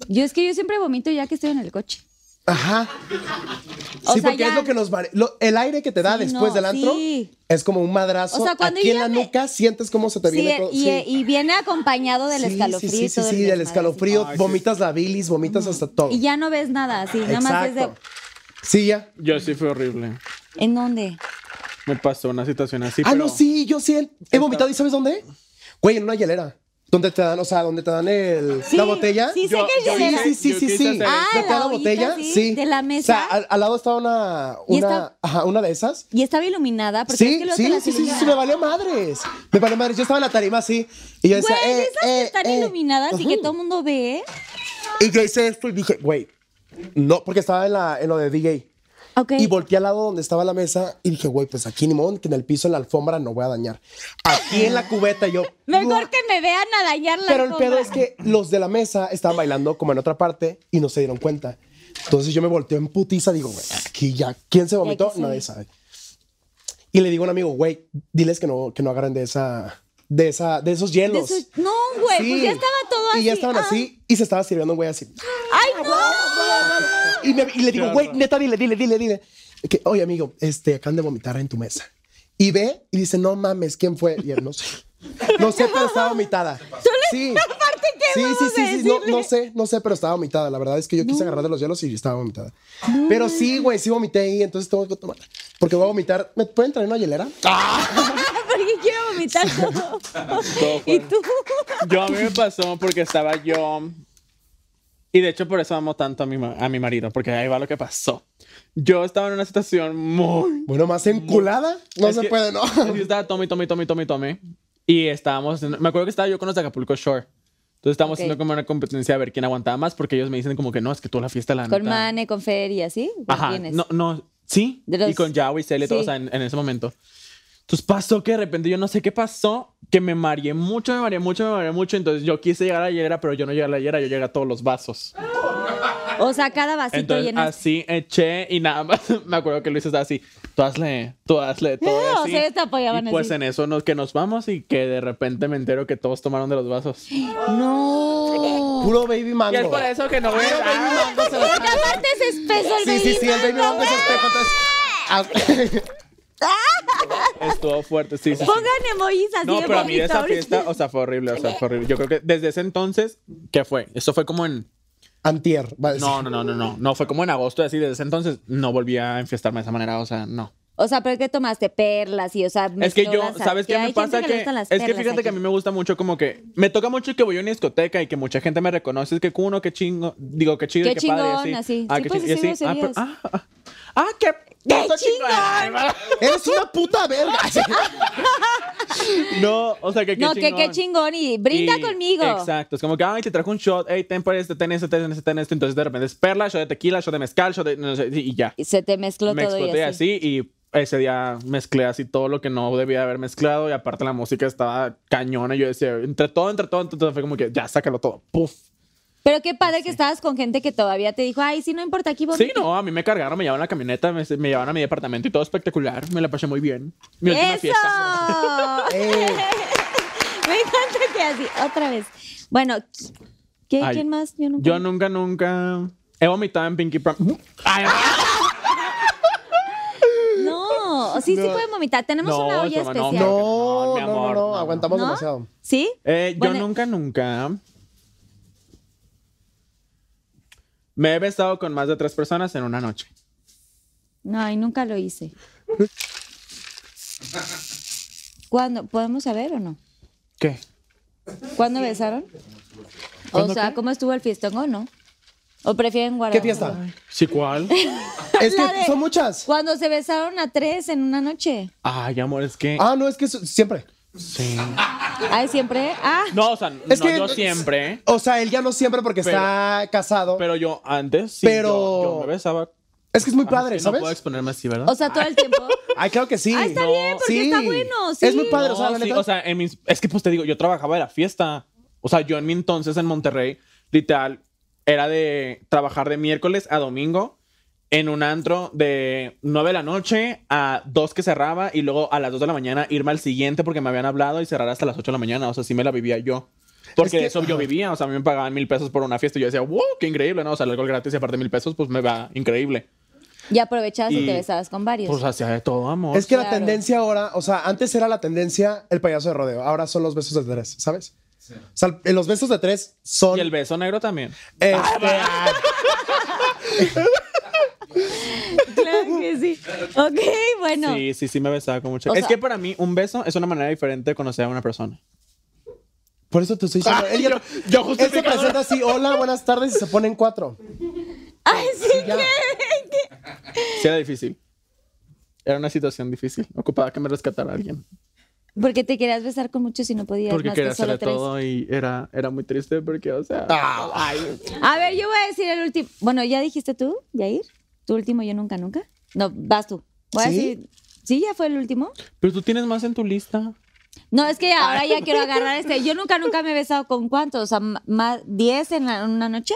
Yo es que yo siempre vomito ya que estoy en el coche. Ajá. O sí, sea, porque ya- es lo que nos va- lo- el aire que te da Sí, después no, del antro sí. es como un madrazo. O sea, cuando aquí en ya la me- nuca sientes cómo se te Sí, viene todo. y, sí. y viene acompañado del Sí, sí, escalofrío. Sí, y sí, todo el sí, del desmadre, escalofrío. Ay, sí. vomitas la bilis, vomitas hasta todo. Y ya no ves nada, así, nada más es de. Exacto. Sí, ya. Yo sí fui horrible. ¿En dónde? Me pasó una situación así. ah, pero- no, sí, yo sí he- he vomitado. ¿Y sabes dónde? Güey, en una hielera. Donde te dan, o sea, donde te dan el, Sí, la botella. sí, sé Yo- que yo hielera. Sí, hice- sí, yo sí, sí, quise sí. hacer Ah, ¿No te da la la ollita, botella? sí, Sí. de la mesa. O sea, al, al lado estaba una, Y una, está- ajá, una de esas. Y estaba iluminada porque es Sí, que luego sí, te las sí, sí, sí, iluminan. sí, me valió madres. Me valió madres. Yo estaba en la tarima así. Y yo decía, Güey, de eh, esas que eh, están eh. iluminadas y que Ujú. todo el mundo ve. Y yo hice esto y dije, güey, no, porque estaba en, la, en lo de DJ. Ok. Y volteé al lado donde estaba la mesa y dije, güey, pues aquí ni modo que en el piso, en la alfombra, no voy a dañar. Aquí en la cubeta yo... Mejor "Buah". que me vean a dañar la Pero el pedo alfombra. es que los de la mesa estaban bailando como en otra parte y no se dieron cuenta. Entonces yo me volteo en putiza, digo, güey, aquí ya, ¿quién se vomitó? aquí se ve. Nadie sabe. Y le digo a un amigo, güey, diles que no, que no agarren de esa, de esa, de esos De hielos. eso- No, güey, pues Sí. ya estaba todo así. Y ya estaban Ah. así y se estaba sirviendo un güey así. ¡Ay, no! Y, me- y le digo, Qué güey, horror. neta, dile, dile, dile, dile. Que, Oye, amigo, este, acaban de vomitar en tu mesa. Y ve y dice, no mames, ¿quién fue? Y él, no sé. No sé, pero estaba vomitada. Sí. Aparte, ¿qué Sí, sí, huevos sí, de sí, no, decirle? no sé, no sé, pero estaba vomitada. La verdad es que yo quise agarrar de los hielos y estaba vomitada. Pero sí, güey, sí vomité ahí, entonces tengo que tomar. Porque voy a vomitar. ¿Me pueden traer una hielera? Porque quiero vomitar todo. ¿Y tú? Yo a mí me pasó porque estaba yo. Y de hecho, por eso amo tanto a mi, ma- a mi marido, porque ahí va lo que pasó. Yo estaba en una situación muy. Bueno, más enculada. No Es se que- puede, ¿no? Yo estaba tome, tome, tome, tome, tome. Y estábamos. haciendo- me acuerdo que estaba yo con los de Acapulco Shore. Entonces estábamos Ok. haciendo como una competencia a ver quién aguantaba más, porque ellos me dicen como que no, es que tú la fiesta la Con neta". Mane, con Fer y así. ¿o Ajá. quiénes? No, no. Sí. De los- Y con Yao y Celia y todo, Sí. o sea, en, en ese momento. Entonces pasó que de repente yo no sé qué pasó, que me mareé mucho, me mareé mucho, me mareé mucho. Entonces yo quise llegar a la hielera, pero yo no llegué a la hielera, yo llegué a todos los vasos. Ah, O sea, cada vasito Entonces llenas. así eché y nada más me acuerdo que Luis estaba así, tú hazle, tú hazle, todo. Ah, o así. sea, ellos te apoyaban y pues así. en eso nos, que nos vamos y que de repente me entero que todos tomaron de los vasos. Y No. Puro baby mango. es por eso que no voy a... Porque aparte es espeso el Sí, sí, sí, el baby mango, mango es güey. espejo. Entonces, ah, Estuvo fuerte, sí, sí. sí. Pongan emojis así No, de pero a mí bonito esa ahorita. fiesta, o sea, fue horrible, o sea, fue horrible. Yo creo que desde ese entonces, ¿qué fue? Eso fue como en... antier. va a decir. No, no, no, no, no, no, fue como en agosto, así, desde ese entonces no volví a enfiestarme de esa manera, o sea, no. O sea, pero es que tomaste perlas y, o sea, Es que mezcló yo, las- ¿sabes qué hay me gente pasa? le Que, gustan las es que perlas fíjate que a aquí. mí me gusta mucho como que, me toca mucho que voy a una discoteca y que mucha gente me reconoce, es que cuno, que chingo, digo, que chido, Qué que padre, chingón, así. Ah, Sí, qué pues, chi- y sí, así, ah, groserías. pero- ah, ah, ah, qué ¡Qué Está chingón. chingón! Eres una puta verga. No, o sea, que qué No, que chingón. qué chingón y brinda Y- conmigo. Exacto. Es como que, ay, te trajo un shot. Hey, ten por este, ten este, ten este, ten este. Entonces de repente es perla, shot de tequila, shot de mezcal, shot de. no sé, y ya. Y se te mezcló me todo y exploté así. así. y ese día mezclé así todo lo que no debía haber mezclado y aparte la música estaba cañona. Yo decía, entre todo, entre todo, entonces fue como que ya, sácalo todo. Puf. Pero qué padre que estabas con gente que todavía te dijo, ay, sí, no importa, aquí bonito. Sí, no, a mí me cargaron, me llevaron a la camioneta, me, me llevaron a mi departamento y todo espectacular. Me la pasé muy bien. Mi última ¡Eso! fiesta. me encanta que así, otra vez. Bueno, ¿qué- Ay, ¿quién más? Yo nunca. Yo nunca, nunca he vomitado en Pinky Prom. Ay, No, sí, sí No. pueden vomitar. Tenemos No, una olla toma, especial. no, No, mi no, no, amor, no, no, aguantamos ¿No? demasiado. ¿Sí? Eh, Bueno, yo nunca, nunca. Me he besado con más de tres personas en una noche. Ay, nunca lo hice. ¿Cuándo? ¿Podemos saber o no? ¿Qué? ¿Cuándo besaron? O ¿Cuándo sea, qué? ¿cómo estuvo el fiestón o no? ¿O prefieren guardar? ¿Qué fiesta? Sí, ¿cuál? Es La de- que son muchas. Cuando se besaron a tres en una noche. Ay, amor, es que. Ah, no, es que su- siempre. Sí. Ay, siempre. Ah, No, o sea, Es no, que yo siempre. O sea, él ya no siempre porque Pero- está casado. Pero yo antes sí. Pero- Yo, yo me besaba. es que es muy Ah, padre, es que ¿sabes? No puedo exponerme así, ¿verdad? o sea, todo el tiempo. Ay, claro que sí. Ah, está bien, porque está bueno, sí. Es muy padre, o sea, No, la sí, neta. o sea, en mis- es que pues te digo, yo trabajaba de la fiesta. O sea, yo en mi entonces en Monterrey, literal, era de trabajar de miércoles a domingo en un antro de 9 de la noche a 2 que cerraba y luego a las 2 de la mañana irme al siguiente porque me habían hablado y cerrar hasta las 8 de la mañana. O sea, sí me la vivía yo. Porque Es que- eso yo vivía, o sea, a mí me pagaban mil pesos por una fiesta y yo decía, wow, qué increíble, ¿no? O sea, el alcohol gratis y aparte mil pesos, pues me va increíble. Y aprovechabas y, te Y- besabas con varios. Pues hacía de todo, amor. es que la claro. tendencia ahora, o sea, antes era la tendencia el payaso de rodeo, ahora son los besos de tres, ¿sabes? O sea, los besos de tres son. Y el Ah, beso negro también. este, claro que sí. Ok, bueno. Sí, sí, sí me besaba con mucho. O es sea- que para mí un beso es una manera diferente de conocer a una persona. por eso te estoy diciendo. él, ya- yo él se presenta así: hola, buenas tardes, y se ponen cuatro. Ay, sí Ya. que. Sí era difícil. Era una situación difícil. Ocupaba que me rescatara alguien. Porque te querías besar con muchos y no podías Porque más que quería hacerle solo tres. todo y era, era muy triste porque, o sea... ay. A ver, yo voy a decir el último. Bueno, ¿ya dijiste tú, Yair? ¿Tu último yo nunca, nunca? No, vas tú. Voy a ¿Sí? decir. ¿Sí? ¿Ya fue el último? Pero tú tienes más en tu lista. No, es que ahora ya quiero agarrar este. Yo nunca, nunca me he besado con cuántos. O sea, ma- más 10 en la- en una noche.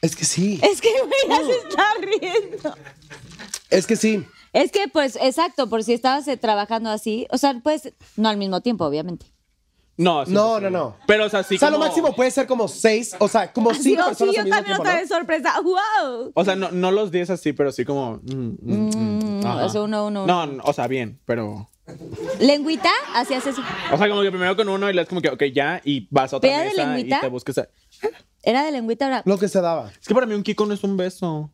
Es que sí, Es que güey, ya se está riendo. es que sí. Es que, pues, exacto, por si estabas eh, trabajando así. O sea, pues, no al mismo tiempo, obviamente. No, es No, imposible. no, no. Pero, o sea, sí o sea, lo como- máximo puede ser como seis, o sea, como Sí, cinco oh, sí, personas yo al mismo también tiempo, otra ¿no? vez sorpresa. ¡Wow! O sea, no, no los 10 así, pero sí como... mm, mm, mm, Mm, ajá. o sea, uno, uno, No, no, o sea, bien, pero... Lengüita, así haces. O sea, como que primero con uno y luego es como que, ok, ya, y vas a otra ¿Peda de mesa y lengüita? te buscas... a- Era de lengüita ahora. Lo que se daba. Es que para mí un Kiko no es un beso.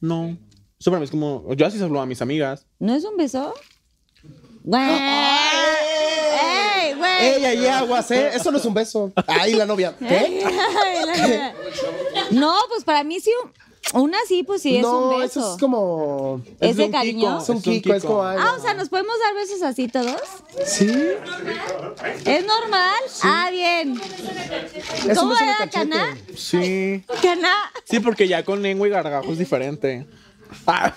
No. Eso para mí es como. Yo así saludo a mis amigas. ¿No es un beso? ¡Güey! ¡Ey, güey! Ey, ahí aguas, ¿eh? Eso no es un beso. Ahí la novia. ¿Qué? Ay, la verdad. No, pues para mí sí, un- una sí, pues sí, es no, un eso beso. es como. ¿Es de un cariño? Kiko, Es un Kiko, es como. ay, Ah, o sea, ¿nos podemos dar besos así todos? Sí. ¿Es normal? Ah, bien. Es un ¿Cómo beso de era, cachete. Caná? Sí. Caná. Sí, porque ya con lengua y gargajo es diferente. Ah,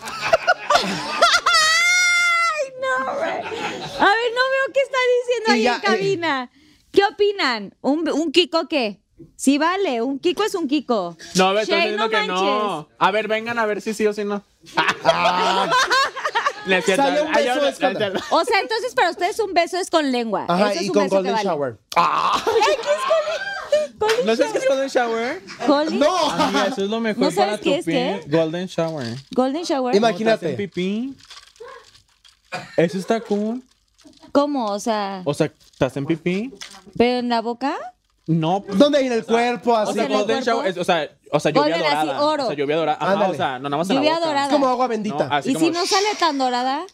Ay, no, güey. A ver, no veo qué está diciendo Y ahí ya, en eh. cabina. ¿Qué opinan? ¿Un, un Kiko qué? Sí, vale, un Kiko es un Kiko. no, me estás Shay, diciendo que no. manches. A ver, vengan a ver si sí o si no. No es cierto. Sale un Ay, yo- beso de escándalo. no es cierto. O sea, entonces para ustedes un beso es con lengua. Ajá, Eso es y un con beso que Golden vale. Shower. Ay, ¿qué es Colin? Colin ¿No sabes qué Shower. es Golden Shower? Colin- ¡No! Amiga, eso es lo mejor ¿No sabes para qué tu es qué? piel. Golden Shower. Golden Shower. Imagínate. Botas en pipí. Eso está cool. ¿Cómo? O sea, O sea, estás en pipí. ¿pero en la boca? No, ¿Dónde hay en el cuerpo? O Así sea, ¿En como. el Golden cuerpo? Shower es- o sea, o sea, lluvia Golden así, dorada. oro. O sea, lluvia dorada. Ajá, Ándale. o sea, no nada más en la Lluvia boca. dorada. Es como agua No, bendita. así ¿Y si como- no sale tan dorada?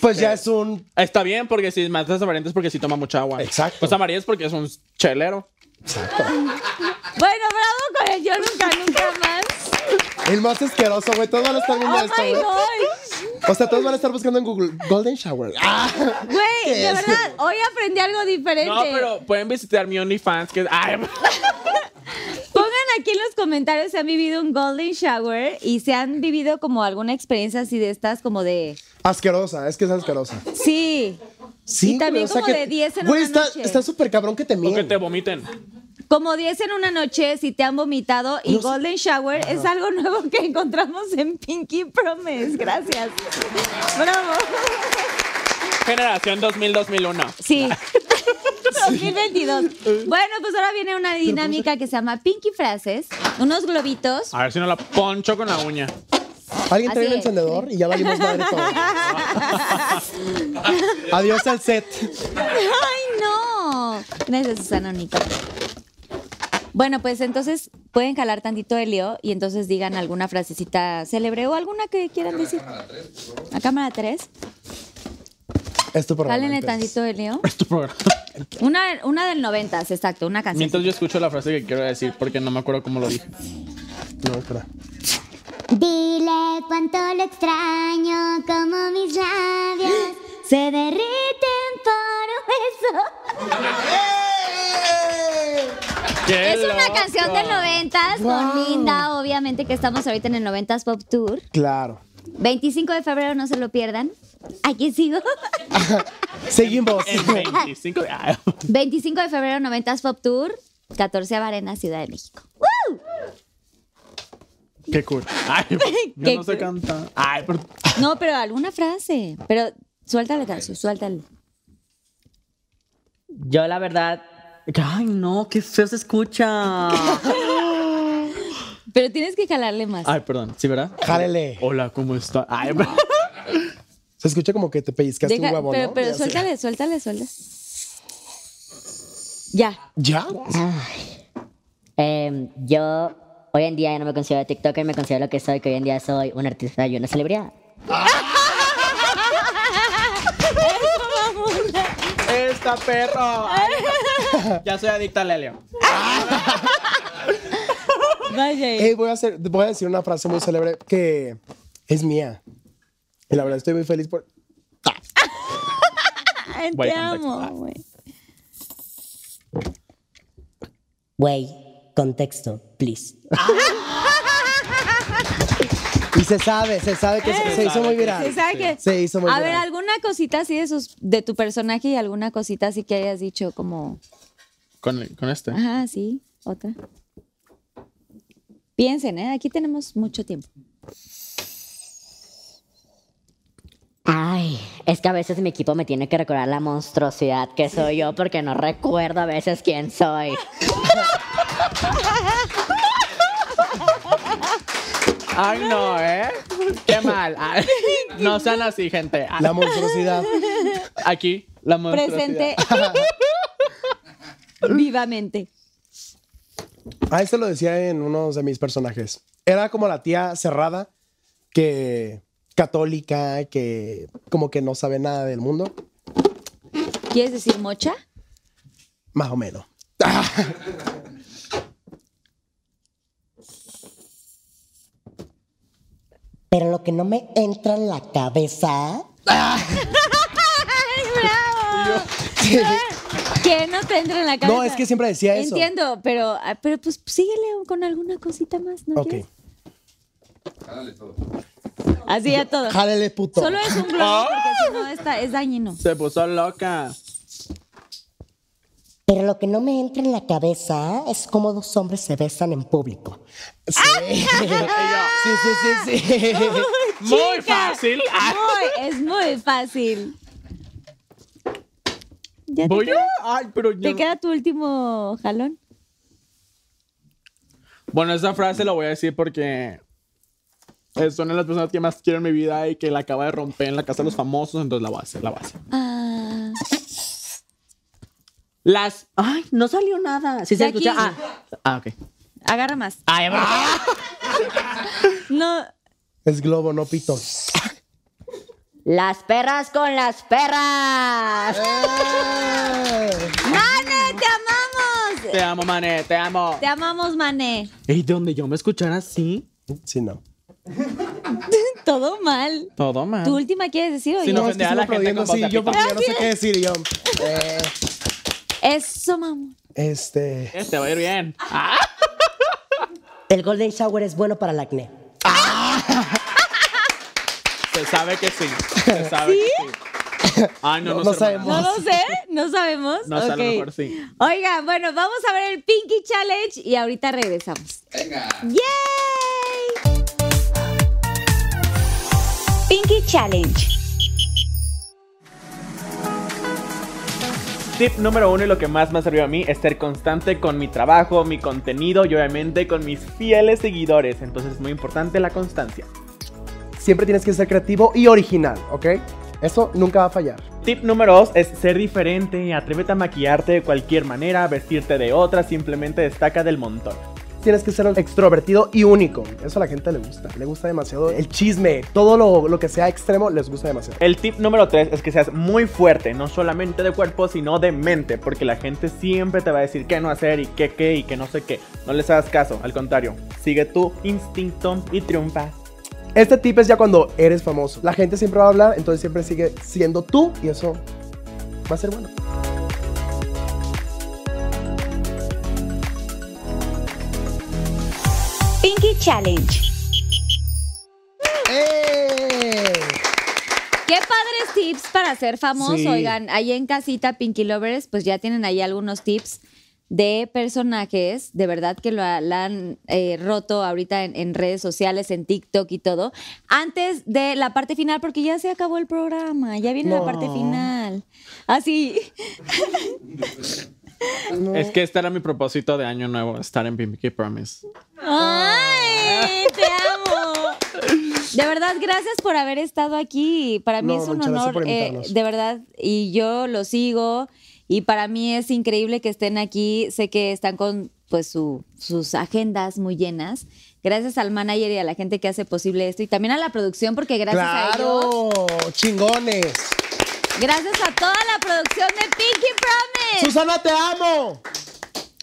pues ya es un. Está bien, porque si matas amarillo es porque si toma mucha agua. Exacto. Pues amarillo es porque es un chelero. Bueno, bravo con el yo nunca, nunca más. El más asqueroso, güey. Todos van a estar viendo ¡Oh, esto, my güey. God! O sea, todos van a estar buscando en Google Golden Shower. ¡Ah! Güey, de es? verdad, hoy aprendí algo diferente. No, pero pueden visitar mi OnlyFans. Que... Ay, Pongan aquí en los comentarios si han vivido un golden shower y si han vivido como alguna experiencia así de estas, como de... Asquerosa, es que es asquerosa. Sí, Sí, Y también güey, o sea como que- de 10 en Güey, una está- noche. está súper cabrón que te o que mienten. te vomiten. como 10 en una noche si te han vomitado y No sé. golden shower es algo nuevo que encontramos en Pinky Promise. Gracias. Bravo. Generación 2000-2001. Sí. 2022. Bueno, pues ahora viene una dinámica que se llama Pinky Frases, unos globitos. A ver si no la poncho con la uña. Alguien trae Así un es. encendedor y ya valimos madre todo. Ah. Adiós al set. ¡Ay, no! Gracias, Susana Nico. Bueno, pues entonces pueden jalar tantito helio y entonces digan alguna frasecita célebre o alguna que quieran decir. A cámara 3. Es tu programa. Jálenle entonces. tantito helio. Es tu programa. Una, una del 90, exacto, una canción. Mientras yo escucho la frase que quiero decir porque no me acuerdo cómo lo dije. No, espera. Dile cuánto lo extraño, como mis labios se derriten por un beso. ¡Qué Es una loco! canción del 90 con Linda, obviamente que estamos ahorita en el 90s Pop Tour. Claro. 25 de febrero, no se lo pierdan. Aquí sigo. Seguimos. El 25 de- Ay. 25 de febrero, 90s Pop Tour, 14 Arena, Ciudad de México. Qué cool. Ay, yo Qué no sé cool. cantar. Ay, pero- No, pero alguna frase. Pero suéltale, Tarso, suéltale. Yo la verdad. Ay, no, qué feo se escucha. Pero tienes que jalarle más. Ah, Ay, perdón. ¿Sí, verdad? Jálele. Hola, ¿cómo está? Ay, Se escucha como que te pellizcaste Deja- un huevo, pero ¿no? pero Ya sé. suéltale, suéltale, suéltale. Ya. ¿Ya? Em, yo hoy en día ya no me considero TikToker, me considero lo que soy, que hoy en día soy un artista y una celebridad. ¡Esta perro! ya soy adicta al helio. Vaya. Ey, voy a, hacer, voy a decir una frase muy célebre que es mía. Y la verdad estoy muy feliz por... Ay, Voy eh. te a cantar. Ah, amo, güey. Güey, contexto, please. Y se sabe, se sabe que se, se hizo muy viral. Se sabe que- Se hizo muy a ver, viral. alguna cosita así de sus, de tu personaje y alguna cosita así que hayas dicho como, Con, con este. ajá, sí, otra. Piensen, ¿eh? Aquí tenemos mucho tiempo. Ay, es que a veces mi equipo me tiene que recordar la monstruosidad que soy yo porque no recuerdo a veces quién soy. Ay, no, ¿eh? Qué mal. Ay, no sean así, gente. Ay, La monstruosidad. Aquí, la monstruosidad. Presente. Vivamente. A este lo decía en uno de mis personajes. Era como la tía cerrada, que católica, que como que no sabe nada del mundo, ¿Quieres decir mocha? más o menos. Pero lo que no me entra en la cabeza ¡Ay, bravo! que no te entre en la cabeza. No, es que siempre decía eso. Entiendo, pero, ah, pero pues síguele con alguna cosita más, ¿no? Ok. quieres? Jálale todo. Así a todo. Jálele, puto. Solo es un Ah. globo porque si no está, es dañino. Se puso loca. Pero lo que no me entra en la cabeza es cómo dos hombres se besan en público. Sí. Ah, sí, sí, sí, sí. Muy Chica, fácil. Ay, Muy, es muy fácil. Ya te, ¿Voy yo? queda, Ay, pero yo. te queda tu último jalón. Bueno, esa frase la voy a decir porque es una de las personas que más quiero en mi vida y que la acaba de romper en la casa de los famosos, entonces la voy a hacer, la voy a hacer. Ah, Las. Ay, no salió nada. Sí se Jackie. escucha. Ah, ah, ok. agarra más. Ay, va. No. Es globo, no pito. Las perras con las perras. ¡Mane, te amamos! Te amo, mané, te amo. Te amamos, Mane. Ey, donde yo me escuchara así. Sí, no. Todo mal. Todo mal. ¿Tu última quieres decir o Si yo? no, ofende a la gente con sí, yo porque ya no sé Así qué decir y yo. eh, Eso, mamá. este. Te va a ir bien. Ah, El Golden Shower es bueno para el acné. Se sabe que sí. Se sabe que sí. Ay, no, no, No, no sé, hermana. No lo sé, no sabemos. No sé, a lo Ok. mejor sí. Oigan, bueno, vamos a ver el Pinky Challenge y ahorita regresamos. Venga. ¡Yay! Pinky Challenge. Tip número uno y lo que más me ha servido a mí es ser constante con mi trabajo, mi contenido y obviamente con mis fieles seguidores. Entonces es muy importante la constancia. Siempre tienes que ser creativo y original, ¿ok? Eso nunca va a fallar. Tip número dos es ser diferente. Atrévete a maquillarte de cualquier manera, vestirte de otra, simplemente destaca del montón. Tienes que ser extrovertido y único. Eso a la gente le gusta. Le gusta demasiado el chisme. Todo lo, lo que sea extremo les gusta demasiado. El tip número 3 es que seas muy fuerte, no solamente de cuerpo, sino de mente, porque la gente siempre te va a decir qué no hacer y qué qué y que no sé qué. No les hagas caso, al contrario, sigue tu instinto y triunfa. Este tip es ya cuando eres famoso. La gente siempre va a hablar, entonces siempre sigue siendo tú y eso va a ser bueno. Pinky Challenge. Qué padres tips para ser famoso. Sí. Oigan, ahí en casita Pinky Lovers, pues ya tienen ahí algunos tips de personajes, de verdad que lo ha- la han eh, roto ahorita en, en redes sociales, en TikTok y todo. Antes de la parte final, porque ya se acabó el programa, ya viene la parte No. final. Ah, Así. Es que este era mi propósito de año nuevo, estar en Pinky Promise. ¡Ay! ¡Te amo! De verdad, gracias por haber estado aquí. Para mí No, es un muchas gracias honor, por eh, invitarnos. de verdad, y yo lo sigo. Y para mí es increíble que estén aquí. Sé que están con pues su- sus agendas muy llenas. Gracias al manager y a la gente que hace posible esto y también a la producción porque gracias a ellos ¡Claro! ¡Chingones! Gracias a toda la producción de Pinky Promise. Susana, te amo.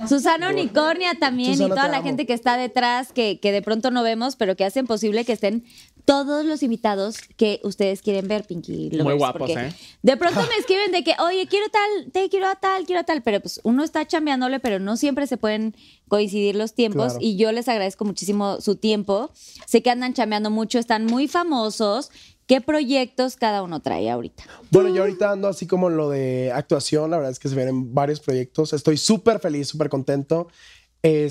Susana Unicornia también Susana, y toda te la amo. gente que está detrás, que, que de pronto no vemos, pero que hacen posible que estén todos los invitados que ustedes quieren ver, Pinky. Lovers, Muy guapos, porque ¿eh? De pronto me escriben de que, oye, quiero tal, te quiero a tal, quiero a tal, pero pues uno está chambeándole, pero no siempre se pueden coincidir los tiempos Claro. y yo les agradezco muchísimo su tiempo. Sé que andan chambeando mucho, están muy famosos. ¿Qué proyectos cada uno trae ahorita? Bueno, yo ahorita ando así como en lo de actuación, la verdad es que se vienen varios proyectos. Estoy súper feliz, súper contento.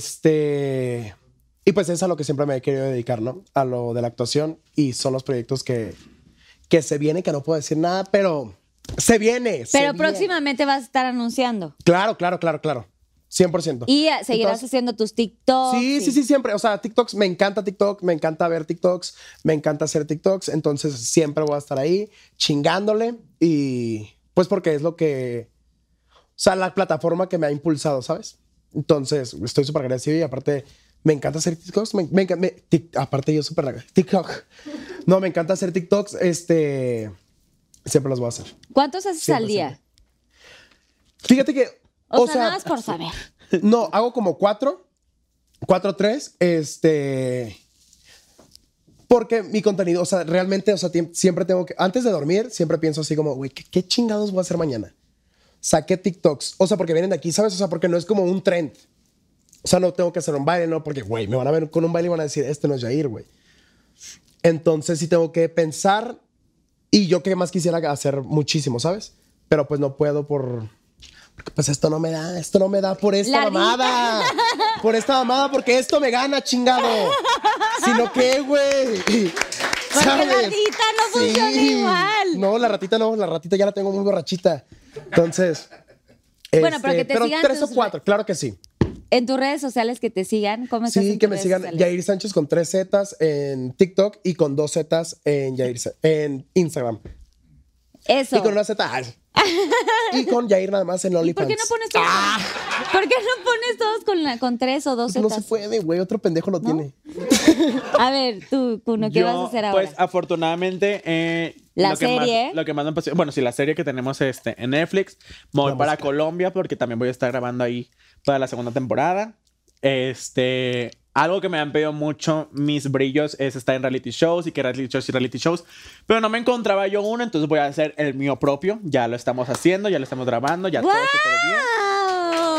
Este. Y pues es a lo que siempre me he querido dedicar, ¿no? A lo de la actuación y son los proyectos que, que se vienen, que no puedo decir nada, pero se viene. se Pero viene. próximamente vas a estar anunciando. Claro, claro, claro, claro. 100%. Y eh, seguirás Ah, Entonces- haciendo tus TikToks. Sí, sí, sí, siempre. O sea, TikToks, me encanta TikTok, me encanta ver TikToks, me encanta hacer TikToks. Entonces siempre voy a estar ahí chingándole y pues porque es lo que, o sea, la plataforma que me ha impulsado, ¿sabes? Entonces estoy súper agradecido y aparte me encanta hacer TikToks. Me, me enca- me- tic- aparte yo súper ag- TikTok. No, me encanta hacer TikToks. Este, siempre los voy a hacer. ¿Cuántos haces Siempre, al día? Fíjate que, O, o, sea, sea, nada más por saber. no, hago como cuatro. Cuatro, tres. Este. Porque mi contenido, o sea, realmente, o sea, tiem- siempre tengo que. Antes de dormir, siempre pienso así como, güey, ¿qué, qué chingados voy a hacer mañana? Saqué TikToks. O sea, porque vienen de aquí, ¿sabes? O sea, porque no es como un trend. O sea, no tengo que hacer un baile, no, porque, güey, me van a ver con un baile y van a decir, este no es Jair, güey. Entonces sí tengo que pensar. Y yo que más quisiera hacer muchísimo, ¿sabes? Pero pues no puedo por. Porque pues esto no me da, esto no me da por esta La mamada. Por esta mamada, porque esto me gana, chingado. Sino que, güey. Porque la ratita no funciona igual. No, la ratita no, la ratita ya la tengo muy borrachita. Entonces. este, Bueno, pero que te sigan tres o tus- cuatro, claro que sí. En tus redes sociales que te sigan, ¿cómo estás? Sí, en que tus me redes sigan sociales? Yair Sánchez con tres Zetas en TikTok y con dos Zetas en, Yair, Sa- en Instagram. Eso. Y con una Z. ay. y con Yair nada más en ¿Por OnlyFans. ¡Ah! qué no pones todos? ¿Por qué no pones todos con, la- con tres o dos No se zetas? puede, güey. Otro pendejo lo tiene. A ver, tú, Cuno, ¿qué Yo, vas a hacer ahora? Pues afortunadamente. eh, La lo que más- serie. lo que más me apasiona- Bueno, sí, la serie que tenemos este, en Netflix. Me voy para Colombia porque también voy a estar grabando ahí para la segunda temporada. Este. Algo que me han pedido mucho mis brillos es estar en reality shows y que reality shows y reality shows. Pero no me encontraba yo uno, entonces voy a hacer el mío propio. Ya lo estamos haciendo, ya lo estamos grabando, ya todo súper bien. ah. Oh.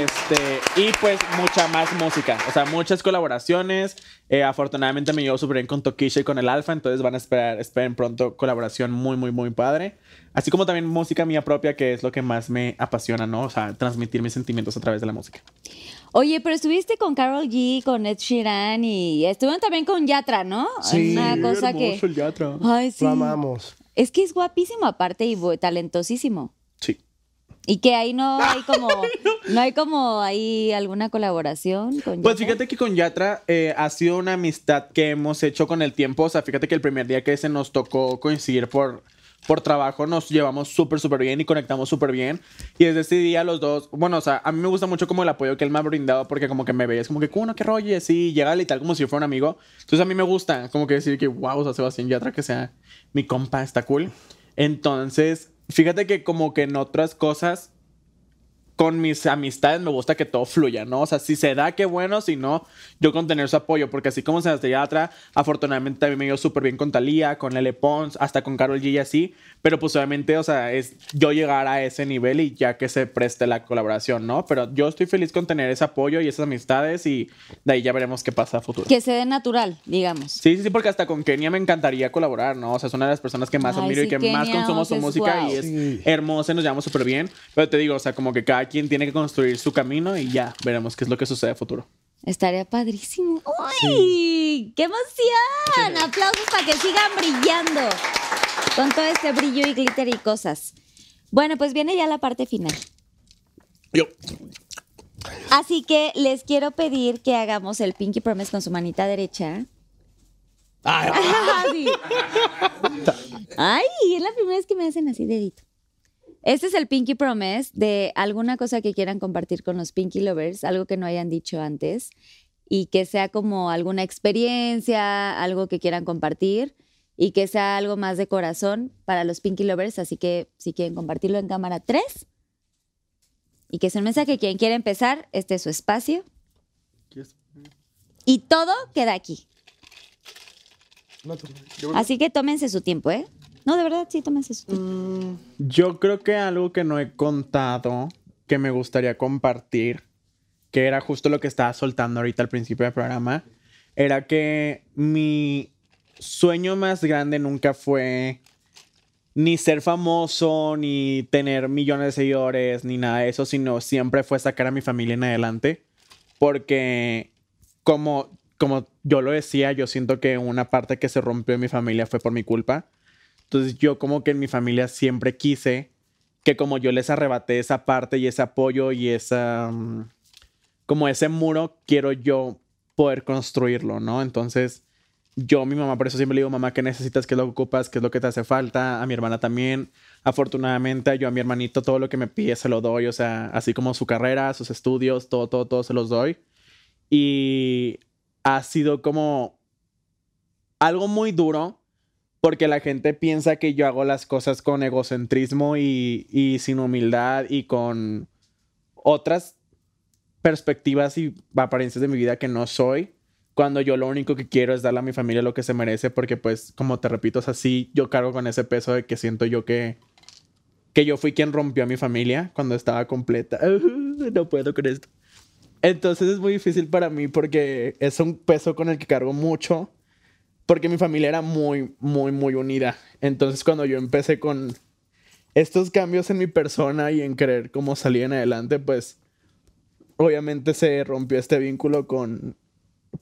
Este, y pues mucha más música, o sea, muchas colaboraciones. Eh, afortunadamente me llevo súper bien con Tokisha y con el Alfa, entonces van a esperar, esperen pronto colaboración muy, muy, muy padre. Así como también música mía propia, que es lo que más me apasiona, ¿no? O sea, transmitir mis sentimientos a través de la música. Oye, pero estuviste con Carol G, con Ed Sheeran y estuvieron también con Yatra, ¿no? Sí, Una cosa que. hermoso el Yatra. Ay, sí. Lo amamos. Es que es guapísimo aparte y bu- talentosísimo. Sí. Y que ahí no hay como, no hay como ahí alguna colaboración con Pues fíjate que con Yatra eh, ha sido una amistad que hemos hecho con el tiempo. O sea, fíjate que el primer día que se nos tocó coincidir por, por trabajo, nos llevamos súper, súper bien y conectamos súper bien. Y desde ese día los dos, bueno, o sea, a mí me gusta mucho como el apoyo que él me ha brindado porque como que me veías como que, ¿cómo no? ¿Qué rollo? Y así, llegale y tal, como si yo fuera un amigo. Entonces a mí me gusta como que decir que, wow, o sea, Sebastián Yatra, que sea mi compa, está cool. Entonces, fíjate que como que en otras cosas con mis amistades me gusta que todo fluya, ¿no? O sea, si se da, qué bueno, si no, yo con tener su apoyo, porque así como Sebastián Yatra, afortunadamente también me dio súper bien con Talía, con Lele Pons, hasta con Carol G y así, pero pues obviamente, o sea, es yo llegar a ese nivel y ya que se preste la colaboración, ¿no? Pero yo estoy feliz con tener ese apoyo y esas amistades y de ahí ya veremos qué pasa a futuro. Que se dé natural, digamos. Sí, sí, sí, porque hasta con Kenia me encantaría colaborar, ¿no? O sea, es una de las personas que más Ay, admiro sí, y que más Kenia, consumo su es música guau. y es hermosa, nos llevamos súper bien. Pero te digo, o sea, como que cada quien tiene que construir su camino y ya veremos qué es lo que sucede a futuro. Estaría padrísimo. ¡Uy! ¡Qué emoción! Aplausos para que sigan brillando con todo este brillo y glitter y cosas. Bueno, pues viene ya la parte final. Así que les quiero pedir que hagamos el Pinky Promise con su manita derecha. Así. Ay, es la primera vez que me hacen así dedito. Este es el Pinky Promise de alguna cosa que quieran compartir con los Pinky Lovers, algo que no hayan dicho antes y que sea como alguna experiencia, algo que quieran compartir y que sea algo más de corazón para los Pinky Lovers. Así que si quieren compartirlo en cámara 3 y que sea un mensaje, quien quiera empezar, este es su espacio y todo queda aquí. Así que tómense su tiempo, ¿eh? No, de verdad, sí, tómense su tiempo. Yo creo que algo que no he contado, que me gustaría compartir, que era justo lo que estaba soltando ahorita al principio del programa, era que mi sueño más grande nunca fue ni ser famoso, ni tener millones de seguidores, ni nada de eso, sino siempre fue sacar a mi familia en adelante. Porque como, como yo lo decía, yo siento que una parte que se rompió en mi familia fue por mi culpa. Entonces yo como que en mi familia siempre quise que como yo les arrebaté esa parte y ese apoyo y esa... mm, como ese muro, quiero yo poder construirlo, ¿no? Entonces yo, mi mamá, por eso siempre le digo, mamá, ¿qué necesitas? ¿Qué es lo que ocupas? ¿Qué es lo que te hace falta? A mi hermana también. Afortunadamente, yo a mi hermanito todo lo que me pide se lo doy, o sea, así como su carrera, sus estudios, todo, todo, todo se los doy. Y ha sido como algo muy duro porque la gente piensa que yo hago las cosas con egocentrismo y, y sin humildad y con otras perspectivas y apariencias de mi vida que no soy, cuando yo lo único que quiero es darle a mi familia lo que se merece, porque pues, como te repito, es así, yo cargo con ese peso de que siento yo que, que yo fui quien rompió a mi familia cuando estaba completa. no puedo con esto. Entonces es muy difícil para mí porque es un peso con el que cargo mucho, porque mi familia era muy, muy, muy unida. Entonces cuando yo empecé con estos cambios en mi persona y en querer cómo salir en adelante, pues obviamente se rompió este vínculo con,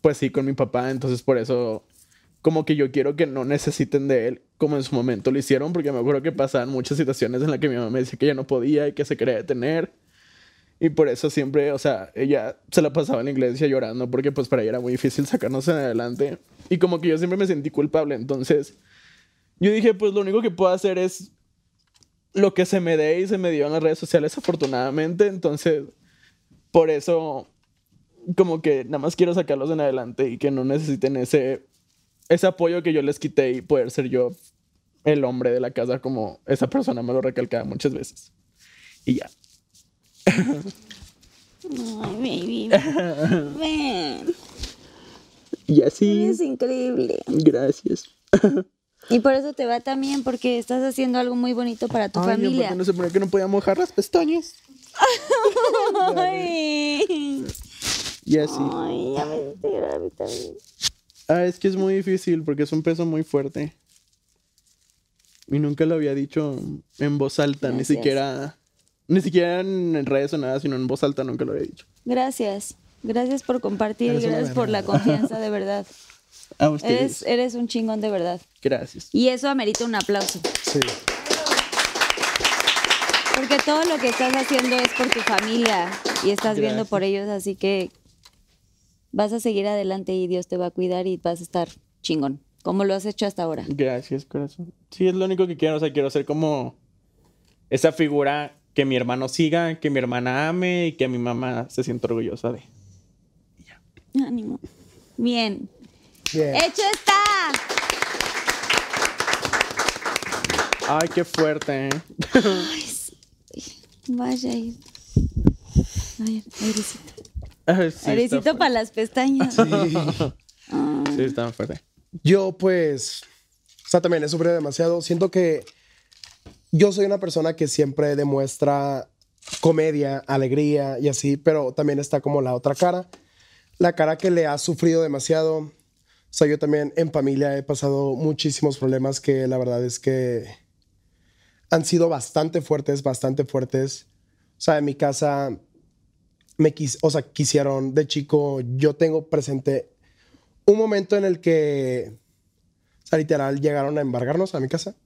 pues sí, con mi papá, entonces por eso como que yo quiero que no necesiten de él como en su momento lo hicieron, porque me acuerdo que pasaban muchas situaciones en las que mi mamá me decía que ya no podía y que se quería detener. Y por eso siempre, o sea, ella se la pasaba en la iglesia llorando porque pues para ella era muy difícil sacarnos en adelante. Y como que yo siempre me sentí culpable, entonces yo dije, pues lo único que puedo hacer es lo que se me dé y se me dio en las redes sociales afortunadamente, entonces por eso como que nada más quiero sacarlos en adelante y que no necesiten ese ese apoyo que yo les quité y poder ser yo el hombre de la casa como esa persona me lo recalcaba muchas veces. Y ya. Ay, baby. Ven. Y así. Es increíble. Gracias. Y por eso te va también, porque estás haciendo algo muy bonito para tu Ay, no, familia. porque no se ponía que no podía mojar las pestañas. Ay. Y así. Ay, ya me hiciste llorar a mí también. Ah, es que es muy difícil porque es un peso muy fuerte. Y nunca lo había dicho en voz alta, ni Gracias. siquiera. Ni siquiera en en redes o nada, sino en voz alta nunca lo había dicho. Gracias. Gracias por compartir, Eres una gracias por la verga. confianza, de verdad. A Eres, ustedes. eres un chingón de verdad. Gracias. Y eso amerita un aplauso. Sí. Porque todo lo que estás haciendo es por tu familia y estás viendo Gracias. por ellos, así que vas a seguir adelante y Dios te va a cuidar y vas a estar chingón, como lo has hecho hasta ahora. Gracias, corazón. Sí, es lo único que quiero. O sea, quiero ser como esa figura que mi hermano siga, que mi hermana ame y que mi mamá se sienta orgullosa de. Ánimo. Bien. Eh. Bien. ¡Hecho está! Ay, qué fuerte. ¿eh? Vaya. Ay, airecito. Ay, sí, está airecito para las pestañas. Sí, está fuerte. Yo, pues, o sea, también he sufrido demasiado. Siento que yo soy una persona que siempre demuestra comedia, alegría y así, pero también está como la otra cara, la cara que le ha sufrido demasiado. O sea, yo también en familia he pasado muchísimos problemas que la verdad es que han sido bastante fuertes, bastante fuertes. O sea, en mi casa me quis, o sea, quisieron de chico, yo tengo presente un momento en el que, o sea, literal, llegaron a embargarnos a mi casa.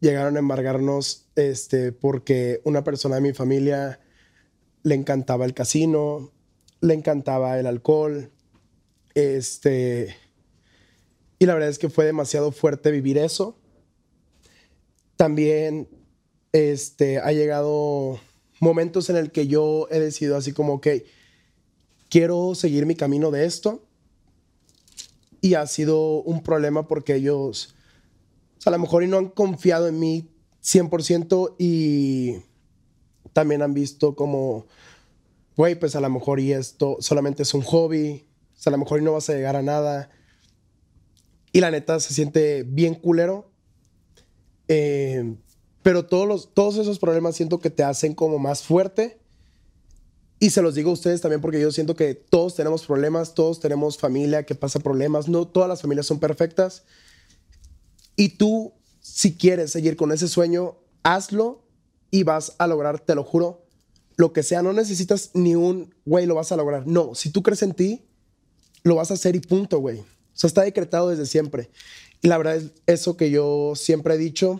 Llegaron a embargarnos este, porque una persona de mi familia le encantaba el casino, le encantaba el alcohol. Este, y la verdad es que fue demasiado fuerte vivir eso. También este, ha llegado momentos en el que yo he decidido así como, ok, quiero seguir mi camino de esto y ha sido un problema porque ellos, o sea, a lo mejor y no han confiado en mí 100% y también han visto como, güey, pues a lo mejor y esto solamente es un hobby, o sea, a lo mejor y no vas a llegar a nada. Y la neta se siente bien culero. Eh, pero todos, los, todos esos problemas siento que te hacen como más fuerte. Y se los digo a ustedes también porque yo siento que todos tenemos problemas, todos tenemos familia que pasa problemas, no todas las familias son perfectas. Y tú, si quieres seguir con ese sueño, hazlo y vas a lograr, te lo juro, lo que sea. No necesitas ni un, güey, lo vas a lograr. No, si tú crees en ti, lo vas a hacer y punto, güey. O sea, está decretado desde siempre. Y la verdad es eso que yo siempre he dicho,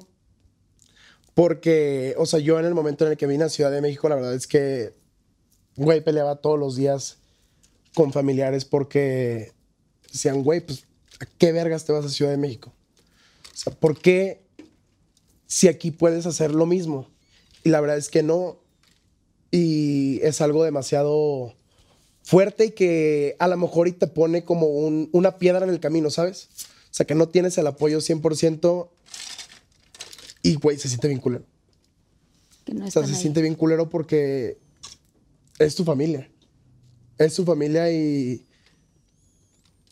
porque, o sea, yo en el momento en el que vine a Ciudad de México, la verdad es que güey, peleaba todos los días con familiares porque decían, güey, pues, ¿a qué vergas te vas a Ciudad de México? O sea, ¿por qué si aquí puedes hacer lo mismo? Y la verdad es que no. Y es algo demasiado fuerte y que a lo mejor y te pone como un- una piedra en el camino, ¿sabes? O sea, que no tienes el apoyo 100% y, güey, se siente bien culero. Que no O sea, están se ahí. siente bien culero porque es tu familia. Es tu familia y.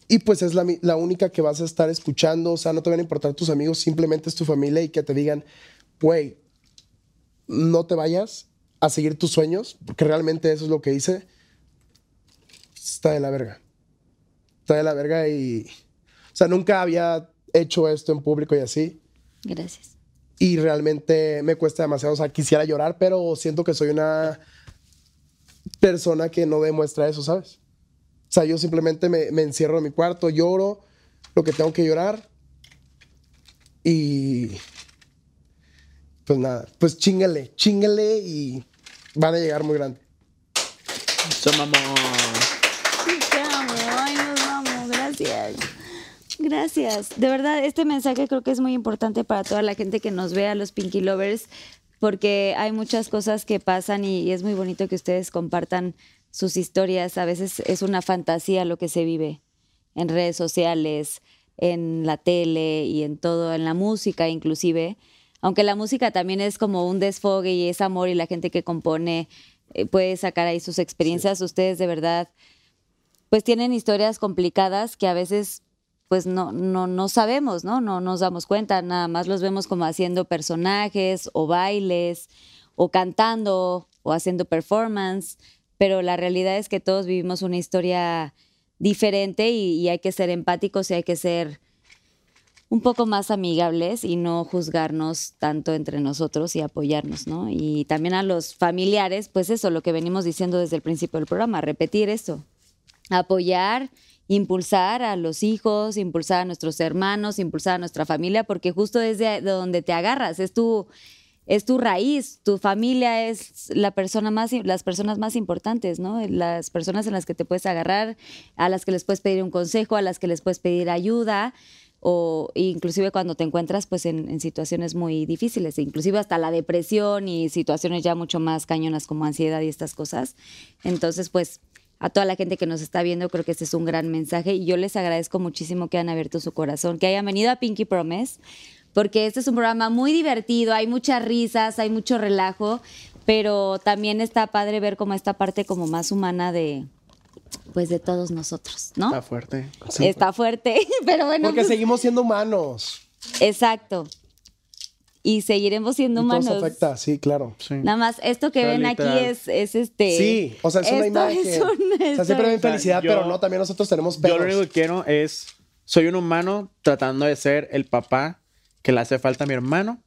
Y pues es la, mi- la única que vas a estar escuchando. O sea, no te van a importar tus amigos, simplemente es tu familia y que te digan, güey, no te vayas a seguir tus sueños, porque realmente eso es lo que hice. Está de la verga. Está de la verga y. O sea, nunca había hecho esto en público y así Gracias. y realmente me cuesta demasiado. O sea, quisiera llorar, pero siento que soy una persona que no demuestra eso, ¿sabes? O sea, yo simplemente me, me encierro en mi cuarto, lloro lo que tengo que llorar y pues nada, pues chingale, chingale y van a llegar muy grande. Te amo, ay, nos amo, gracias. Gracias. De verdad, este mensaje creo que es muy importante para toda la gente que nos vea, los Pinky Lovers, porque hay muchas cosas que pasan y, y es muy bonito que ustedes compartan sus historias. A veces es una fantasía lo que se vive en redes sociales, en la tele y en todo, en la música inclusive. Aunque la música también es como un desfogue y es amor y la gente que compone eh, puede sacar ahí sus experiencias, ustedes de verdad pues tienen historias complicadas que a veces pues no, no, no sabemos, ¿no? No nos damos cuenta, nada más los vemos como haciendo personajes o bailes o cantando o haciendo performance, pero la realidad es que todos vivimos una historia diferente y, y hay que ser empáticos y hay que ser un poco más amigables y no juzgarnos tanto entre nosotros y apoyarnos, ¿no? Y también a los familiares, pues eso, lo que venimos diciendo desde el principio del programa, repetir esto, apoyar, impulsar a los hijos, impulsar a nuestros hermanos, impulsar a nuestra familia, porque justo desde donde te agarras, es tu, es tu raíz, tu familia es la persona más, las personas más importantes, ¿no? Las personas en las que te puedes agarrar, a las que les puedes pedir un consejo, a las que les puedes pedir ayuda o inclusive cuando te encuentras pues en, en, situaciones muy difíciles, inclusive hasta la depresión y situaciones ya mucho más cañonas como ansiedad y estas cosas. Entonces pues a toda la gente que nos está viendo creo que ese es un gran mensaje y yo les agradezco muchísimo que hayan abierto su corazón, que hayan venido a Pinky Promise, porque este es un programa muy divertido, hay muchas risas, hay mucho relajo, pero también está padre ver como esta parte como más humana de, pues de todos nosotros, ¿no? Está fuerte. Sí. Está fuerte, pero bueno. Ah, Porque pues, seguimos siendo humanos. Exacto. Y seguiremos siendo y humanos. Nos afecta, sí, claro. Sí. Nada más, esto que pero ven literal. aquí es, es, este. Sí, o sea, es una imagen. Es un, es o sea, siempre ven felicidad, yo, pero no, también nosotros tenemos pelos. Yo lo único que quiero es. Soy un humano tratando de ser el papá que le hace falta a mi hermano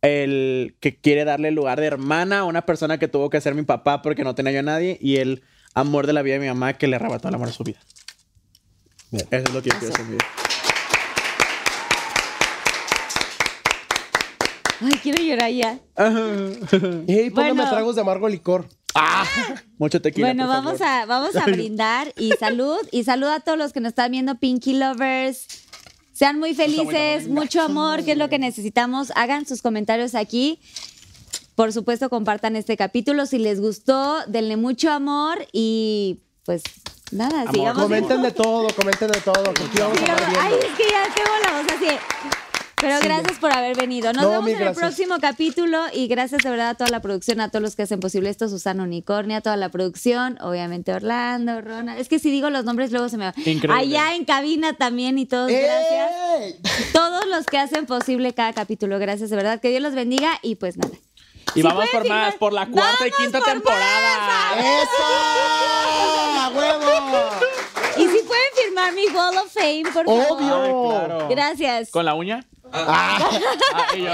el que quiere darle el lugar de hermana a una persona que tuvo que ser mi papá porque no tenía yo a nadie y el amor de la vida de mi mamá que le arrebató el amor a su vida. Bien. Eso es lo que yo quiero hacer. Ay, quiero llorar ya. Ey, póngame bueno. tragos de amargo licor. ¡Ah! Mucho tequila. Bueno, por vamos, favor. A, vamos a brindar y salud. Y salud a todos los que nos están viendo, Pinky Lovers. Sean muy felices, mucho amor, que es lo que necesitamos. Hagan sus comentarios aquí. Por supuesto, compartan este capítulo. Si les gustó, denle mucho amor y pues nada, amor, sigamos. Comenten de todo, comenten de todo. Aquí vamos sigamos. A Ay, es que ya tengo la voz así. Pero sí. gracias por haber venido. Nos no, vemos en gracias. el próximo capítulo y gracias de verdad a toda la producción, a todos los que hacen posible esto, Susana Unicornia, toda la producción, obviamente Orlando, Ronald. Es que si digo los nombres luego se me va. Increíble. Allá en cabina también y todos, ¡Eh! gracias. Todos los que hacen posible cada capítulo, gracias de verdad. Que Dios los bendiga y pues nada. Y sí pues, vamos por más, por la cuarta y quinta temporada. Más. ¡Eso! ¡A huevo! Y si pueden firmar mi Wall of Fame, por favor. Obvio. Ay, claro. Gracias. ¿Con la uña? Pues, Ah. Uh, Ah, y yo.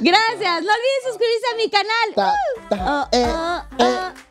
Gracias. No olviden suscribirse a mi canal. Ta, ta, eh, eh. uh,